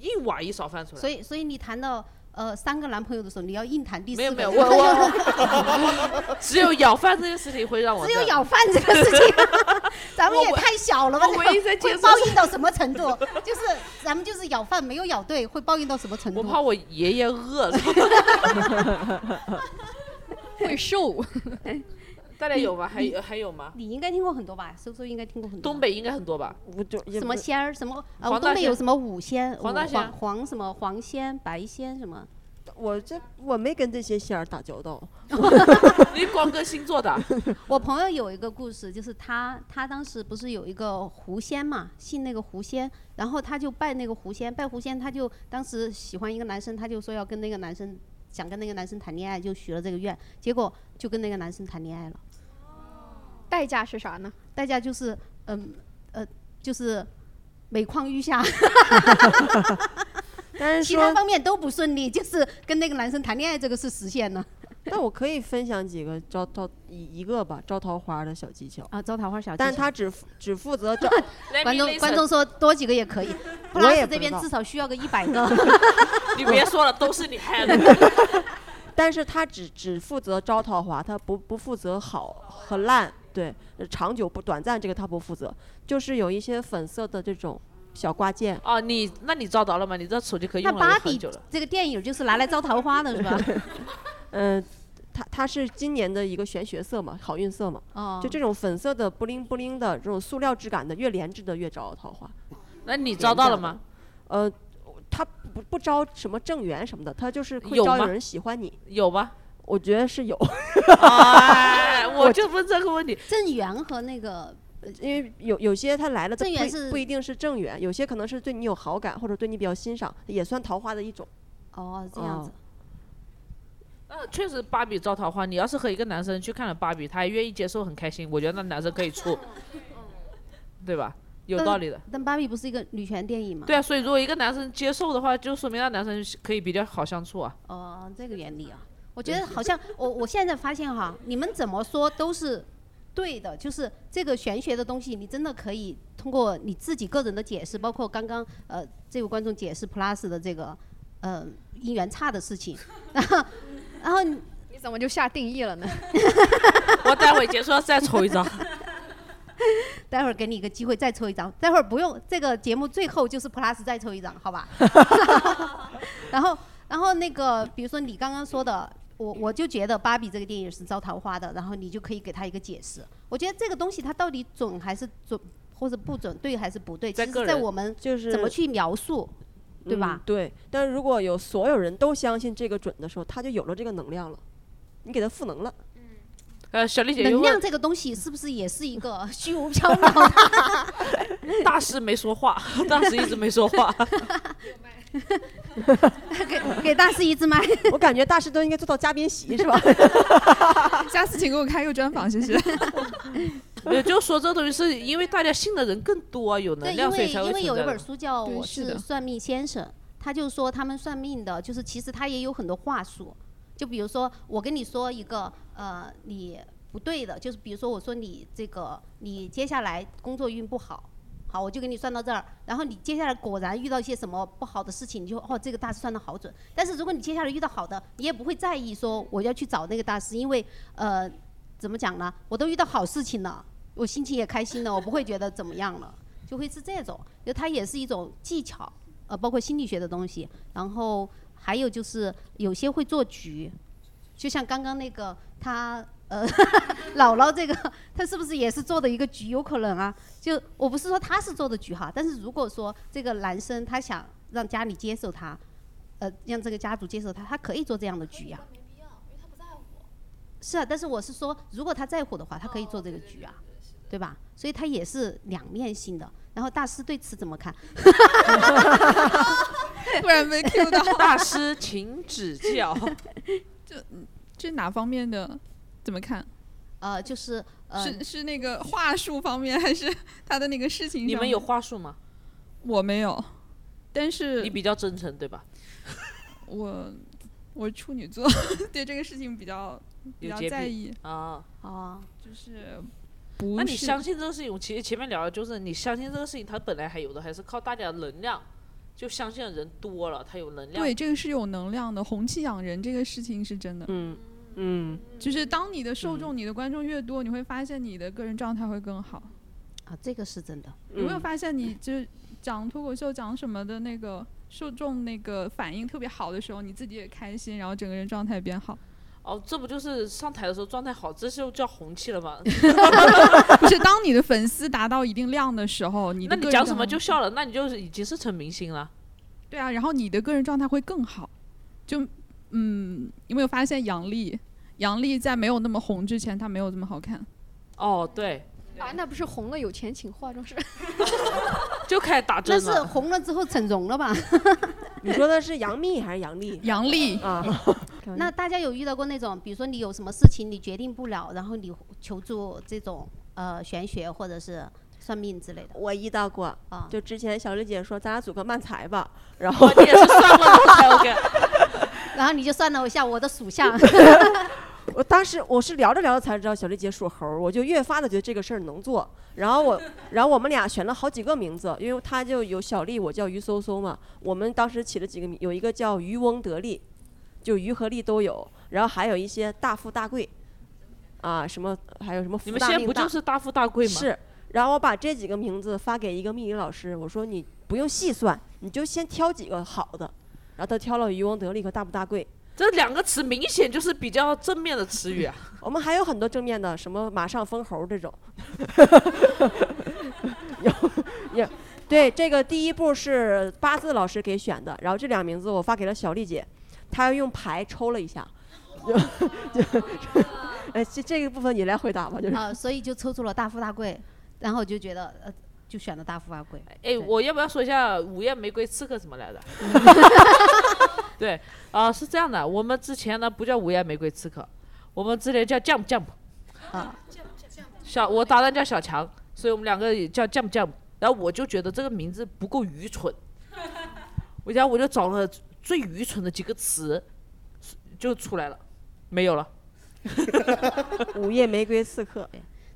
Speaker 4: 硬挖一勺饭出来。
Speaker 1: 所以，所以你谈到呃三个男朋友的时候，你要硬谈第四
Speaker 4: 没有
Speaker 1: 个。
Speaker 4: 没有，我我 [laughs] 只有舀饭这件事情会
Speaker 1: [laughs]
Speaker 4: 让我
Speaker 1: 只
Speaker 4: 这
Speaker 1: 有
Speaker 4: 样
Speaker 1: 舀饭这个事情，
Speaker 4: [laughs]
Speaker 1: 咱们也
Speaker 4: 我唯
Speaker 1: 太小了吧？
Speaker 4: 我
Speaker 1: 这个
Speaker 4: 唯一在接
Speaker 1: [laughs] 会
Speaker 4: 触
Speaker 1: 报应到什么程度？就是咱们就是舀饭没有舀对，会报应到什么程度？
Speaker 4: 我怕我爷爷饿了。
Speaker 6: [laughs] 会瘦。
Speaker 4: [laughs] 大家有吗？还
Speaker 1: 你
Speaker 4: 有还有吗？
Speaker 1: 你应该听过很多吧？搜搜应该听过很多。
Speaker 4: 东北应该很多吧？
Speaker 5: 我就
Speaker 1: 什么仙儿，什么呃，
Speaker 4: 黄
Speaker 1: 我
Speaker 4: 大
Speaker 1: 东北有
Speaker 4: 仙
Speaker 1: 什么五仙、
Speaker 4: 黄大
Speaker 1: 五
Speaker 4: 仙
Speaker 1: 黄黄什么黄仙、白仙什么？
Speaker 5: 我这我没跟这些仙儿打交道，
Speaker 4: 你光跟星座的，啊
Speaker 1: [laughs] 我朋友有一个故事，就是他他当时不是有一个狐仙嘛，信那个狐仙，然后他就拜那个狐仙，拜狐仙，他就当时喜欢一个男生，他就说要跟那个男生想跟那个男生谈恋爱，就许了这个愿，结果就跟那个男生谈恋爱了。
Speaker 6: 哦代价是啥呢？
Speaker 1: 代价就是嗯呃就是每况
Speaker 6: [laughs]
Speaker 1: 愈下。
Speaker 5: 但是
Speaker 1: 其他
Speaker 5: 说
Speaker 1: 方面都不顺利，就是跟那个男生谈恋爱这个是实现了 [laughs]
Speaker 5: 但我可以分享几个招招一一个吧招桃花的小技巧，
Speaker 1: 啊。招桃花小技巧，
Speaker 5: 但他只负只负责
Speaker 1: [laughs]
Speaker 5: 招
Speaker 1: 观众观众说多几个
Speaker 5: [laughs]
Speaker 1: 也可以，布
Speaker 5: 我
Speaker 1: 拉
Speaker 5: 也
Speaker 1: 斯
Speaker 5: 不
Speaker 1: 这边
Speaker 5: 知道
Speaker 1: [laughs] 至少需要个一百个。
Speaker 4: [laughs] 你别说了，都是你害的。
Speaker 5: [laughs] 但是他只只负责招桃花，他不不负责好和烂，对，呃长久不短暂这个他不负责。就是有一些粉色的这种小挂件，
Speaker 4: 哦，你那你招到了吗？你这手机可以
Speaker 1: 那
Speaker 4: 用了
Speaker 1: 芭
Speaker 4: 也很
Speaker 1: 比
Speaker 4: 久了。
Speaker 1: 这个电影就是拿来招桃花的是吧？
Speaker 5: 嗯、它它是今年的一个玄学色嘛，好运色嘛，
Speaker 1: 哦
Speaker 5: 就这种粉色的不灵不灵的这种塑料质感的，越连质的越招桃花。
Speaker 4: 那你招到了吗？
Speaker 5: 呃，他不不招什么正缘什么的，他就是会
Speaker 4: 有
Speaker 5: 招
Speaker 4: 吗
Speaker 5: 有人喜欢你。
Speaker 4: 有吗？
Speaker 5: 我觉得是有， [laughs]
Speaker 4: 哎，我就问这个问题。
Speaker 1: 郑源和那个呃
Speaker 5: 因为有有些他来了，他
Speaker 1: 正
Speaker 5: 不
Speaker 1: 缘
Speaker 5: 一
Speaker 1: 是
Speaker 5: 不一定是正缘，有些可能是对你有好感，或者对你比较欣赏，也算桃花的一种。嗯
Speaker 1: 哦，这样子。
Speaker 4: 那确实，芭比招桃花。你要是和一个男生去看了芭比，他还愿意接受，很开心。我觉得那男生可以
Speaker 1: [laughs]
Speaker 4: 处，对吧？有
Speaker 1: 但
Speaker 4: 道理的。。
Speaker 1: 但芭比不是一个女权电影吗？
Speaker 4: 对啊，所以如果一个男生接受的话，就说明那男生是可以比较好相处啊。
Speaker 1: 哦，这个原理啊，我觉得好像我我现在发现哈，你们怎么说都是对的，就是这个玄学的东西，你真的可以通过你自己个人的解释，包括刚刚呃这位观众解释 plus 的这个呃姻缘差的事情， [laughs] 然后然后你
Speaker 6: 你怎么就下定义了呢？
Speaker 4: [laughs] 我待会结束了再抽一张。
Speaker 1: 待会儿给你一个机会再抽一张，待会儿不用这个节目最后就是 plus 再抽一张，好吧？ [laughs] 然后然后那个比如说你刚刚说的，我我就觉得芭比这个电影是招桃花的，然后你就可以给他一个解释。我觉得这个东西它到底准还是准，或者不准，对还是不对，其
Speaker 5: 在
Speaker 1: 实
Speaker 5: 个
Speaker 1: 在
Speaker 5: 人
Speaker 1: 我们
Speaker 5: 就是
Speaker 1: 怎么去描述，对
Speaker 5: 嗯？
Speaker 1: 吧
Speaker 5: 对，但如果有所有人都相信这个准的时候，他就有了这个能量了，你给他赋能了。
Speaker 4: 呃，小丽姐又
Speaker 1: 嗯能量
Speaker 4: 问，
Speaker 1: 这个东西是不是也是一个虚无缥缈的？
Speaker 4: 大师没说话， [laughs] 大师一直没说 [laughs] 话。
Speaker 1: 给给大师一支麦。
Speaker 5: [laughs] 我感觉大师都应该坐到嘉宾席是
Speaker 1: [laughs]
Speaker 5: 吧？
Speaker 10: 下次请给我开个专访，谢谢。
Speaker 4: 也就说这东西是因为大家信的人更多啊，有
Speaker 1: 对，
Speaker 4: 能
Speaker 1: 因
Speaker 4: 量，所
Speaker 1: 为
Speaker 4: 以才会
Speaker 1: 因为
Speaker 4: 存
Speaker 1: 有一
Speaker 4: 在
Speaker 1: 本
Speaker 4: 的
Speaker 1: 书叫《
Speaker 4: 对
Speaker 1: 我
Speaker 4: 是
Speaker 1: 是
Speaker 4: 的
Speaker 1: 算命先生》，他就说他们算命的，就是其实他也有很多话术，就比如说我跟你说一个呃你不对的，就是比如说我说你这个你接下来工作运不好。好，我就给你算到这儿，然后你接下来果然遇到一些什么不好的事情，你就哦，这个大师算的好准。但是如果你接下来遇到好的，你也不会在意说我要去找那个大师，因为呃，怎么讲呢？我都遇到好事情了，我心情也开心了，我不会觉得怎么样了，就会是这种。就它也是一种技巧，呃，包括心理学的东西。然后还有就是有些会做局，就像刚刚那个他呃 [laughs] 姥姥这个，他是不是也是做的一个局？有可能啊。就我不是说他是做的局哈，但是如果说这个男生他想让家里接受他，呃，让这个家族接受他，他可以做这样的局呀、是啊，但是我是说，如果他在乎的话，他可以做这个局啊，对吧？所以他也是两面性的。然后大师对此怎么看？
Speaker 10: 突然被 Q 到
Speaker 4: 大师，请指
Speaker 12: [laughs]
Speaker 4: 教。
Speaker 10: 这这哪方面的？怎么看？
Speaker 1: 呃，就是呃，
Speaker 10: 是是那个话术方面，还是他的那个事情上？
Speaker 4: 你们有话术吗？
Speaker 10: 我没有，但是
Speaker 4: 你比较真诚，对吧？
Speaker 10: 我我处女座， [laughs] 对这个事情比较
Speaker 4: [laughs]
Speaker 10: 比
Speaker 4: 有
Speaker 10: 较
Speaker 4: 洁
Speaker 10: 在
Speaker 4: 癖
Speaker 10: 意
Speaker 4: 啊。
Speaker 1: 哦，
Speaker 10: 就是不
Speaker 4: 那你
Speaker 10: 是
Speaker 4: 相信这个事情？我其实前面聊的就是你相信这个事情，它本来还有的还是靠大家能量，就相信的人多了，它有能量。
Speaker 10: 对，这个是有能量的，红气养人这个事情是真的。
Speaker 5: 嗯嗯，
Speaker 10: 就是当你的受
Speaker 4: 嗯
Speaker 10: 众、你的观众越多，你会发现你的个人状态会更好。
Speaker 1: 啊，这个是真的。
Speaker 4: 嗯
Speaker 10: 有没有发现，你就是讲脱口秀、讲什么的那个受众那个反应特别好的时候，你自己也开心，然后整个人状态变好。
Speaker 4: 哦，这不就是上台的时候状态好，这就叫红气了
Speaker 10: [laughs]
Speaker 4: 吗？
Speaker 10: 不是，当你的粉丝达到一定量的时候，你
Speaker 4: 那
Speaker 10: 的
Speaker 4: 你
Speaker 10: 个人
Speaker 4: 讲什么
Speaker 10: 状态
Speaker 4: 就笑了，那你就是已经是成明星了。
Speaker 10: [laughs] 对啊，然后你的个人状态会更好。就嗯，有没有发现杨笠？杨笠在没有那么红之前，她没有这么好看。
Speaker 4: 哦，对，
Speaker 6: 啊，那不是红了有钱请化
Speaker 1: [laughs]
Speaker 6: 妆师？
Speaker 4: [laughs] 就开始打
Speaker 1: 那
Speaker 4: 针
Speaker 1: 是
Speaker 4: 了。
Speaker 1: 红了之后整容了吧？
Speaker 5: [laughs] 你说的是杨幂还是杨丽？
Speaker 10: 杨丽
Speaker 5: 啊，
Speaker 1: 那大家有遇到过那种，比如说你有什么事情你决定不了，然后你求助这种呃玄学或者是算命之类的？
Speaker 5: 我遇到过
Speaker 1: [laughs] 啊，
Speaker 5: 就之前小丽姐说咱俩组个漫才吧，然后
Speaker 4: 哦你也是算过的才 OK。
Speaker 1: 然后你就算了一下我的属
Speaker 5: [laughs]
Speaker 1: 相，
Speaker 4: [laughs]
Speaker 5: 我当时我是聊着聊着才知道小丽姐属猴儿，我就越发的觉得这个事儿能做。然后我，然后我们俩选了好几个名字，因为她就有小丽，我叫于搜搜嘛。我们当时起了几个名，有一个叫渔翁得利，就鱼和利都有，然后还有一些大富大贵，啊，什么还有什么福
Speaker 4: 你们
Speaker 5: 大
Speaker 4: 现在
Speaker 5: 命
Speaker 4: 不
Speaker 5: 大
Speaker 4: 就是大富大贵吗？
Speaker 5: 是，然后我把这几个名字发给一个命理老师，我说你不用细算，你就先挑几个好的。然后他挑了渔翁得利和大富大贵，
Speaker 4: 这两个词明显就是比较正面的词语啊。
Speaker 5: [laughs] 我们还有很多正面的，什么马上封侯这种。有有，对，这个第一步是八字老师给选的，然后这两名字我发给了小丽姐，她用牌抽了一下，就就， [laughs] 呃，这这个部分你来回答吧，就是。
Speaker 1: 啊，所以就抽出了大富大贵，然后就觉得呃，就选了大富大贵。
Speaker 4: 哎，我要不要说一下午夜玫瑰刺客什么来着？ [laughs] 对，啊、是这样的，我们之前呢不叫午夜玫瑰刺客，我们之前叫 Jump Jump，
Speaker 1: 啊，
Speaker 4: 小我搭档叫小强，所以我们两个也叫 Jump Jump，然后我就觉得这个名字不够愚蠢，我然后我就找了最愚蠢的几个词，就出来了，没有了。
Speaker 5: 午夜玫瑰刺客，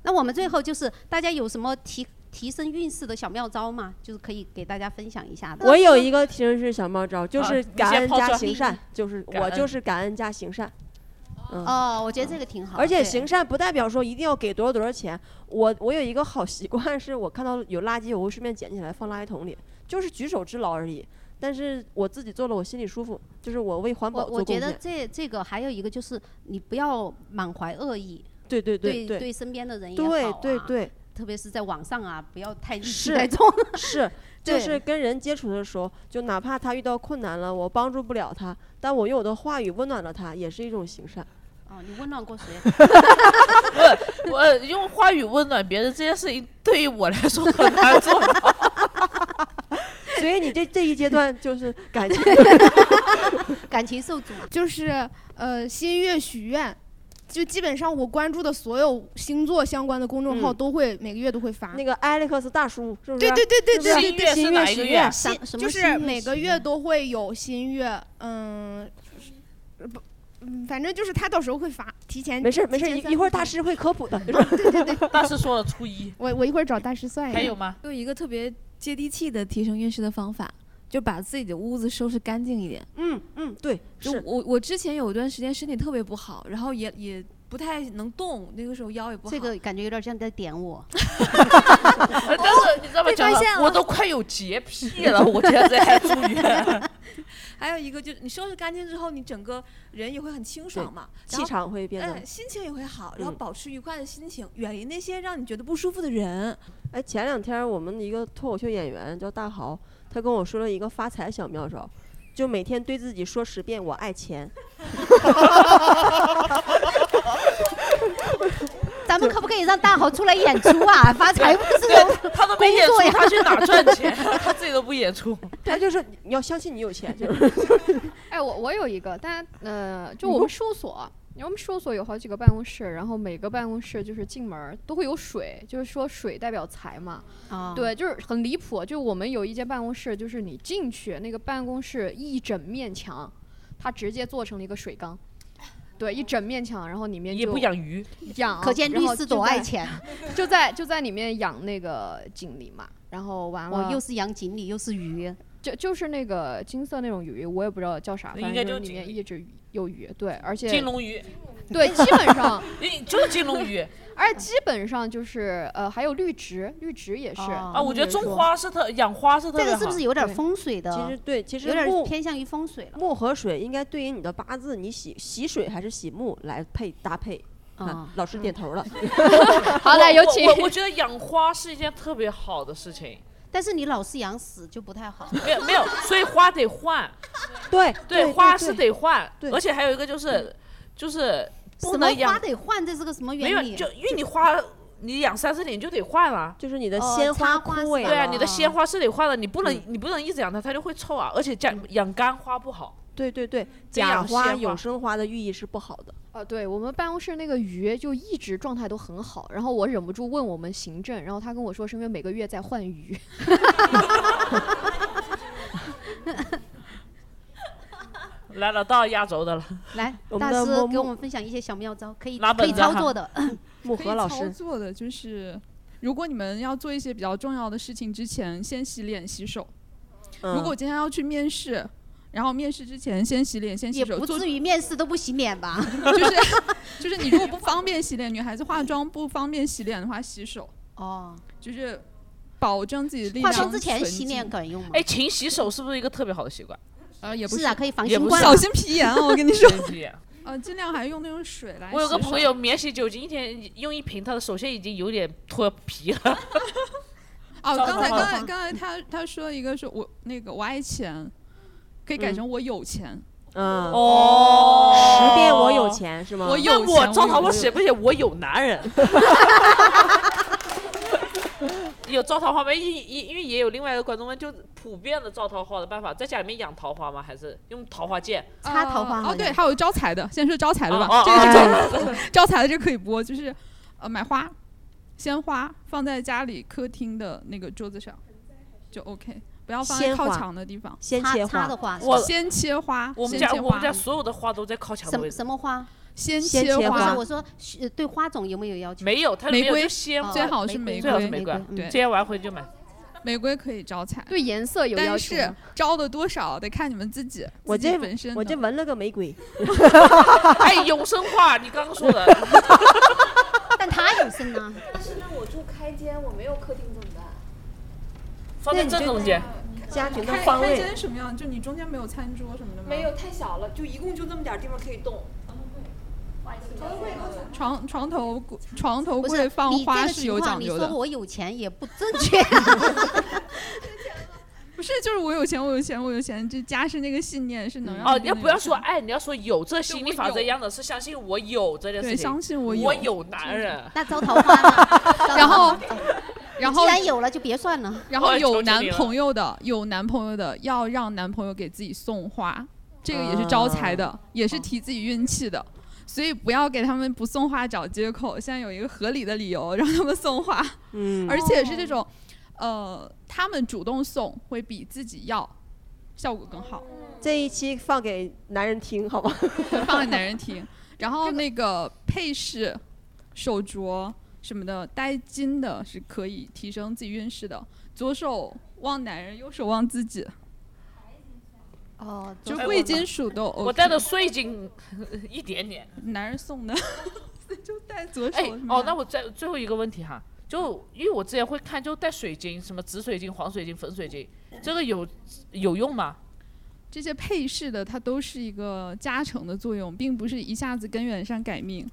Speaker 1: 那我们最后就是大家有什么提提升运势的小妙招吗？就是可以给大家分享一下的。
Speaker 5: 我有一个提示是小妙招，就是
Speaker 1: 啊你
Speaker 5: 感
Speaker 1: 先
Speaker 5: 恩
Speaker 1: 抛出
Speaker 5: 加
Speaker 1: 来
Speaker 5: 行善，就是
Speaker 1: 感
Speaker 5: 我
Speaker 1: 恩
Speaker 5: 就是感恩加行善。嗯、
Speaker 1: 哦，我觉得这个挺好。
Speaker 5: 而且
Speaker 1: 对
Speaker 5: 行善不代表说一定要给多少多少钱。我我有一个好习惯，是我看到有垃圾，我会顺便捡起来放垃圾桶里，就是举手之劳而已。但是我自己做了，我心里舒服，就是我为环保
Speaker 1: 我
Speaker 5: 做
Speaker 1: 我
Speaker 5: 贡献。
Speaker 1: 觉得这这个还有一个就是你不要满怀恶意，
Speaker 5: 对对
Speaker 1: 对
Speaker 5: 对对
Speaker 1: 身边的人也好、
Speaker 5: 对
Speaker 1: 啊、
Speaker 5: 对对，
Speaker 1: 特别是在网上啊，不要太意气
Speaker 5: 是 [laughs]
Speaker 1: 太重。 [laughs]
Speaker 5: 是，
Speaker 1: 对
Speaker 5: 就是跟人接触的时候，就哪怕他遇到困难了，我帮助不了他，但我用我的话语温暖了他，也是一种行善。
Speaker 1: 哦，你温暖过谁？
Speaker 5: [laughs]
Speaker 4: 呃我我用话语温暖别人这件事情，对于我来说很难 [laughs] 做到。
Speaker 5: 所以你这这一阶段
Speaker 4: [laughs]
Speaker 5: 就是感
Speaker 12: [laughs]
Speaker 5: 情
Speaker 1: 感情受阻，
Speaker 8: 就是呃新月许愿，就基本上我关注的所有星座相关的公众号
Speaker 5: 嗯
Speaker 8: 都会、每个月都会发。
Speaker 5: 那个艾利克斯大叔是不是？
Speaker 8: 对对对对
Speaker 5: 是不
Speaker 8: 对
Speaker 5: 是
Speaker 8: 对对，
Speaker 5: 新月许愿，
Speaker 8: 新就是每个月都会有新月，嗯，不，嗯反正就是他到时候会发，提前
Speaker 5: 没事儿没事儿，
Speaker 8: 提前
Speaker 5: 一
Speaker 8: 三
Speaker 5: 一会儿
Speaker 8: 天
Speaker 5: 大师会科普的。
Speaker 4: 大师说了初一，
Speaker 8: [laughs] 我我一会儿找大师算一下。
Speaker 4: 还有吗？
Speaker 12: 有一个特别接地气的提升运势的方法，就把自己的屋子收拾干净一点。
Speaker 5: 嗯嗯，对，
Speaker 12: 就我我之前有一段时间身体特别不好，然后也也不太能动，那个时候腰也不好。
Speaker 1: 这个感觉有点像在点我。
Speaker 4: 但是 [laughs] 啊你知道吗？
Speaker 12: 被
Speaker 4: 讲
Speaker 12: 发
Speaker 4: 到
Speaker 12: 现了
Speaker 4: 我都快有洁癖了，我现在还住院。 [laughs]
Speaker 12: 还有一个就是你收拾干净之后，你整个人也会很清爽嘛，
Speaker 5: 对
Speaker 12: 然后
Speaker 5: 气场会变得
Speaker 12: 哎，心情也会好，然后
Speaker 5: 嗯
Speaker 12: 保持愉快的心情，远离那些让你觉得不舒服的人。
Speaker 5: 哎，前两天我们的一个脱口秀演员叫大豪，他跟我说了一个发财小妙招，就每天对自己说十遍“我爱钱”。 [laughs]
Speaker 1: 咱们可不可以让大豪出来演出啊？发财不
Speaker 4: [laughs]
Speaker 1: 是
Speaker 4: 对他都没演出
Speaker 1: 工作呀，
Speaker 4: 他去哪儿赚钱？ [laughs] 他自己都不演出。
Speaker 5: 他就是你要相信你有钱，就是
Speaker 6: 哎，我我有一个，但呃，就
Speaker 5: 你
Speaker 6: 我
Speaker 5: 不
Speaker 6: 们事务所，我们事务所有好几个办公室，然后每个办公室就是进门儿都会有水，就是说水代表财嘛。
Speaker 1: 啊
Speaker 6: 对，就是很离谱。就我们有一间办公室，就是你进去那个办公室一整面墙，它直接做成了一个水缸。对，一整面墙，然后里面
Speaker 4: 也
Speaker 6: 就
Speaker 4: 不养鱼
Speaker 6: 养，
Speaker 1: 可见
Speaker 6: 然
Speaker 1: 律
Speaker 6: 后
Speaker 1: 师
Speaker 6: 就
Speaker 1: 多爱
Speaker 6: 在
Speaker 1: 钱，
Speaker 6: [laughs] 就在就在里面养那个锦鲤嘛，然后完了
Speaker 1: 我又是养锦鲤又是鱼，
Speaker 6: 就就是那个金色那种鱼，我也不知道叫啥，
Speaker 4: 应
Speaker 6: 反
Speaker 4: 该就
Speaker 6: 正就
Speaker 4: 是
Speaker 6: 里
Speaker 4: 锦
Speaker 6: 面
Speaker 4: 鲤
Speaker 6: 一直有鱼，对，而且
Speaker 4: 金龙鱼，
Speaker 6: 对，基本
Speaker 4: [laughs]
Speaker 6: 上
Speaker 4: 你就是金龙
Speaker 1: [laughs]
Speaker 4: 鱼。
Speaker 6: 而且基本上就是呃，还有绿植，绿植也是
Speaker 1: 哦
Speaker 4: 啊，我觉得种花是特养花是特
Speaker 1: [laughs] 这
Speaker 4: 别
Speaker 1: 个是不是有点风水的？
Speaker 5: 其实对，其实
Speaker 1: 有点
Speaker 5: 木 [laughs]
Speaker 1: 偏向于风水了。
Speaker 5: 木和水应该对应你的八字，你喜喜水还是喜木来配搭配。
Speaker 1: 啊，
Speaker 5: 老师点
Speaker 1: [laughs]
Speaker 5: 头了。
Speaker 6: 好的有请
Speaker 4: 我我我觉得养花是一件特别好的事情，
Speaker 1: [laughs] 但是你老是养死就不太好。
Speaker 4: 没有没有，所以花得换。
Speaker 5: 对
Speaker 4: 对，花是得换，
Speaker 1: 对
Speaker 4: 而且还有一个就是就是
Speaker 1: 什
Speaker 4: 不
Speaker 1: 么
Speaker 4: 能
Speaker 1: 花
Speaker 4: 养，
Speaker 1: 得换，这是个什么
Speaker 4: 没
Speaker 1: 原
Speaker 4: 有
Speaker 1: 理？
Speaker 4: 就因为你花你养三四年就得换了，
Speaker 5: 就是你的
Speaker 1: 哦鲜花插花枯是吧嗯
Speaker 4: 对啊，你的鲜花是得换了，你不能你不能一直养它，它就会臭啊，而且养养干花不好。
Speaker 5: 对对对，
Speaker 4: 这样
Speaker 5: 假花、
Speaker 4: 鲜花
Speaker 5: 有生花的寓意是不好的。
Speaker 6: 啊，对我们办公室那个鱼就一直状态都很好，然后我忍不住问我们行政，然后他跟我说是因为每个月在
Speaker 5: [laughs]
Speaker 6: 换鱼。
Speaker 4: 来了，到压轴的了，
Speaker 1: 来，
Speaker 4: 我们
Speaker 1: 大
Speaker 4: 的
Speaker 1: 师
Speaker 4: 摸
Speaker 1: 给我
Speaker 4: 摸
Speaker 1: 们分享一些小妙招，可以
Speaker 4: 拿
Speaker 1: 可
Speaker 4: 本
Speaker 1: 以
Speaker 4: 子哈
Speaker 1: 操作的。
Speaker 5: 木
Speaker 10: 可
Speaker 5: 盒
Speaker 10: 以
Speaker 5: 老
Speaker 10: 操
Speaker 5: 师
Speaker 10: 作的就是，如果你们要做一些比较重要的事情之前，先洗脸洗手。如
Speaker 1: 嗯
Speaker 10: 果今天要去面试，然后面试之前先洗脸先洗
Speaker 1: 也
Speaker 10: 手，
Speaker 1: 不
Speaker 10: 做
Speaker 1: 至于面试都不洗脸
Speaker 10: [laughs]
Speaker 1: 吧？
Speaker 10: 就是你如果不方便洗脸，女孩子化妆不方便洗脸的话，洗手
Speaker 1: 哦，
Speaker 10: 就是保证自己力
Speaker 1: 化
Speaker 10: 量。
Speaker 1: 妆之前洗脸管用吗？
Speaker 4: 哎，勤洗手是不是一个特别好的习惯？
Speaker 10: 呃，也
Speaker 1: 不是啊是可以防
Speaker 4: 也
Speaker 1: 新
Speaker 4: 不
Speaker 1: 冠
Speaker 4: 是
Speaker 1: 嘛
Speaker 10: [laughs] 小心皮炎哦我跟你说
Speaker 4: 小心皮
Speaker 1: [laughs]
Speaker 4: 炎
Speaker 10: 呃，尽量还用那种水来洗手。
Speaker 4: 我有个朋友免洗酒精，一天用一瓶，他的手现在已经有点脱皮了。
Speaker 10: 哦，
Speaker 4: 糟糕
Speaker 10: 刚才刚才
Speaker 4: 了
Speaker 10: 刚才他他说一个是我那个我爱钱，可以改成我有钱。
Speaker 5: 嗯
Speaker 4: [laughs] 哦
Speaker 5: 十遍我有钱是吗？
Speaker 10: 我有
Speaker 4: 那我
Speaker 10: 钱
Speaker 4: 招桃
Speaker 10: 我
Speaker 4: 花
Speaker 10: 有
Speaker 4: 写不写？我有男人。
Speaker 5: [laughs]
Speaker 4: 有招桃花吗？因因因为也有另外一个观众问，就普遍的招桃花的办法，在家里面养桃花吗？还是用桃花剑？
Speaker 1: 插桃花
Speaker 10: 哦，对，还有招财的，先说招财的吧，
Speaker 4: 哦哦
Speaker 10: 这个是
Speaker 4: 哦
Speaker 10: 招 [laughs] 招财的，这个可以播，就是呃买花，鲜花放在家里客厅的那个桌子上就 OK，不要放在
Speaker 4: 鲜
Speaker 10: 靠
Speaker 4: 花
Speaker 10: 墙的地方。
Speaker 5: 先
Speaker 1: 插切插花的花是吧
Speaker 10: 先切花，
Speaker 4: 我们
Speaker 10: 先
Speaker 4: 家
Speaker 10: 切
Speaker 4: 我们
Speaker 10: 花
Speaker 4: 家所有的花都在靠墙的
Speaker 1: 什
Speaker 4: 位
Speaker 1: 么
Speaker 4: 置，
Speaker 1: 什么花？
Speaker 10: 先
Speaker 1: 先
Speaker 10: 切
Speaker 1: 不
Speaker 10: 花
Speaker 1: 是我说是对花种有没有嗯要求？
Speaker 4: 没有，它没有就鲜
Speaker 1: 哦
Speaker 4: 花
Speaker 10: 最好是玫
Speaker 4: 最好是
Speaker 10: 瑰
Speaker 4: 玫瑰，啊
Speaker 10: 对
Speaker 4: 接完回去就买。
Speaker 10: 玫瑰可以招财，
Speaker 6: 对颜色有要
Speaker 10: 但
Speaker 6: 求
Speaker 10: 是
Speaker 6: 吗
Speaker 10: 招的多少得看你们自己。
Speaker 5: 我
Speaker 10: 自己
Speaker 5: 这
Speaker 10: 本身
Speaker 5: 我
Speaker 10: 的
Speaker 5: 这闻了个玫
Speaker 10: [laughs]
Speaker 5: 瑰，
Speaker 4: 哎，永生话，你刚刚说的，
Speaker 1: 但它有生啊呢。
Speaker 13: 但是那我住开间，我没有客厅怎么办？
Speaker 4: 放在正中间。
Speaker 5: 家庭
Speaker 10: 开开间什么样？就你中间没有餐桌什么的吗？
Speaker 13: 没有，太小了，就一共就那么点儿地方可以动。
Speaker 10: 床床头柜床头
Speaker 1: 不
Speaker 10: 柜
Speaker 1: 是
Speaker 10: 放
Speaker 1: 你这
Speaker 10: 花
Speaker 1: 个
Speaker 10: 是有
Speaker 1: 情况，
Speaker 10: 讲
Speaker 1: 你
Speaker 10: 究
Speaker 1: 说
Speaker 10: 的。
Speaker 1: 我有钱也不正确。
Speaker 10: [laughs] 不是，就是我有钱，我有钱，我有钱，这家是那个信念是能让
Speaker 4: 哦，
Speaker 10: 别
Speaker 4: 你要
Speaker 10: 人
Speaker 4: 不要
Speaker 10: 有
Speaker 4: 说哎？你要说有这心理法则
Speaker 10: 有
Speaker 4: 一样的是相信我有这件事
Speaker 10: 对
Speaker 4: 情，
Speaker 10: 相信
Speaker 4: 我
Speaker 10: 我
Speaker 4: 有，
Speaker 10: 有
Speaker 4: 男人。
Speaker 1: 那招桃花
Speaker 4: [laughs]
Speaker 1: 呢？
Speaker 10: 然后
Speaker 1: 招桃花呢
Speaker 10: 然
Speaker 1: 你
Speaker 10: 后
Speaker 1: 既然有了就别算了。
Speaker 10: 然后有男朋友的，有男朋友的要让男朋友给自己送花，这个也是招财
Speaker 1: 啊
Speaker 10: 的，也是提自己运气的。所以不要给他们不送花找借口，现在有一个合理的理由让他们送花，
Speaker 5: 嗯
Speaker 10: 而且
Speaker 1: 哦
Speaker 10: 是这种，呃，他们主动送会比自己要效果更好，
Speaker 5: 这一期放给男人听好吗？
Speaker 10: [laughs] 放给男
Speaker 5: [laughs]
Speaker 10: 人听。然后那个配饰、手镯什么的，戴金的是可以提升自己运势的。左手望男人，右手望自己。
Speaker 1: 哦，
Speaker 10: 就贵金属都 OK。
Speaker 4: 哎我带的碎金一点点，
Speaker 10: [laughs] 男人送的，就戴左手
Speaker 4: 哎
Speaker 10: 是，吗
Speaker 4: 哦，那我再最后一个问题哈，就因为我之前会看，就带水晶，什么紫水晶、黄水晶、粉水晶，这个有有用吗？
Speaker 10: 这些配饰的，它都是一个加成的作用，并不是一下子根源上改命。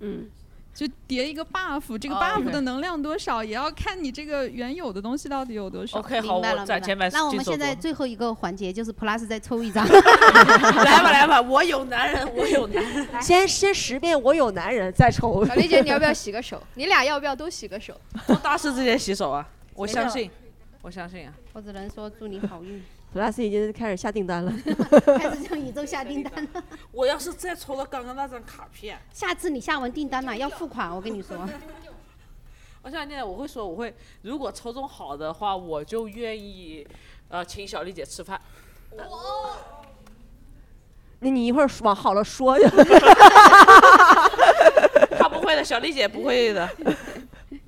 Speaker 5: 嗯，
Speaker 10: 就叠一个 buff，这个
Speaker 4: 哦
Speaker 10: buff
Speaker 4: ，OK
Speaker 10: 的能量多少，也要看你这个原有的东西到底有多少。
Speaker 4: OK，好明白我了攒明白钱买
Speaker 1: 那我
Speaker 4: 金
Speaker 1: 们
Speaker 4: 手
Speaker 1: 现在
Speaker 4: 镯
Speaker 1: 最后一个环节就是 Plus 再抽
Speaker 4: [laughs]
Speaker 1: 一
Speaker 4: [laughs]
Speaker 1: 张。
Speaker 4: 来吧
Speaker 5: 哎
Speaker 4: 来吧，我有男人，我有男 [laughs] 人。
Speaker 5: 先先十遍我有男人再抽。
Speaker 6: 小丽姐，你要不要洗个手？你俩要不要都洗个手？
Speaker 4: 做大事之前洗手啊， [laughs] 我
Speaker 6: 没
Speaker 4: 相
Speaker 6: 事
Speaker 4: 信，我相信啊。
Speaker 1: 我只能说祝你好运，
Speaker 5: ？Plus 已经开始下订单了， [laughs]
Speaker 1: 开始向宇宙下订单了。
Speaker 4: [laughs] 我要是再抽了刚刚那张卡片，
Speaker 1: [laughs] 下次你下完订单了要付款，我
Speaker 4: [laughs]
Speaker 1: 跟你说。哦
Speaker 4: 我想现在我会说，我会如果抽中好的话，我就愿意呃请小丽姐吃饭。
Speaker 5: 那你一会儿往好了说呀。 [laughs]
Speaker 4: 她不会的，小丽姐不会的。 [laughs]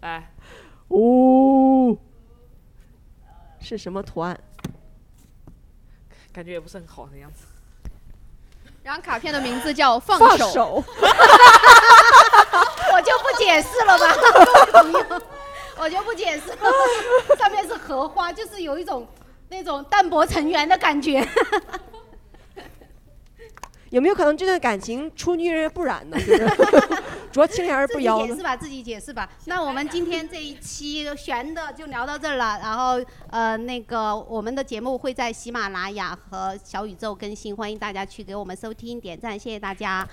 Speaker 4: 哎来，
Speaker 5: 哦，是什么图案？ [laughs]
Speaker 4: 感觉也不是很好的样子。
Speaker 6: 然后卡片的名字叫放
Speaker 5: 放
Speaker 6: 手，
Speaker 5: 手
Speaker 1: 我就不解释了吧，朋友， [laughs] 我就不解释了。上面是荷花，就是有一种那种淡泊尘缘的感觉。
Speaker 5: 有没有可能这段感情出虐不染呢？ [laughs] 就是濯清涟而不
Speaker 1: 自己
Speaker 5: 妖
Speaker 1: 解
Speaker 5: 呢
Speaker 1: 释？吧，自己解释吧。那我们今天这一期悬的就聊到这儿了。然后呃，那个我们的节目会在喜马拉雅和小宇宙更新，欢迎大家去给我们收听、点赞，谢谢大家。